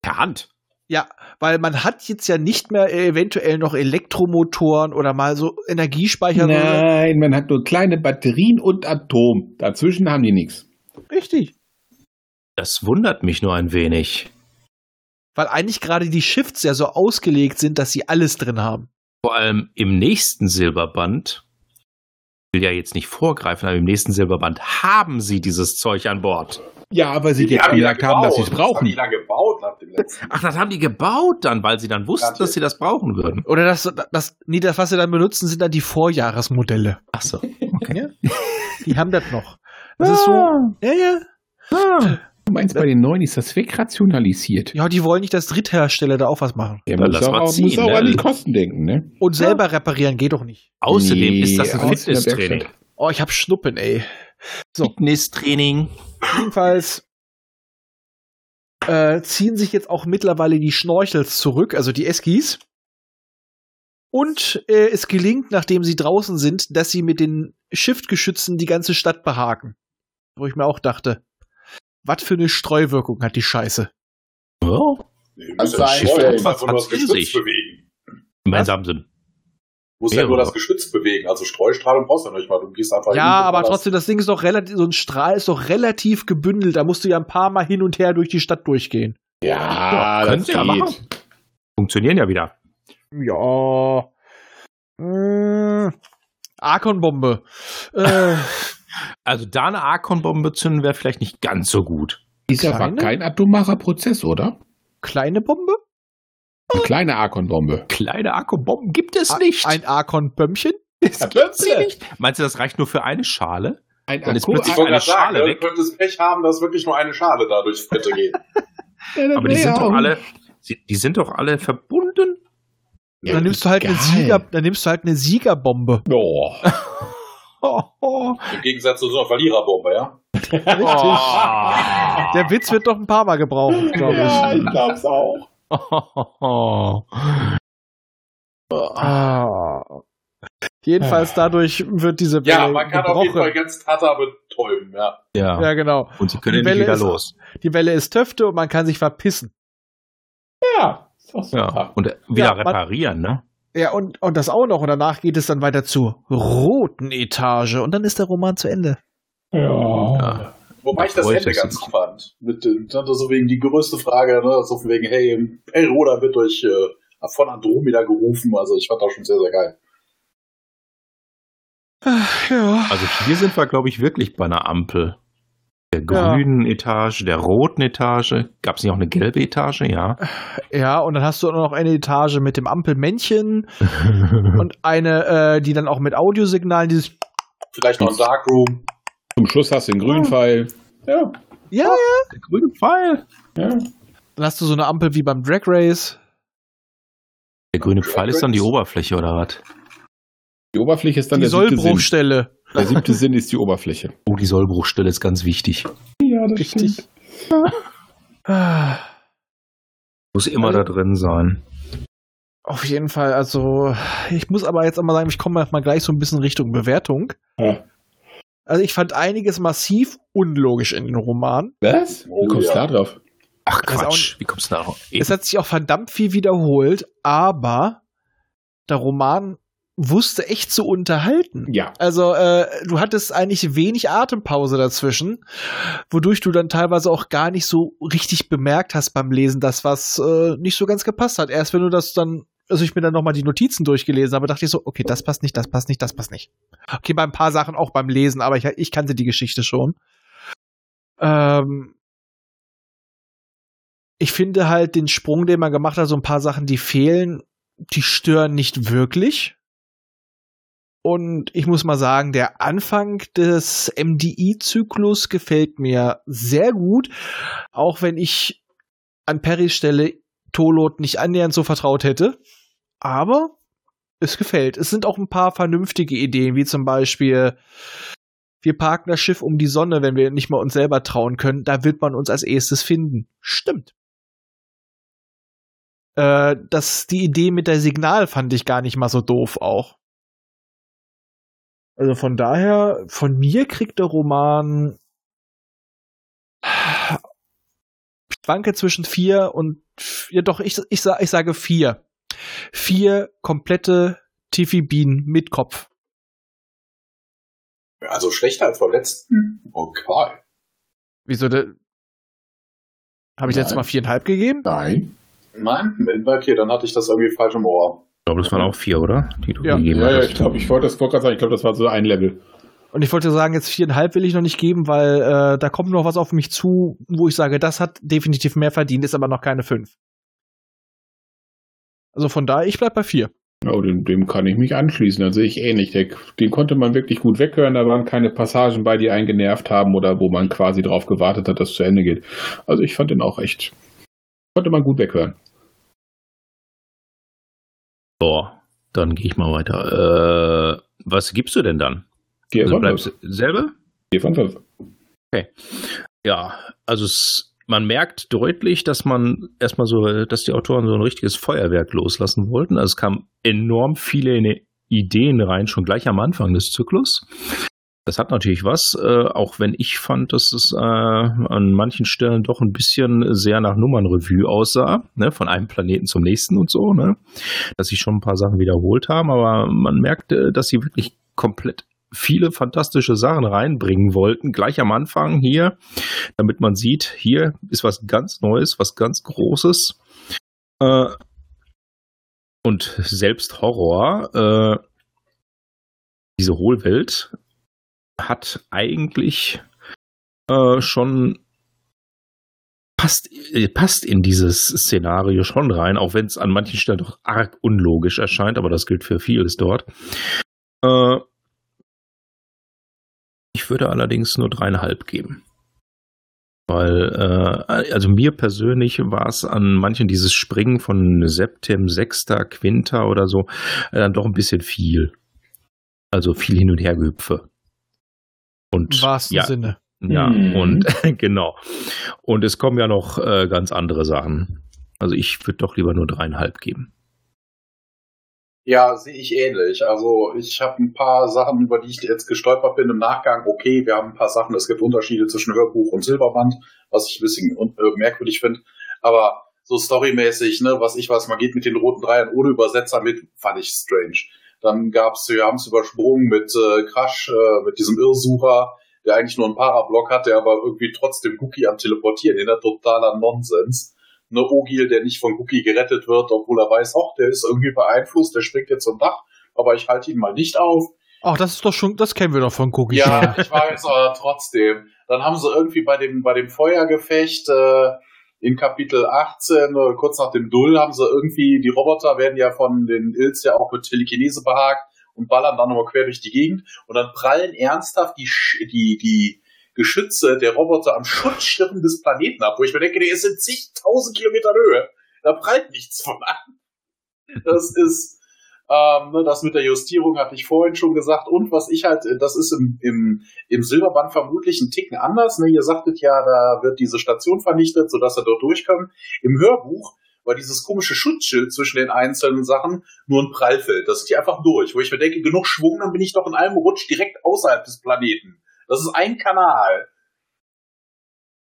C: per Hand.
B: Ja, weil man hat jetzt ja nicht mehr äh, eventuell noch Elektromotoren oder mal so Energiespeicher. sondern-
F: Nein, man hat nur kleine Batterien und Atom. Dazwischen haben die nichts.
B: Richtig.
C: Das wundert mich nur ein wenig.
B: Weil eigentlich gerade die Shifts ja so ausgelegt sind, dass sie alles drin haben.
C: Vor allem im nächsten Silberband, ich will ja jetzt nicht vorgreifen, aber im nächsten Silberband haben sie dieses Zeug an Bord.
F: Ja, aber sie
D: Die
F: jetzt
D: haben ja
F: gesagt haben, dass sie es
D: gebaut. Das Haben die
F: brauchen.
D: da gebaut nach dem letzten?
C: Ach, das haben die gebaut dann, weil sie dann wussten, dass sie das brauchen würden.
B: Oder das, das, nee, das, was sie dann benutzen, sind dann die Vorjahresmodelle.
C: Ach so.
B: Die haben das noch. Das ist so. Ja, ja.
F: Du meinst, bei den neuen ist das wegrationalisiert.
B: Ja, die wollen nicht, dass Dritthersteller da auch was machen.
F: Der
C: Dann
F: muss
C: lass mal
F: auch, muss
C: ziehen,
F: auch
C: ne?
F: an die Kosten denken, ne?
B: Und selber reparieren geht doch nicht.
C: Außerdem
F: Nee,
C: ist das ein
F: aus der
C: Fitnesstraining.
F: Werkstatt.
B: Oh, ich hab Schnuppen, ey. So.
C: Fitnesstraining.
B: Jedenfalls äh, ziehen sich jetzt auch mittlerweile die Schnorchels zurück, also die Eskis. Und äh, es gelingt, nachdem sie draußen sind, dass sie mit den Shiftgeschützen die ganze Stadt behaken. Wo ich mir auch dachte, was für eine Streuwirkung hat die Scheiße.
C: Oh.
D: Nee,
C: Also
D: muss ja
C: das
D: nicht
C: Schiff
D: rollen,
C: hat
D: muss einfach nur das
C: 20.
D: Geschütz bewegen.
C: Gemeinsam sind.
D: Muss
C: Ja,
D: ja nur das
C: aber-
D: Geschütz bewegen. Also Streustrahlung brauchst du ja nicht mal. Du gehst einfach
B: Ja,
D: hin,
B: aber
D: das-
B: trotzdem, das Ding ist doch relativ, so ein Strahl ist doch relativ gebündelt. Da musst du ja ein paar Mal hin und her durch die Stadt durchgehen.
F: Ja,
C: können sie ja machen. Funktionieren ja wieder.
B: Ja. Äh, Arkon-Bombe. Äh,
C: Also da eine Archon-Bombe zünden wäre vielleicht nicht ganz so gut.
F: Ist aber
B: Kleine?
F: kein atomarer Prozess, oder?
B: kleine Bombe?
F: Eine kleine Arkon-Bombe.
C: Kleine Archon-Bomben gibt es nicht.
B: Ah, Ein Arkon-Bömmchen?
C: das gibt sie nicht. Meinst du, das reicht nur für eine Schale?
F: Ein
C: Dann ist
F: Akku-
C: plötzlich
D: Ich wollte
C: eine
D: gerade sagen,
C: Schale
D: ne,
C: weg.
D: du könntest Pech haben, dass wirklich nur eine Schale da durchs Fette geht.
F: Ja, das
C: Aber die
F: wär
C: sind
F: ja
C: doch
F: auch-
C: alle, sie- die sind doch alle verbunden.
F: Ja,
B: dann nimmst du halt eine
F: geil.
B: Sieger, dann nimmst du halt eine Siegerbombe.
F: Oh.
C: Oh, oh.
D: Im Gegensatz zu so einer Verliererbombe, ja?
C: Oh.
B: Der Witz wird doch ein paar Mal gebraucht, glaube ich.
F: Ja, ich glaub's auch.
C: Oh.
B: Ah. Jedenfalls dadurch wird diese Welle
D: Ja, Genau, man kann auf jeden Fall
B: gebrochen.
D: ganz Tata betäuben, ja.
C: Ja.
B: Ja, genau.
C: Und sie
B: Die
C: können ja
B: Welle
C: nicht wieder
B: ist-
C: los.
B: Die Welle ist Töfte und man kann sich verpissen.
F: Ja, ist doch
C: Ja.
F: super.
C: Und äh, wieder
B: Ja, man-
C: reparieren, ne?
B: Ja, und, und das auch noch. Und danach geht es dann weiter zur roten Etage. Und dann ist der Roman zu Ende.
F: Ja.
C: Ja.
D: Wobei ich das
C: Freut
D: Ende
C: das
D: ganz
C: jetzt.
D: gut fand. Mit, dem- ne, das ist so wegen die größte Frage, ne? So von wegen, hey, El Roda wird durch äh, von Andromeda gerufen. Also ich fand das schon sehr, sehr geil.
B: Ja.
C: Also hier sind wir, glaube ich, wirklich bei einer Ampel. Der grünen Etage, der roten Etage. Gab es nicht auch eine gelbe Etage? Ja.
B: Ja, und dann hast du auch noch eine Etage mit dem Ampelmännchen und eine, äh, die dann auch mit Audiosignalen dieses.
D: Vielleicht noch ein Darkroom.
F: Zum Schluss hast du den grünen Pfeil. Ja.
B: Ja, ja.
C: Der grüne Pfeil.
B: Dann hast du so eine Ampel wie beim Drag Race.
C: Der grüne Pfeil ist dann die Oberfläche, oder was?
F: Die Oberfläche ist dann
B: die
F: der siebte Sinn.
B: Sollbruchstelle.
F: Der siebte Sinn ist die Oberfläche.
C: Oh, die Sollbruchstelle ist ganz wichtig.
F: Ja, das
B: Richtig. Ah,
C: Muss immer
B: Also
C: da drin sein.
B: Auf jeden Fall. Also, ich muss aber jetzt einmal sagen, ich komme mal gleich so ein bisschen Richtung Bewertung.
F: Ja.
B: Also, ich fand einiges massiv unlogisch in den Roman.
F: Was? Wie kommst du
D: ja.
F: da drauf?
C: Ach
B: Das ist Also auch
C: Quatsch, wie kommst du da noch?
B: Es hat sich auch verdammt viel wiederholt, aber der Roman wusste echt zu unterhalten.
A: Ja.
B: Also äh, du hattest eigentlich wenig Atempause dazwischen, wodurch du dann teilweise auch gar nicht so richtig bemerkt hast beim Lesen, dass was äh, nicht so ganz gepasst hat. Erst wenn du das dann, also ich mir dann nochmal die Notizen durchgelesen habe, dachte ich so, okay, das passt nicht, das passt nicht, das passt nicht. Okay, bei ein paar Sachen auch beim Lesen, aber ich, ich kannte die Geschichte schon. Ähm, ich finde halt den Sprung, den man gemacht hat, so ein paar Sachen, die fehlen, die stören nicht wirklich. Und ich muss mal sagen, der Anfang des MDI-Zyklus gefällt mir sehr gut, auch wenn ich an Perrys Stelle Tolot nicht annähernd so vertraut hätte. Aber es gefällt. Es sind auch ein paar vernünftige Ideen, wie zum Beispiel, wir parken das Schiff um die Sonne, wenn wir nicht mal uns selber trauen können. Da wird man uns als erstes finden. Stimmt. Äh, das, die Idee mit der Signal fand ich gar nicht mal so doof auch. Also von daher, von mir kriegt der Roman schwanke zwischen vier und ja doch, ich, ich, sa- ich sage vier. Vier komplette Tiffy-Bienen mit Kopf.
D: Also schlechter als beim
C: Hm.
D: letzten? Okay.
B: Wieso denn? Habe ich
A: Nein.
B: jetzt mal viereinhalb gegeben?
A: Nein.
D: Nein, okay, dann hatte ich das irgendwie falsch im Ohr.
C: glaube, das waren auch vier, oder? Die du
B: Ja.
C: gegeben
A: Ja, ja,
C: hast.
A: ich glaube, ich wollte das gerade sagen, ich glaube, das war so ein Level.
B: Und ich wollte sagen, jetzt viereinhalb will ich noch nicht geben, weil äh, da kommt noch was auf mich zu, wo ich sage, das hat definitiv mehr verdient, ist aber noch keine fünf. Also von daher, ich bleib bei vier.
A: Oh, dem, dem kann ich mich anschließen, dann sehe ich ähnlich. Der, den konnte man wirklich gut weghören, da waren keine Passagen bei, die einen genervt haben oder wo man quasi drauf gewartet hat, dass es zu Ende geht. Also ich fand den auch echt, konnte man gut weghören.
C: Boah, dann gehe ich mal weiter. Äh, was gibst du denn dann?
A: Vier
C: Also
A: von
C: bleibst
A: fünf.
C: du selber?
A: Vier von fünf.
C: Ja, also es, man merkt deutlich, dass man erstmal so, äh, dass die Autoren so ein richtiges Feuerwerk loslassen wollten. Also es kamen enorm viele ne- Ideen rein, schon gleich am Anfang des Zyklus. Das hat natürlich was, äh, auch wenn ich fand, dass es äh, an manchen Stellen doch ein bisschen sehr nach Nummernrevue aussah, ne? von einem Planeten zum nächsten und so, ne? dass sich schon ein paar Sachen wiederholt haben, aber man merkte, dass sie wirklich komplett viele fantastische Sachen reinbringen wollten, gleich am Anfang hier damit man sieht, hier ist was ganz Neues, was ganz Großes. Äh, und selbst Horror, äh, diese Hohlwelt, hat eigentlich äh, schon passt, äh, passt in dieses Szenario schon rein, auch wenn es an manchen Stellen doch arg unlogisch erscheint, aber das gilt für vieles dort. Äh, ich würde allerdings nur dreieinhalb geben. Weil, äh, also mir persönlich war es an manchen dieses Springen von Septem, Sechster, Quinter oder so äh, dann doch ein bisschen viel. Also viel hin und her gehüpfe.
B: Im
C: Und
B: wahrsten
C: ja,
B: Sinne.
C: ja,
A: Mhm.
C: und genau. Und es kommen ja noch äh, ganz andere Sachen. Also ich würde doch lieber nur dreieinhalb geben.
D: Ja, sehe ich ähnlich. Also ich habe ein paar Sachen, über die ich jetzt gestolpert bin im Nachgang. Okay, wir haben ein paar Sachen, es gibt Unterschiede zwischen Hörbuch und Silberband, was ich ein bisschen un- äh, merkwürdig finde. Aber so storymäßig, ne, was ich weiß, man geht mit den roten Dreiern ohne Übersetzer mit, fand ich strange. Dann gab's, wir haben es übersprungen mit äh, Crash, äh, mit diesem Irrsucher, der eigentlich nur einen Parablock hat, der aber irgendwie trotzdem Cookie am Teleportieren, der totaler Nonsens ne Ogil, der nicht von Cookie gerettet wird, obwohl er weiß, auch der ist irgendwie beeinflusst, der springt jetzt vom Dach, aber ich halte ihn mal nicht auf.
B: Ach, das ist doch schon, das kennen wir doch von Cookies.
D: Ja, ich weiß, aber trotzdem. Dann haben sie irgendwie bei dem, bei dem Feuergefecht äh, in Kapitel 18, oder kurz nach dem Dull, haben sie irgendwie, die Roboter werden ja von den Ills ja auch mit Telekinese behagt und ballern dann nochmal quer durch die Gegend und dann prallen ernsthaft die, Sch- die, die Geschütze der Roboter am Schutzschirm des Planeten ab, wo ich mir denke, der ist in zigtausend Kilometern Höhe. Da prallt nichts von an. Das ist ähm, ne, das mit der Justierung hatte ich vorhin schon gesagt. Und was ich halt, äh, das ist im, im, im Silberband vermutlich ein Ticken anders. Ne? Ihr sagtet ja, da wird diese Station vernichtet, sodass er dort durchkommt. Im Hörbuch war dieses komische Schutzschild zwischen den einzelnen Sachen nur ein Prallfeld. Das zieht einfach durch. Wo ich mir denke, genug Schwung, dann bin ich doch in einem Rutsch direkt außerhalb des Planeten. Das ist ein Kanal.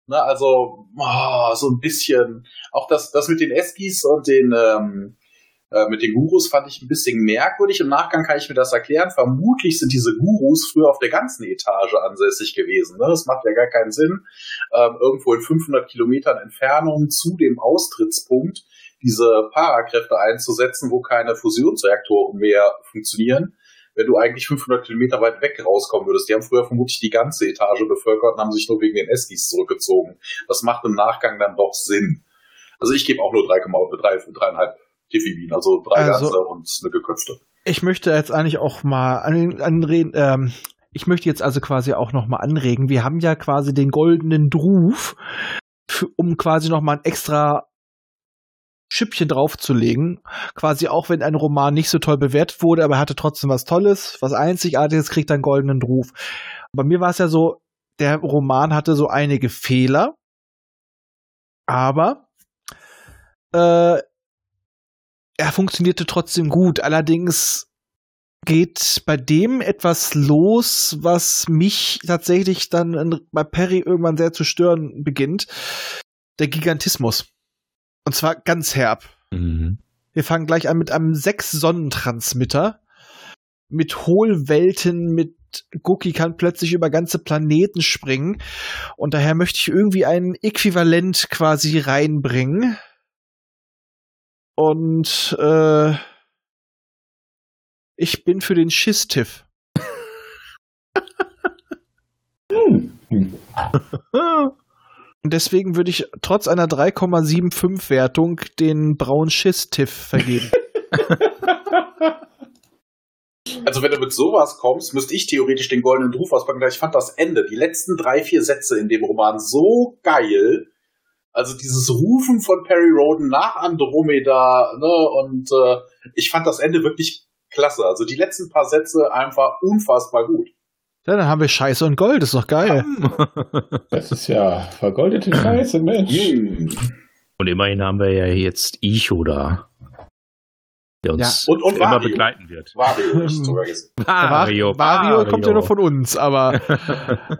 D: Ne, also, ah, so ein bisschen. Auch das, das mit den Eskis und den, ähm, äh, mit den Gurus fand ich ein bisschen merkwürdig. Im Nachgang kann ich mir das erklären. Vermutlich sind diese Gurus früher auf der ganzen Etage ansässig gewesen. Ne? Das macht ja gar keinen Sinn. Ähm, irgendwo in 500 Kilometern Entfernung zu dem Austrittspunkt diese Parakräfte einzusetzen, wo keine Fusionsreaktoren mehr funktionieren wenn du eigentlich 500 Kilometer weit weg rauskommen würdest. Die haben früher vermutlich die ganze Etage bevölkert und haben sich nur wegen den Eskis zurückgezogen. Das macht im Nachgang dann doch Sinn. Also ich gebe auch nur 3,5, drei, dreieinhalb Tiffibin, also drei
B: Also-
D: ganze und eine geköpfte.
B: Ich möchte jetzt eigentlich auch mal an, anreden, ähm, ich möchte jetzt also quasi auch noch mal anregen. Wir haben ja quasi den goldenen Druf, für, um quasi noch mal ein extra Schippchen draufzulegen. Quasi auch wenn ein Roman nicht so toll bewertet wurde, aber er hatte trotzdem was Tolles, was Einzigartiges, kriegt er einen goldenen Druf. Bei mir war es ja so, der Roman hatte so einige Fehler, aber äh, er funktionierte trotzdem gut. Allerdings geht bei dem etwas los, was mich tatsächlich dann in, bei Perry irgendwann sehr zu stören beginnt. Der Gigantismus. Und zwar ganz herb.
C: Mhm.
B: Wir fangen gleich an mit einem Sechs-Sonnentransmitter. Mit Hohlwelten, mit Gucki kann plötzlich über ganze Planeten springen. Und daher möchte ich irgendwie ein Äquivalent quasi reinbringen. Und äh, ich bin für den Schiss-Tiff. Und deswegen würde ich trotz einer 3,75 Wertung den braunen Schiss-Tiff vergeben.
D: Also wenn du mit sowas kommst, müsste ich theoretisch den goldenen Ruf auspacken. weil Ich fand das Ende, die letzten drei, vier Sätze in dem Roman so geil. Also dieses Rufen von Perry Roden nach Andromeda, ne, und äh, ich fand das Ende wirklich klasse. Also die letzten paar Sätze einfach unfassbar gut.
B: Ja, dann haben wir Scheiße und Gold, ist doch geil.
A: Das ist ja vergoldete Scheiße, Mensch.
C: Und immerhin haben wir ja jetzt Icho da, der uns
D: Ja. Und- und
C: für immer Hm.
D: Mario.
C: begleiten wird.
D: Wario, ich sogar gesehen.
B: Mario, Mario kommt ja nur von uns, aber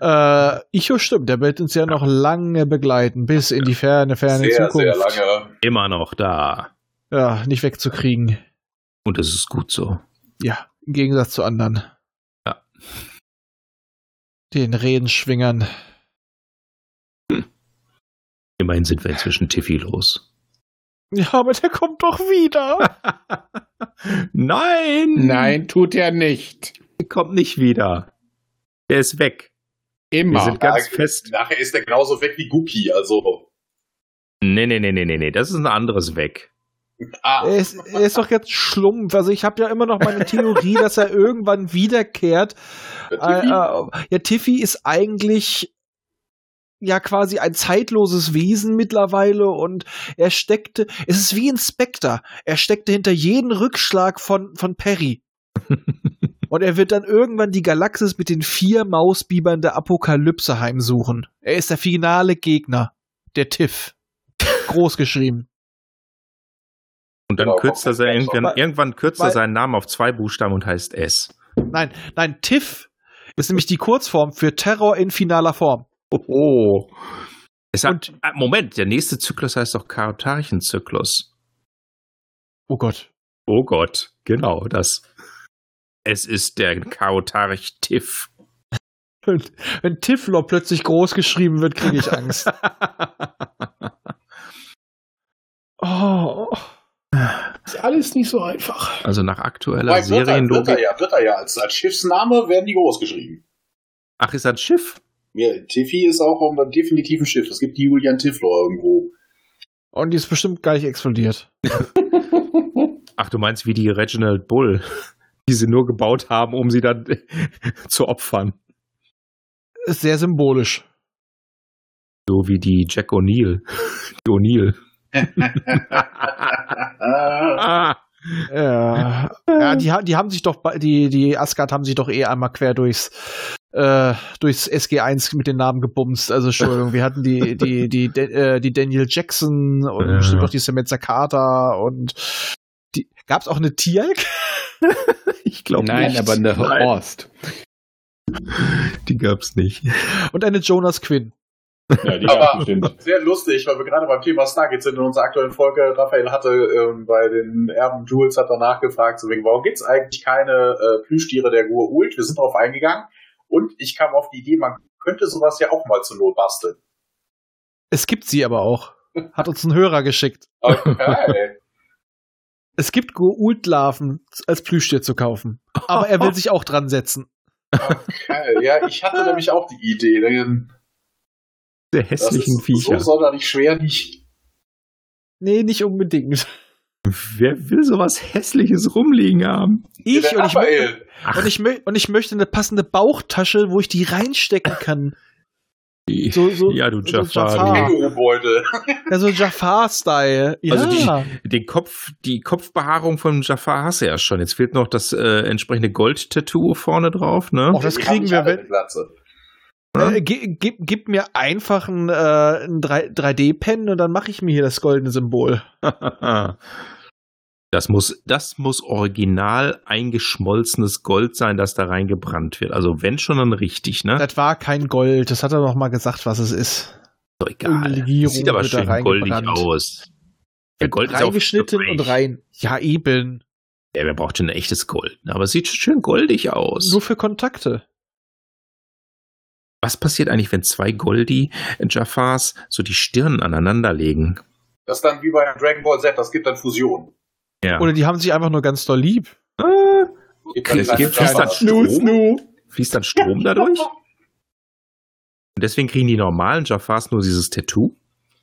B: äh, Icho stimmt, der wird uns ja noch lange begleiten, bis in die ferne, ferne
D: Sehr,
B: Zukunft.
D: sehr lange.
C: immer noch da.
B: Ja, nicht wegzukriegen.
C: Und das ist gut so.
B: Ja, im Gegensatz zu anderen.
C: Ja.
B: Den Redenschwingern.
C: Immerhin sind wir inzwischen Tiffy los.
B: Ja, aber der kommt doch wieder.
C: Nein!
A: Nein, tut er nicht.
C: kommt nicht wieder. Der ist weg. Wir
A: Immer.
C: sind ganz
D: Danke.
C: fest.
D: Ah, Nachher ist der genauso weg wie Guki, also.
C: Nee, nee, nee, nee, nee, nee. Das ist ein anderes weg.
D: Ah,
B: er, ist, er ist doch jetzt schlumpf. Also ich habe ja immer noch meine Theorie, dass er irgendwann wiederkehrt. Äh,
D: Tiffy?
B: äh, ja, Tiffy ist eigentlich ja quasi ein zeitloses Wesen mittlerweile und er steckte, es ist wie Inspector, er steckte hinter jeden Rückschlag von, von Perry. und er wird dann irgendwann die Galaxis mit den vier Mausbibern der Apokalypse heimsuchen. Er ist der finale Gegner, der Tiff. Groß geschrieben.
C: Und dann
D: Genau,
C: kürzt er
D: kommt
C: sein,
D: gleich
C: irgendwann,
B: vorbei.
C: irgendwann kürzt er
B: Weil-
C: seinen Namen auf zwei Buchstaben und heißt S.
B: Nein, nein, Tiff ist nämlich die Kurzform für Terror in finaler Form.
C: Oh. Es hat, Ah, Moment, der nächste Zyklus heißt doch Karotarchenzyklus.
B: Oh Gott.
C: Oh Gott, genau das. Es ist der Karotarch-Tiff.
B: Wenn Tiflor plötzlich groß geschrieben wird, kriege ich Angst. oh.
A: Ist alles nicht so einfach.
C: Also nach aktueller
D: Wobei, wird er, wird er
C: Serienlogik.
D: ja, wird er ja. Als, als Schiffsname werden die groß geschrieben.
C: Ach, ist das ein Schiff?
D: Ja, Tiffy ist auch auf einem definitiven Schiff. Es gibt die Julian Tiffler irgendwo.
B: Und die ist bestimmt gleich explodiert.
C: Ach, du meinst wie die Reginald Bull, die sie nur gebaut haben, um sie dann zu opfern.
B: Ist sehr symbolisch.
C: So wie die Jack O'Neill. Die O'Neill.
D: Ah,
C: Ah,
B: Ja, ja die, ha- die haben sich doch, bei- die, die Asgard haben sich doch eh einmal quer durchs, äh, durchs SG1 mit den Namen gebumst. Also Entschuldigung, wir hatten die, die, die, die, äh, die Daniel Jackson und
C: Ja.
B: bestimmt auch die Samantha Carter und die, gab's auch eine Tialk?
C: ich glaube
F: Nein,
C: nicht.
F: aber eine
C: Nein,
F: Horst.
C: die gab's nicht.
B: Und eine Jonas Quinn.
A: Ja, die gab's
D: Aber-
A: bestimmt.
D: Sehr lustig, weil wir gerade beim Thema Stargate sind in unserer aktuellen Folge. Raphael hatte ähm, bei den Erben Jules hat danach gefragt, so wegen, warum gibt's eigentlich keine äh, Plüschtiere der Gur-Ult? Wir sind drauf eingegangen und ich kam auf die Idee, man könnte sowas ja auch mal zur Not basteln.
B: Es gibt sie aber auch. Hat uns ein Hörer geschickt.
D: Okay.
B: Es gibt Goult-Larven als Plüschtier zu kaufen. Aber er will sich auch dran setzen.
D: okay. Ja, ich hatte nämlich auch die Idee. denn
C: Der
D: Das
C: hässlichen
D: ist so
C: Viecher.
D: sonderlich schwer nicht.
B: Nee, nicht unbedingt.
C: Wer will sowas Hässliches rumliegen haben?
B: Ich
D: Der
B: und ich, mö-
D: Raphael.
B: und, ich mö- und ich möchte eine passende Bauchtasche, wo ich die reinstecken kann. So, so,
C: Ja, du
B: so
C: Jafar.
B: Jafar.
D: Kängurubeutel.
B: Ja, so Jafar-Style. Ja.
C: Also Den Kopf, die Kopfbehaarung von Jafar hast du ja schon. Jetzt fehlt noch das äh, entsprechende Gold-Tattoo vorne drauf, ne?
B: Och, das
D: Die haben
B: kriegen
D: nicht
B: wir,
D: alle
B: wenn,
D: eine Glatze.
B: Äh,
C: Hm?
B: gib, gib, gib mir einfach ein, äh, ein 3D-Pen und dann mache ich mir hier das goldene Symbol. Oh.
C: Das muss, das muss original eingeschmolzenes Gold sein, das da reingebrannt wird. Also wenn schon, dann richtig, ne?
B: Das war kein Gold, das hat er noch mal gesagt, was es ist.
C: Doch egal.
B: irgendeine Legierung
C: Das sieht aber
B: wird da
C: schön goldig
B: reingebrannt.
C: aus. Ja, Gold ist auch
B: Reingeschnitten und
C: weich.
B: rein. Ja, eben.
C: Ja, wer braucht denn echtes Gold? Aber es sieht schön goldig aus.
B: So für Kontakte.
C: Was passiert eigentlich, wenn zwei Goldi Jafars so die Stirn aneinander legen?
D: Das ist dann wie bei Dragon Ball Z, das gibt dann Fusion.
C: Ja.
B: Oder die haben sich einfach nur ganz doll lieb.
C: Ah,
D: Gibt
C: okay,
D: dann
C: fließt,
D: Jafar.
C: dann Strom, fließt dann Strom dadurch? Und deswegen kriegen die normalen Jafars nur dieses Tattoo?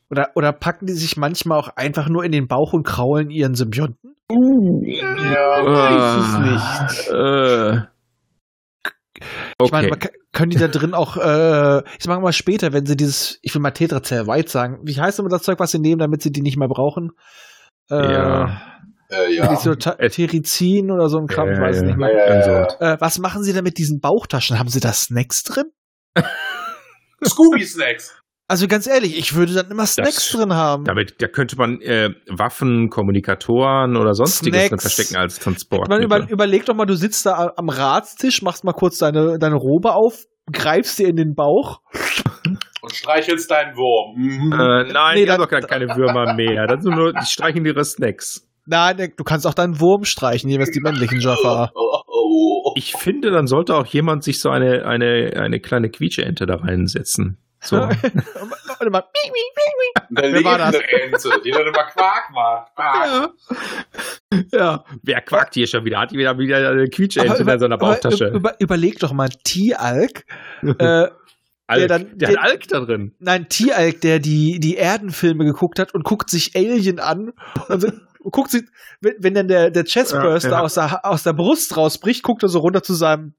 B: Oder, oder packen die sich manchmal auch einfach nur in den Bauch und kraulen ihren Symbionten?
D: Ja,
C: weiß es nicht. Ah. Äh,
B: Ich meine,
C: okay.
B: man kann- können die da drin auch, äh, ich sag mal später, wenn sie dieses, ich will mal Tetrazell White sagen, wie heißt immer das Zeug, was sie nehmen, damit sie die nicht mehr brauchen? Äh,
C: Ja.
D: Äh,
B: Ja.
D: ja.
B: So Ta- Terizin oder so ein Kram, ich weiß
C: ja,
B: nicht
C: ja.
B: mehr.
D: Äh,
B: Äh, was machen Sie denn mit diesen Bauchtaschen? Haben Sie da Snacks drin?
D: Scooby-Snacks.
B: Also ganz ehrlich, ich würde dann immer Snacks drin haben.
C: Damit, da könnte man äh, Waffen, Kommunikatoren oder sonstiges
B: Snacks.
C: drin verstecken als
B: Man über,
C: Transport.
B: überleg doch mal, du sitzt da a- am Ratstisch, machst mal kurz deine, deine Robe auf, greifst dir in den Bauch.
D: Und streichelst deinen Wurm. Mhm.
C: Äh, nein,
B: Nee,
C: die haben
B: da-
C: doch gar keine Würmer mehr. Das sind nur, die streichen ihre Snacks.
B: Nein, ne, du kannst auch deinen Wurm streichen, jeweils die männlichen Jafar.
D: Oh, oh, oh.
C: Ich finde, dann sollte auch jemand sich so eine, eine, eine kleine Quietscheente da reinsetzen. So.
B: Warte mal.
D: Eine
B: Wer war
D: lebende Ente, die dann immer Quark macht. Quark.
C: ja. ja. Wer quackt hier schon wieder? Hat die wieder, wieder eine Quietscheente
B: Aber
C: in seiner
B: aber ähm,
C: Bauchtasche?
B: über, überleg doch mal, T-Alk, äh,
C: Alk.
B: der dann- der-
C: der hat Alk da drin.
B: Nein, Tieralk, der die, die Erdenfilme geguckt hat und guckt sich Alien an und so, und guckt sich, wenn, wenn dann der, der Chestburster
C: Ja, ja.
B: Aus, der, aus der Brust rausbricht, guckt er so runter zu seinem,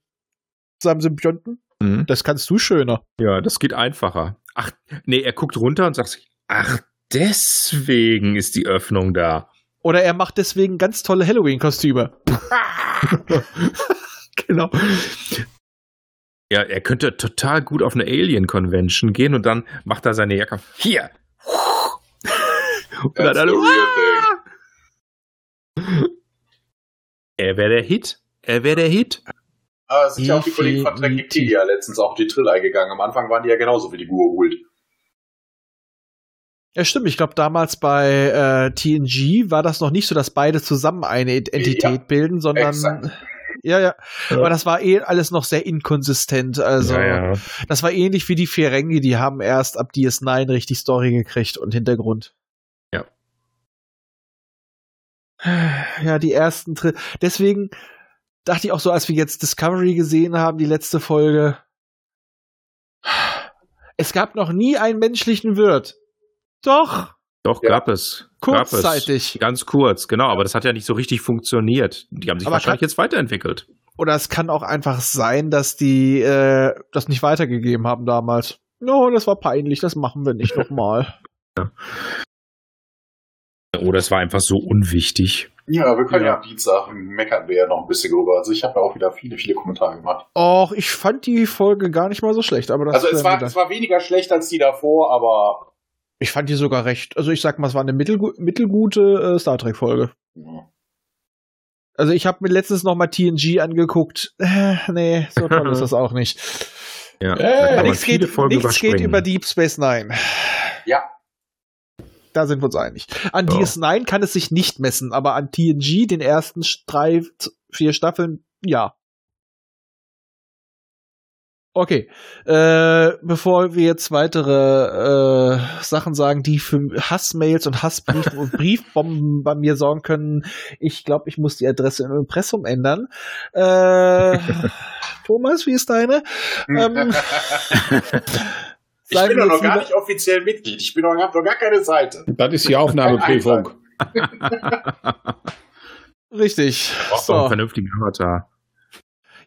B: seinem Symbionten.
C: Mhm.
B: Das kannst du schöner.
C: Ja, das geht einfacher. Ach, nee, er guckt runter und sagt sich, ach, deswegen ist die Öffnung da.
B: Oder er macht deswegen ganz tolle Halloween-Kostüme.
C: genau. Ja, er könnte total gut auf eine Alien-Convention gehen und dann macht er seine Jacke. auf. Hier! Und dann
D: That's the
C: alle,
D: real thing.
C: er wäre der Hit. Er wäre der Hit.
D: Aber es sind ja auch
B: Hm,
D: die Kollegen von Wikipedia letztens auch auf die Trill eingegangen. Am Anfang waren die ja genauso wie die Gurult.
B: Ja, stimmt. Ich glaube, damals bei äh, TNG war das noch nicht so, dass beide zusammen eine Ent- Entität
D: Ja,
B: bilden, sondern.
D: exakt.
B: Ja, ja,
C: Ja.
B: Aber das war eh alles noch sehr inkonsistent. Also.
C: Ja, ja.
B: Das war ähnlich wie die Ferengi, die haben erst ab DS9 richtig Story gekriegt und Hintergrund.
C: Ja.
B: Ja, die ersten Tri Deswegen dachte ich auch so, als wir jetzt Discovery gesehen haben, die letzte Folge. Es gab noch nie einen menschlichen Wirt. Doch,
C: Doch,
D: Ja.
C: gab es. Gab es.
B: kurzzeitig.
C: Ganz kurz, genau. Aber das hat ja nicht so richtig funktioniert. Die haben sich
B: Aber
C: wahrscheinlich
B: kann-
C: jetzt weiterentwickelt.
B: Oder es kann auch einfach sein, dass die äh, das nicht weitergegeben haben damals. No, das war peinlich, das machen wir nicht nochmal.
C: Oder es Oh, war einfach so unwichtig.
D: Ja, wir können ja,
B: Ja.
D: am Dienstag meckern wir ja noch ein bisschen drüber. Also ich habe ja auch wieder viele, viele Kommentare gemacht.
B: Och, ich fand die Folge gar nicht mal so schlecht, aber das
D: also es
B: wäre
D: war,
B: wieder-
D: es war weniger schlecht als die davor, aber
B: ich fand die sogar recht. Also ich sag mal, es war eine mittelgu mittelgute äh, Star Trek Folge.
D: ja.
B: Also ich habe mir letztens noch mal TNG angeguckt. Äh, nee, so toll ist das auch nicht.
C: Ja,
A: Hey!
C: da kann man
B: nichts geht,
C: viele Folgen
B: nichts geht
C: überspringen.
B: über Deep Space Nine.
D: Ja.
B: Da sind wir uns einig. An
C: Ja.
B: DS9 kann es sich nicht messen, aber an TNG, den ersten st- drei, z- vier Staffeln, ja. Okay. Äh, bevor wir jetzt weitere äh, Sachen sagen, die für Hassmails und Hassbriefe und Briefbomben bei mir sorgen können, ich glaube, ich muss die Adresse im Impressum ändern. Äh, Thomas, wie ist deine? Ähm,
D: ich
B: sagen wir
D: bin doch noch
B: jetzt
D: gar
B: lieber-
D: nicht offiziell Mitglied. Ich bin doch, hab doch gar keine Seite.
A: Das ist die Aufnahmeprüfung.
B: Richtig.
C: Braucht so. einen vernünftigen Avatar.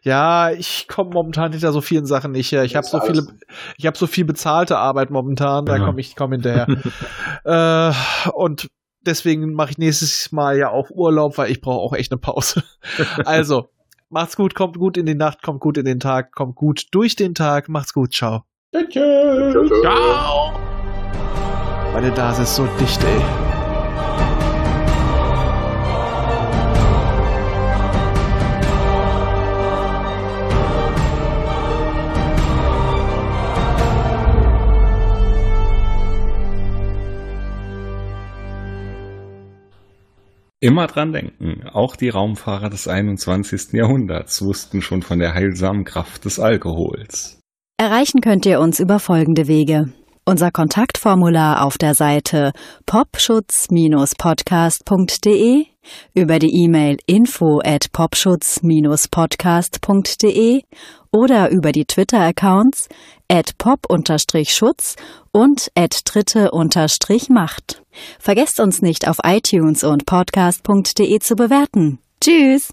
B: Ja, ich komme momentan hinter so vielen Sachen nicht her. Ich habe
D: Ist
B: so
D: alles-
B: viele, ich habe so viel bezahlte Arbeit momentan, da
C: Ja.
B: komme ich kaum hinterher. äh, und deswegen mache ich nächstes Mal ja auch Urlaub, weil ich brauche auch echt eine Pause. also, macht's gut, kommt gut in die Nacht, kommt gut in den Tag, kommt gut durch den Tag, macht's gut, ciao.
A: Tschüss.
D: Ciao.
B: Weil der Dase ist so dicht, ey.
G: Immer dran denken, auch die Raumfahrer des 21. Jahrhunderts wussten schon von der heilsamen Kraft des Alkohols.
H: Erreichen könnt ihr uns über folgende Wege. Unser Kontaktformular auf der Seite popschutz-podcast.de, über die E-Mail info at popschutz-podcast.de oder über die Twitter-Accounts at pop-schutz und at dritte-macht. Vergesst uns nicht auf iTunes und podcast.de zu bewerten. Tschüss!